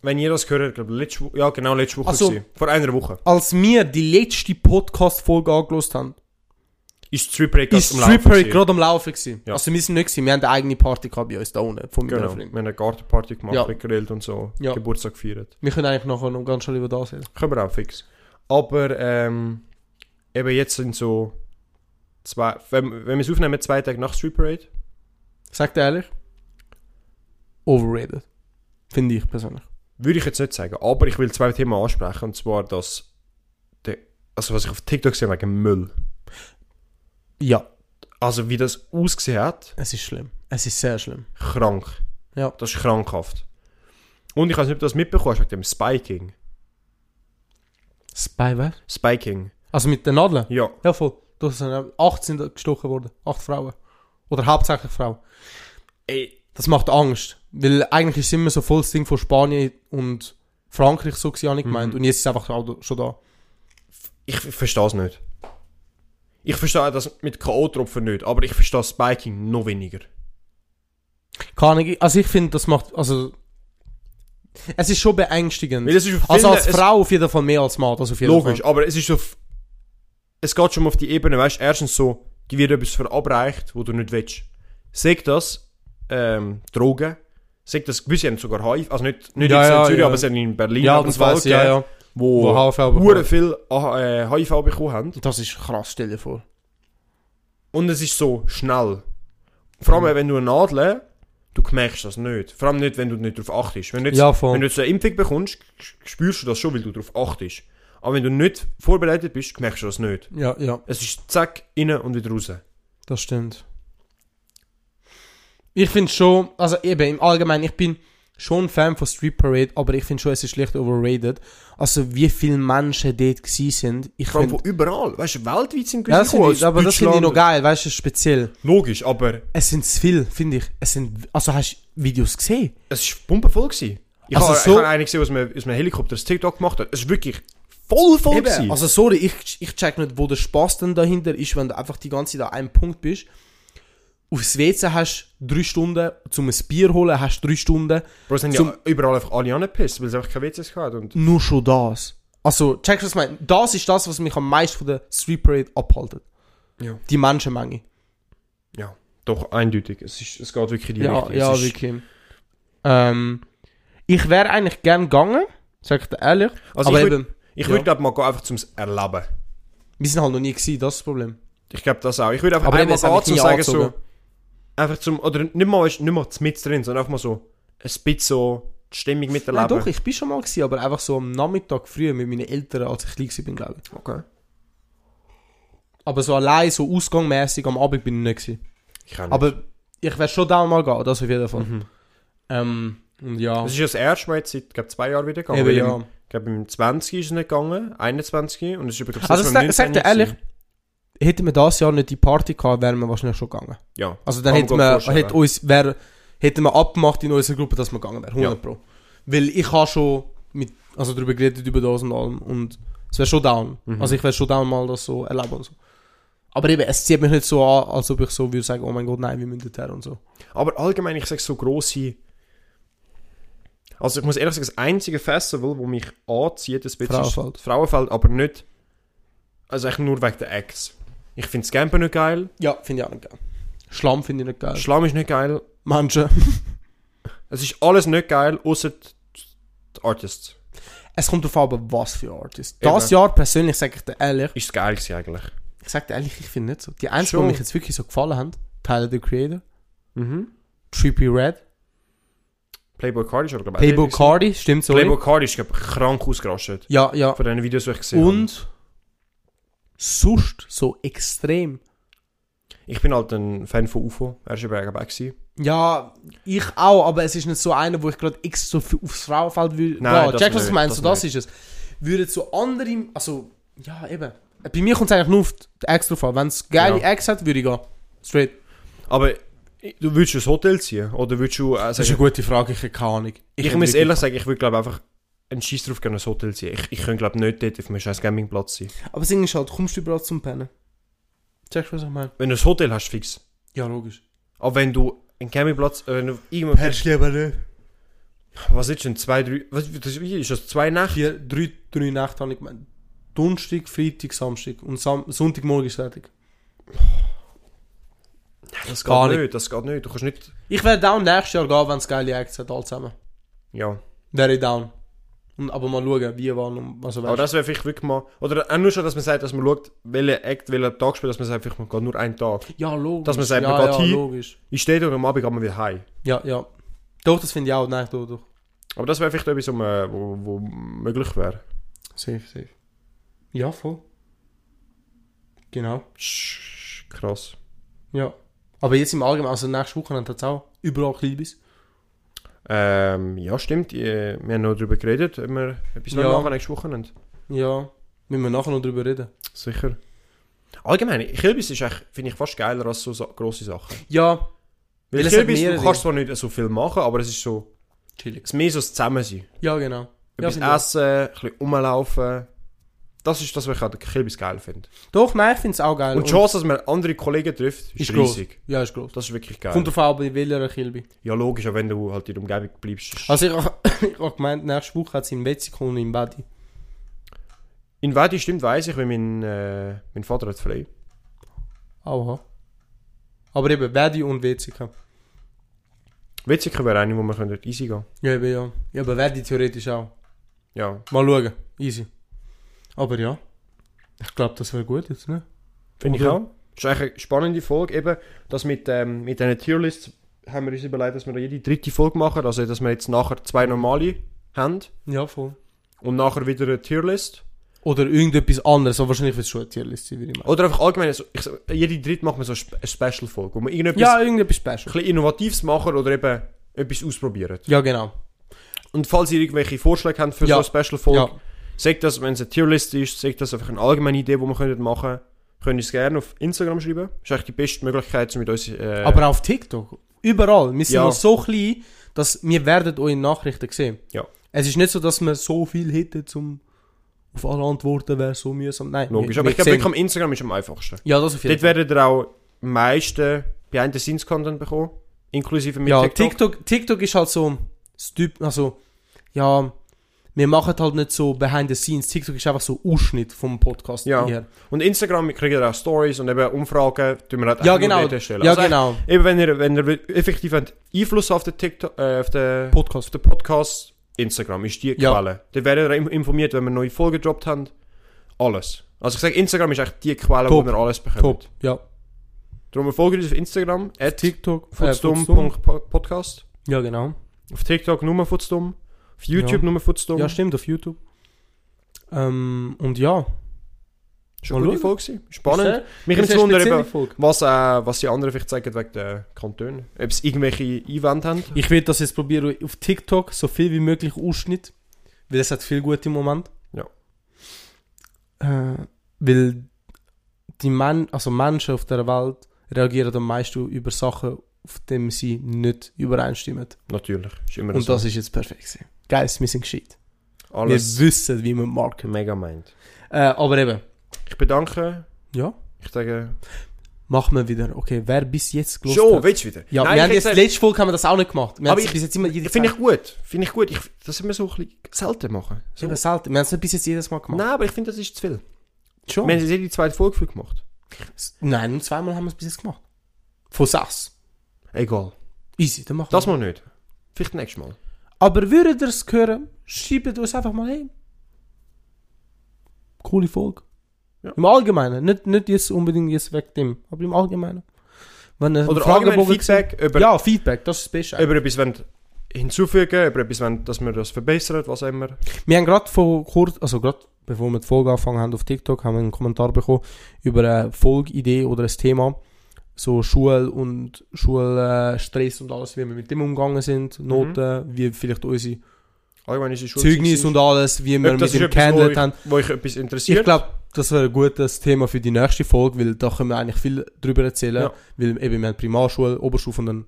[SPEAKER 2] wenn ihr das gehört habt, glaube ich, letzte Woche, ja genau, letzte Woche
[SPEAKER 1] Ach so.
[SPEAKER 2] gewesen. Vor einer Woche.
[SPEAKER 1] Als wir die letzte Podcast-Folge angelost haben,
[SPEAKER 2] Ist die Street Parade gerade
[SPEAKER 1] ist
[SPEAKER 2] am
[SPEAKER 1] die
[SPEAKER 2] Laufen
[SPEAKER 1] Street Parade
[SPEAKER 2] gewesen.
[SPEAKER 1] gerade am Laufen gewesen.
[SPEAKER 2] Ja.
[SPEAKER 1] Also wir sind nicht gewesen. Wir haben eine eigene Party gehabt bei uns da unten, von meiner
[SPEAKER 2] Genau, wir
[SPEAKER 1] Freundin.
[SPEAKER 2] haben eine Gartenparty gemacht,
[SPEAKER 1] Ja.
[SPEAKER 2] ja. gegrillt und so,
[SPEAKER 1] Ja.
[SPEAKER 2] Geburtstag gefeiert.
[SPEAKER 1] Wir können eigentlich nachher noch ganz schnell über das reden.
[SPEAKER 2] Können wir auch fix. Aber ähm, eben jetzt sind so zwei, wenn, wenn wir es aufnehmen, zwei Tage nach Street Parade.
[SPEAKER 1] Sagt ehrlich? Overrated. Finde ich persönlich.
[SPEAKER 2] Würde ich jetzt nicht sagen, aber ich will zwei Themen ansprechen. Und zwar das, der, also was ich auf TikTok gesehen habe, wegen Müll.
[SPEAKER 1] Ja,
[SPEAKER 2] Also wie das ausgesehen hat,
[SPEAKER 1] es ist schlimm. Es ist sehr schlimm.
[SPEAKER 2] krank.
[SPEAKER 1] Ja.
[SPEAKER 2] Das ist krankhaft. Und ich weiß nicht, ob du das mitbekommen hast, mit dem Spiking.
[SPEAKER 1] Spy, was?
[SPEAKER 2] Spiking.
[SPEAKER 1] Also mit den Nadeln?
[SPEAKER 2] Ja.
[SPEAKER 1] Ja, voll. Das sind ähm, acht sind gestochen worden. Acht Frauen. Oder hauptsächlich Frauen.
[SPEAKER 2] Ey,
[SPEAKER 1] Das macht Angst. Weil eigentlich ist es immer so voll das Ding von Spanien und Frankreich so gewesen, habe ich gemeint. Und jetzt ist es einfach auch schon da.
[SPEAKER 2] ich verstehe es nicht. Ich verstehe das mit K.O.-Tropfen nicht, aber ich verstehe Spiking noch weniger.
[SPEAKER 1] Keine Ahnung. Also ich finde, das macht, also... Es ist schon beängstigend.
[SPEAKER 2] Weil es ist auf
[SPEAKER 1] also
[SPEAKER 2] vielen-
[SPEAKER 1] als
[SPEAKER 2] es-
[SPEAKER 1] Frau auf jeden Fall mehr als Mann. Das auf jeden
[SPEAKER 2] Logisch,
[SPEAKER 1] Fall.
[SPEAKER 2] aber es ist auf. Es geht schon mal auf die Ebene, weißt du? Erstens so, die wird etwas verabreicht, wo du nicht willst. Sagt das ähm, Drogen, sagt das gewisse haben sogar HIV, also nicht, nicht
[SPEAKER 1] Ja,
[SPEAKER 2] jetzt
[SPEAKER 1] ja,
[SPEAKER 2] in Zürich,
[SPEAKER 1] ja.
[SPEAKER 2] aber es hat in Berlin
[SPEAKER 1] Ja,
[SPEAKER 2] einen
[SPEAKER 1] das
[SPEAKER 2] Fall
[SPEAKER 1] weiß ich, ja,
[SPEAKER 2] gegeben,
[SPEAKER 1] ja.
[SPEAKER 2] wo,
[SPEAKER 1] Wo HIV bekommen.
[SPEAKER 2] hure viel äh, HIV bekommen haben.
[SPEAKER 1] Das ist krass, stell dir vor.
[SPEAKER 2] Und es ist so schnell. Vor
[SPEAKER 1] Mhm.
[SPEAKER 2] allem, wenn du eine Nadel, du merkst das nicht. Vor allem nicht, wenn du nicht darauf achtest. Wenn du jetzt,
[SPEAKER 1] Ja, voll.
[SPEAKER 2] wenn du jetzt eine Impfung bekommst, spürst du das schon, weil du darauf achtest. Aber wenn du nicht vorbereitet bist, merkst du das nicht.
[SPEAKER 1] Ja, ja,
[SPEAKER 2] Es ist zack, innen und wieder raus.
[SPEAKER 1] das stimmt. Ich finde schon, also eben im Allgemeinen, ich bin schon ein Fan von Street Parade, aber ich finde schon, es ist schlecht overrated. Also wie viele Menschen dort gewesen sind, ich
[SPEAKER 2] Vor allem
[SPEAKER 1] finde...
[SPEAKER 2] von überall. Weißt du, weltweit sind
[SPEAKER 1] Ja, das
[SPEAKER 2] gekommen,
[SPEAKER 1] finde ich,
[SPEAKER 2] aus
[SPEAKER 1] aber das finde ich noch
[SPEAKER 2] Deutschland.
[SPEAKER 1] geil, weißt du, es ist speziell.
[SPEAKER 2] Logisch, aber
[SPEAKER 1] Es sind zu viel, finde ich. Es sind, also hast du Videos gesehen?
[SPEAKER 2] es war pumpenvoll. Gewesen. Ich
[SPEAKER 1] Also
[SPEAKER 2] habe
[SPEAKER 1] so-
[SPEAKER 2] so hab einen gesehen, was man aus einem Helikopter das TikTok gemacht hat. Es ist wirklich voll voll gewesen.
[SPEAKER 1] Also sorry, ich, ich check nicht, wo der Spaß denn dahinter ist, wenn du einfach die ganze Zeit an einem Punkt bist. Aufs WC hast du drei Stunden, zum ein Bier holen hast du drei Stunden.
[SPEAKER 2] Bro, es haben
[SPEAKER 1] zum-
[SPEAKER 2] ja überall einfach alle angepisst, weil es einfach keine WCs gehabt und
[SPEAKER 1] Nur schon das. Also, checkst du, was ich meine? Das ist das, was mich am meisten von der Street Parade abhaltet.
[SPEAKER 2] Ja.
[SPEAKER 1] Die Menschenmenge.
[SPEAKER 2] Ja, doch eindeutig. Es, ist, es geht wirklich in die
[SPEAKER 1] Ja,
[SPEAKER 2] Richtung.
[SPEAKER 1] ja,
[SPEAKER 2] es ist,
[SPEAKER 1] wirklich. Ähm, ich wäre eigentlich gern gegangen, sag ich dir ehrlich.
[SPEAKER 2] Also
[SPEAKER 1] aber
[SPEAKER 2] ich würd-
[SPEAKER 1] eben,
[SPEAKER 2] ich
[SPEAKER 1] Ja.
[SPEAKER 2] würde glaube mal gehen, einfach zum Erleben.
[SPEAKER 1] wir sind halt noch nie gewesen, das ist das Problem.
[SPEAKER 2] Ich glaube das auch. Ich würde einfach
[SPEAKER 1] Aber eben,
[SPEAKER 2] einmal
[SPEAKER 1] es hat
[SPEAKER 2] gehen,
[SPEAKER 1] mich
[SPEAKER 2] zum
[SPEAKER 1] nie
[SPEAKER 2] sagen so...
[SPEAKER 1] angezogen.
[SPEAKER 2] Einfach zum... Oder nicht mal, weißt, nicht mal mit drin, sondern einfach mal so ein bisschen so die Stimmung miterleben.
[SPEAKER 1] Nein, doch, ich bin schon mal gewesen, aber einfach so am Nachmittag früh mit meinen Eltern, als ich klein war, glaube ich.
[SPEAKER 2] Okay.
[SPEAKER 1] Aber so allein, so ausgangmäßig am Abend bin ich nicht gewesen.
[SPEAKER 2] Ich kann nicht.
[SPEAKER 1] Aber ich werde schon da mal gehen, das auf jeden Fall. Ähm, und ja.
[SPEAKER 2] Das ist ja das erste Mal jetzt seit, glaube zwei Jahren wieder gegangen.
[SPEAKER 1] Eben,
[SPEAKER 2] weil
[SPEAKER 1] ja.
[SPEAKER 2] im- Ich glaube, im 20 ist es nicht gegangen, 21 und es ist übrigens
[SPEAKER 1] Also,
[SPEAKER 2] letztes
[SPEAKER 1] ich
[SPEAKER 2] Mal
[SPEAKER 1] sag-
[SPEAKER 2] im
[SPEAKER 1] ich sag dir
[SPEAKER 2] 19
[SPEAKER 1] ehrlich,
[SPEAKER 2] gewesen.
[SPEAKER 1] hätten wir das Jahr nicht die Party gehabt, wären wir wahrscheinlich schon gegangen.
[SPEAKER 2] Ja.
[SPEAKER 1] Also dann
[SPEAKER 2] Kann
[SPEAKER 1] hätten
[SPEAKER 2] man gut
[SPEAKER 1] wir,
[SPEAKER 2] vorstellen.
[SPEAKER 1] hätte uns, wär, hätten wir abgemacht in unserer Gruppe, dass wir gegangen wären, 100
[SPEAKER 2] Ja.
[SPEAKER 1] Pro. Weil ich habe schon mit, also darüber geredet, über das und allem und Es wäre schon down. Also ich wäre schon down, mal das so erleben und so. Aber eben, es zieht mich nicht so an, als ob ich so würde sagen, oh mein Gott, nein, wir müssen dorthin und so.
[SPEAKER 2] Aber allgemein, ich sage so grosse. Also ich muss ehrlich sagen, das einzige Festival, wo mich anzieht, ist ein bisschen
[SPEAKER 1] Frauenfeld.
[SPEAKER 2] ist Frauenfeld, aber nicht. Also eigentlich nur wegen der Acts. Ich finde das Campen nicht geil.
[SPEAKER 1] Ja, finde ich auch nicht geil. Schlamm finde ich nicht geil.
[SPEAKER 2] Schlamm ist nicht geil.
[SPEAKER 1] Menschen.
[SPEAKER 2] Es ist alles nicht geil, außer die die Artists.
[SPEAKER 1] Es kommt darauf an, aber was für Artist. Das
[SPEAKER 2] Eben.
[SPEAKER 1] Jahr persönlich, sage ich dir ehrlich,
[SPEAKER 2] Ist es geil gewesen eigentlich.
[SPEAKER 1] ich sage dir ehrlich, ich finde nicht so. Die einzigen,
[SPEAKER 2] Schon.
[SPEAKER 1] die mich jetzt wirklich so gefallen haben, Tyler, the Creator,
[SPEAKER 2] Mhm.
[SPEAKER 1] Trippy Red,
[SPEAKER 2] Playboy Cardi ist aber glaube
[SPEAKER 1] Playboy Cardi, stimmt so.
[SPEAKER 2] Playboy Cardi ist glaube ich krank ausgerastet.
[SPEAKER 1] Ja, ja.
[SPEAKER 2] Von den Videos, die ich gesehen habe.
[SPEAKER 1] Und sonst so extrem.
[SPEAKER 2] Ich bin halt ein Fan von UFO. Er ist aber auch gewesen.
[SPEAKER 1] Ja, ich auch, aber es ist nicht so einer, wo ich gerade extra so viel aufs Frauenfeld würde.
[SPEAKER 2] Nein,
[SPEAKER 1] ja,
[SPEAKER 2] das
[SPEAKER 1] check, was ich
[SPEAKER 2] nicht,
[SPEAKER 1] meine,
[SPEAKER 2] das
[SPEAKER 1] so das ist es. Würden so andere, also, ja, eben. Bei mir kommt es eigentlich nur auf die Acts drauf an. Wenn es geile
[SPEAKER 2] Ja.
[SPEAKER 1] Acts hat, würde ich gehen. Straight.
[SPEAKER 2] Aber i- du würdest ins Hotel ziehen? Oder würdest du äh, sagen,
[SPEAKER 1] gute Frage, ich habe keine Ahnung.
[SPEAKER 2] ich, muss ehrlich sagen, ich würde glaube einfach einen Scheiß drauf gerne ins Hotel ziehen. Ich, ich könnte glaube nicht dort auf meinem scheiß Campingplatz sein.
[SPEAKER 1] Aber das Ding ist halt, kommst du überall zum Pennen? Checkst du, was ich meine?
[SPEAKER 2] Wenn du ein Hotel hast, fix.
[SPEAKER 1] Ja, logisch.
[SPEAKER 2] Aber wenn du einen Campingplatz, äh, wenn du irgendwo,
[SPEAKER 1] lieber nicht.
[SPEAKER 2] was ist denn, zwei, drei, was, das- wie ist das, zwei Nächte?
[SPEAKER 1] Vier, drei, drei Nächte habe ich gemeint. Donnerstag, Freitag, Samstag und Sam Sonntagmorgen ist fertig.
[SPEAKER 2] Das
[SPEAKER 1] Gar
[SPEAKER 2] geht
[SPEAKER 1] nicht.
[SPEAKER 2] nicht, das geht nicht. Du kannst nicht,
[SPEAKER 1] Ich wäre down nächstes Jahr gehen, wenn es geile Acts hat, all zusammen.
[SPEAKER 2] ja.
[SPEAKER 1] Wäre ich down. Und, aber mal schauen, wie, wann und also
[SPEAKER 2] Aber
[SPEAKER 1] weißt.
[SPEAKER 2] das wäre vielleicht wirklich mal, oder auch nur schon, dass man sagt, dass man schaut, welcher Act, welcher Tag spielt, dass man sagt, vielleicht man geht nur einen Tag.
[SPEAKER 1] Ja, logisch.
[SPEAKER 2] Dass man sagt,
[SPEAKER 1] ja,
[SPEAKER 2] man geht
[SPEAKER 1] ja,
[SPEAKER 2] hin.
[SPEAKER 1] logisch.
[SPEAKER 2] Ich stehe da und am Abend geht man wieder heim.
[SPEAKER 1] Ja, ja. Doch, das finde ich auch. Nein, doch, doch.
[SPEAKER 2] Aber das wäre vielleicht etwas, um, äh, wo, wo möglich wäre.
[SPEAKER 1] Safe, safe. Ja, voll. Genau.
[SPEAKER 2] Sch- Krass.
[SPEAKER 1] Ja. Aber jetzt im Allgemeinen, also nächste Woche hat es auch überall Kleinbiss.
[SPEAKER 2] Ähm, ja, stimmt. Äh, Wir haben noch darüber geredet, ob wir etwas
[SPEAKER 1] Ja.
[SPEAKER 2] noch machen nächste Wochenende.
[SPEAKER 1] Ja. Müssen wir nachher noch drüber reden.
[SPEAKER 2] Sicher. Allgemein, Kilbis ist echt, finde ich, fast geiler als so Sa grosse Sachen.
[SPEAKER 1] Ja.
[SPEAKER 2] Weil
[SPEAKER 1] Weil es hat
[SPEAKER 2] Kilbis, du
[SPEAKER 1] mehrere.
[SPEAKER 2] kannst zwar nicht so viel machen, aber es ist so,
[SPEAKER 1] Chillig.
[SPEAKER 2] es ist mehr so das Zusammensein.
[SPEAKER 1] Ja, genau. Ja,
[SPEAKER 2] Etwas
[SPEAKER 1] finde ich auch.
[SPEAKER 2] essen, ein bisschen rumlaufen. Das ist das, was ich an Kilbis geil finde.
[SPEAKER 1] Doch, nein, ich finde es auch geil.
[SPEAKER 2] Und die Chance, dass man andere Kollegen trifft, ist,
[SPEAKER 1] ist groß.
[SPEAKER 2] riesig.
[SPEAKER 1] Ja, ist groß.
[SPEAKER 2] Das ist wirklich geil.
[SPEAKER 1] Kommt drauf an, bei welcher Kilby.
[SPEAKER 2] Ja, logisch, auch wenn du halt in der Umgebung bleibst. ist-
[SPEAKER 1] Also ich habe gemeint, nächste Woche hat es im Wetzikon und im Badi.
[SPEAKER 2] In Wedi stimmt, weiß ich, weil mein, äh, mein Vater hat frei.
[SPEAKER 1] Aha. Aber eben, Badi und Wetzikon.
[SPEAKER 2] Witziger wäre eine, wo wir können easy gehen
[SPEAKER 1] Ja, eben, ja. Ja, aber werde ich theoretisch auch.
[SPEAKER 2] Ja,
[SPEAKER 1] Mal schauen. Easy. Aber ja. Ich glaube, das wäre gut jetzt, ne?
[SPEAKER 2] finde ich
[SPEAKER 1] Oder?
[SPEAKER 2] auch. Das ist eigentlich eine spannende Folge. Eben, das mit, ähm, mit diesen Tierlists haben wir uns überlegt, dass wir jede dritte Folge machen. Also, dass wir jetzt nachher zwei normale haben
[SPEAKER 1] Ja, voll.
[SPEAKER 2] und nachher wieder eine Tierlist.
[SPEAKER 1] Oder irgendetwas anderes, aber wahrscheinlich wird es schon eine Tierliste sein, würde ich meinen.
[SPEAKER 2] Oder einfach allgemein, so, ich, sag, jede dritte machen wir so eine Spe- eine Special-Folge, wo wir irgendetwas
[SPEAKER 1] Ja,
[SPEAKER 2] ein
[SPEAKER 1] irgendetwas Special.
[SPEAKER 2] bisschen Innovatives machen oder eben etwas ausprobieren.
[SPEAKER 1] Ja, genau.
[SPEAKER 2] Und falls ihr irgendwelche Vorschläge habt für
[SPEAKER 1] Ja.
[SPEAKER 2] so eine Special-Folge,
[SPEAKER 1] Ja.
[SPEAKER 2] sagt das, wenn es eine Tierlist ist, sagt das einfach eine allgemeine Idee, die wir können machen können. Könnt ihr es gerne auf Instagram schreiben. Das ist eigentlich die beste Möglichkeit, um mit uns... Äh,
[SPEAKER 1] Aber auch auf TikTok. Überall. Wir sind
[SPEAKER 2] Ja.
[SPEAKER 1] noch so klein, dass wir werden eure Nachrichten sehen.
[SPEAKER 2] Ja.
[SPEAKER 1] Es ist nicht so, dass wir so viel hätten, um auf alle Antworten wäre so mühsam. Nein.
[SPEAKER 2] logisch.
[SPEAKER 1] wir-
[SPEAKER 2] Aber
[SPEAKER 1] wir
[SPEAKER 2] ich glaube,
[SPEAKER 1] sehen.
[SPEAKER 2] wirklich am Instagram ist am einfachsten.
[SPEAKER 1] Ja, das auf jeden
[SPEAKER 2] Dort
[SPEAKER 1] Fall.
[SPEAKER 2] werdet ihr auch am meisten Behind-the-Scenes-Content bekommen. Inklusive mit
[SPEAKER 1] Ja,
[SPEAKER 2] TikTok.
[SPEAKER 1] TikTok, TikTok ist halt so das Typ, also, ja, wir machen halt nicht so behind the scenes. TikTok ist einfach so Ausschnitt vom Podcast
[SPEAKER 2] Ja.
[SPEAKER 1] her.
[SPEAKER 2] Und Instagram kriegt ihr auch Stories und eben Umfragen, die wir halt
[SPEAKER 1] Ja,
[SPEAKER 2] einfach nur
[SPEAKER 1] genau.
[SPEAKER 2] dort erstellen.
[SPEAKER 1] Ja,
[SPEAKER 2] Also eigentlich,
[SPEAKER 1] genau.
[SPEAKER 2] Eben, wenn ihr, wenn ihr effektiv habt Einfluss auf den, TikTok, äh, auf den auf
[SPEAKER 1] Podcast.
[SPEAKER 2] den Podcast, Instagram ist die
[SPEAKER 1] Ja.
[SPEAKER 2] Quelle. Da werdet ihr im- informiert, wenn wir neue Folgen gedroppt haben. Alles. Also ich sage, Instagram ist echt die Quelle,
[SPEAKER 1] Top.
[SPEAKER 2] wo wir alles bekommen.
[SPEAKER 1] Top. Ja.
[SPEAKER 2] Darum folgt uns auf Instagram, at
[SPEAKER 1] TikTok. Futsdumm.
[SPEAKER 2] futsdumm.podcast.
[SPEAKER 1] Ja, genau.
[SPEAKER 2] Auf TikTok nur futsdumm. Auf YouTube
[SPEAKER 1] Ja.
[SPEAKER 2] nur futsdumm.
[SPEAKER 1] Ja, stimmt, auf YouTube. Ähm, und ja.
[SPEAKER 2] Schon
[SPEAKER 1] Mal
[SPEAKER 2] eine gute
[SPEAKER 1] schauen.
[SPEAKER 2] Folge gewesen. Spannend. Mich
[SPEAKER 1] Das ist
[SPEAKER 2] nimmt
[SPEAKER 1] eine
[SPEAKER 2] wundern,
[SPEAKER 1] spezielle
[SPEAKER 2] eben,
[SPEAKER 1] Folge.
[SPEAKER 2] was, äh, was die anderen vielleicht sagen wegen den Kantonen. Ob sie irgendwelche Events haben.
[SPEAKER 1] Ich werde das jetzt probieren auf TikTok, so viel wie möglich Ausschnitt. Weil es hat viel gute Moment.
[SPEAKER 2] Ja.
[SPEAKER 1] Äh, weil die Men also Menschen auf der Welt reagieren am meisten über Sachen, auf denen sie nicht übereinstimmen.
[SPEAKER 2] Natürlich. Ist immer
[SPEAKER 1] Und
[SPEAKER 2] so.
[SPEAKER 1] das ist jetzt perfekt. gewesen. Guys, wir sind gescheit.
[SPEAKER 2] Alles
[SPEAKER 1] Wir wissen, wie man market.
[SPEAKER 2] mega meint.
[SPEAKER 1] Äh, aber eben,
[SPEAKER 2] Ich bedanke.
[SPEAKER 1] ja,
[SPEAKER 2] Ich sage.
[SPEAKER 1] machen wir wieder. Okay, wer bis jetzt gelost
[SPEAKER 2] Schon,
[SPEAKER 1] hat-
[SPEAKER 2] willst du wieder?
[SPEAKER 1] Ja, wir
[SPEAKER 2] Nein, ich
[SPEAKER 1] haben
[SPEAKER 2] hätte
[SPEAKER 1] jetzt,
[SPEAKER 2] gesagt-
[SPEAKER 1] letzte Folge haben wir das auch nicht gemacht. Wir
[SPEAKER 2] Aber
[SPEAKER 1] haben es
[SPEAKER 2] ich-
[SPEAKER 1] bis jetzt immer jede
[SPEAKER 2] Finde ich gut. Finde ich gut. Ich, das müssen wir so ein bisschen selten machen. So.
[SPEAKER 1] Eben selten. Wir haben es nicht bis jetzt jedes Mal gemacht.
[SPEAKER 2] Nein, aber ich finde, das ist zu viel.
[SPEAKER 1] Schon.
[SPEAKER 2] Wir haben jetzt jede zweite Folge viel gemacht.
[SPEAKER 1] Nein, nur zweimal haben wir es bis jetzt gemacht. Von sechs.
[SPEAKER 2] Egal.
[SPEAKER 1] Easy, dann machen
[SPEAKER 2] Das
[SPEAKER 1] wir.
[SPEAKER 2] mal nicht. Vielleicht nächstes Mal.
[SPEAKER 1] Aber würdet ihr es hören, schreibt uns einfach mal hin. Coole Folge.
[SPEAKER 2] Ja.
[SPEAKER 1] Im Allgemeinen. Nicht, nicht jetzt unbedingt jetzt wegen dem, aber im Allgemeinen. Wenn ihr
[SPEAKER 2] Oder
[SPEAKER 1] einen
[SPEAKER 2] allgemein
[SPEAKER 1] Fragebogen
[SPEAKER 2] Feedback über,
[SPEAKER 1] Ja, Feedback, das ist das Beste.
[SPEAKER 2] über etwas wollt hinzufügen, über etwas, wollt, dass wir das verbessern, was auch immer.
[SPEAKER 1] Wir haben gerade vor kurz, also gerade bevor wir die Folge angefangen haben auf TikTok, haben wir einen Kommentar bekommen über eine Folgeidee oder ein Thema. So Schule und Schulstress und alles, wie wir mit dem umgegangen sind,
[SPEAKER 2] Mhm.
[SPEAKER 1] Noten, wie vielleicht unsere
[SPEAKER 2] Allgemein ist die Schule.
[SPEAKER 1] Zeugnis und alles, wie wir
[SPEAKER 2] Ob das
[SPEAKER 1] mit
[SPEAKER 2] ist
[SPEAKER 1] dem
[SPEAKER 2] etwas, wo
[SPEAKER 1] gehandelt haben.
[SPEAKER 2] ich, wo ich etwas
[SPEAKER 1] Ich
[SPEAKER 2] interessiert.
[SPEAKER 1] glaube, das wäre ein gutes Thema für die nächste Folge, weil da können wir eigentlich viel drüber erzählen,
[SPEAKER 2] Ja.
[SPEAKER 1] weil eben wir haben Primarschule, Oberstufe und dann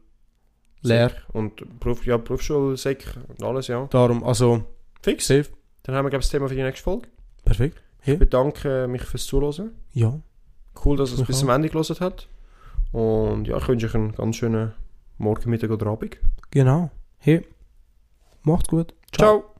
[SPEAKER 1] Lehre.
[SPEAKER 2] Und Beruf, ja, Berufsschule, Sek und alles, ja.
[SPEAKER 1] Darum, also,
[SPEAKER 2] Fix.
[SPEAKER 1] safe,
[SPEAKER 2] Dann haben wir, glaube ich, das Thema für die nächste Folge.
[SPEAKER 1] perfekt.
[SPEAKER 2] Ich bedanke mich fürs Zuhören.
[SPEAKER 1] Ja,
[SPEAKER 2] Cool, dass ihr es
[SPEAKER 1] Mich
[SPEAKER 2] bis zum Ende gelesen habt. Und ja, ich wünsche euch einen ganz schönen Morgen, Mittag oder Abend.
[SPEAKER 1] genau. Hey, macht's gut.
[SPEAKER 2] Ciao.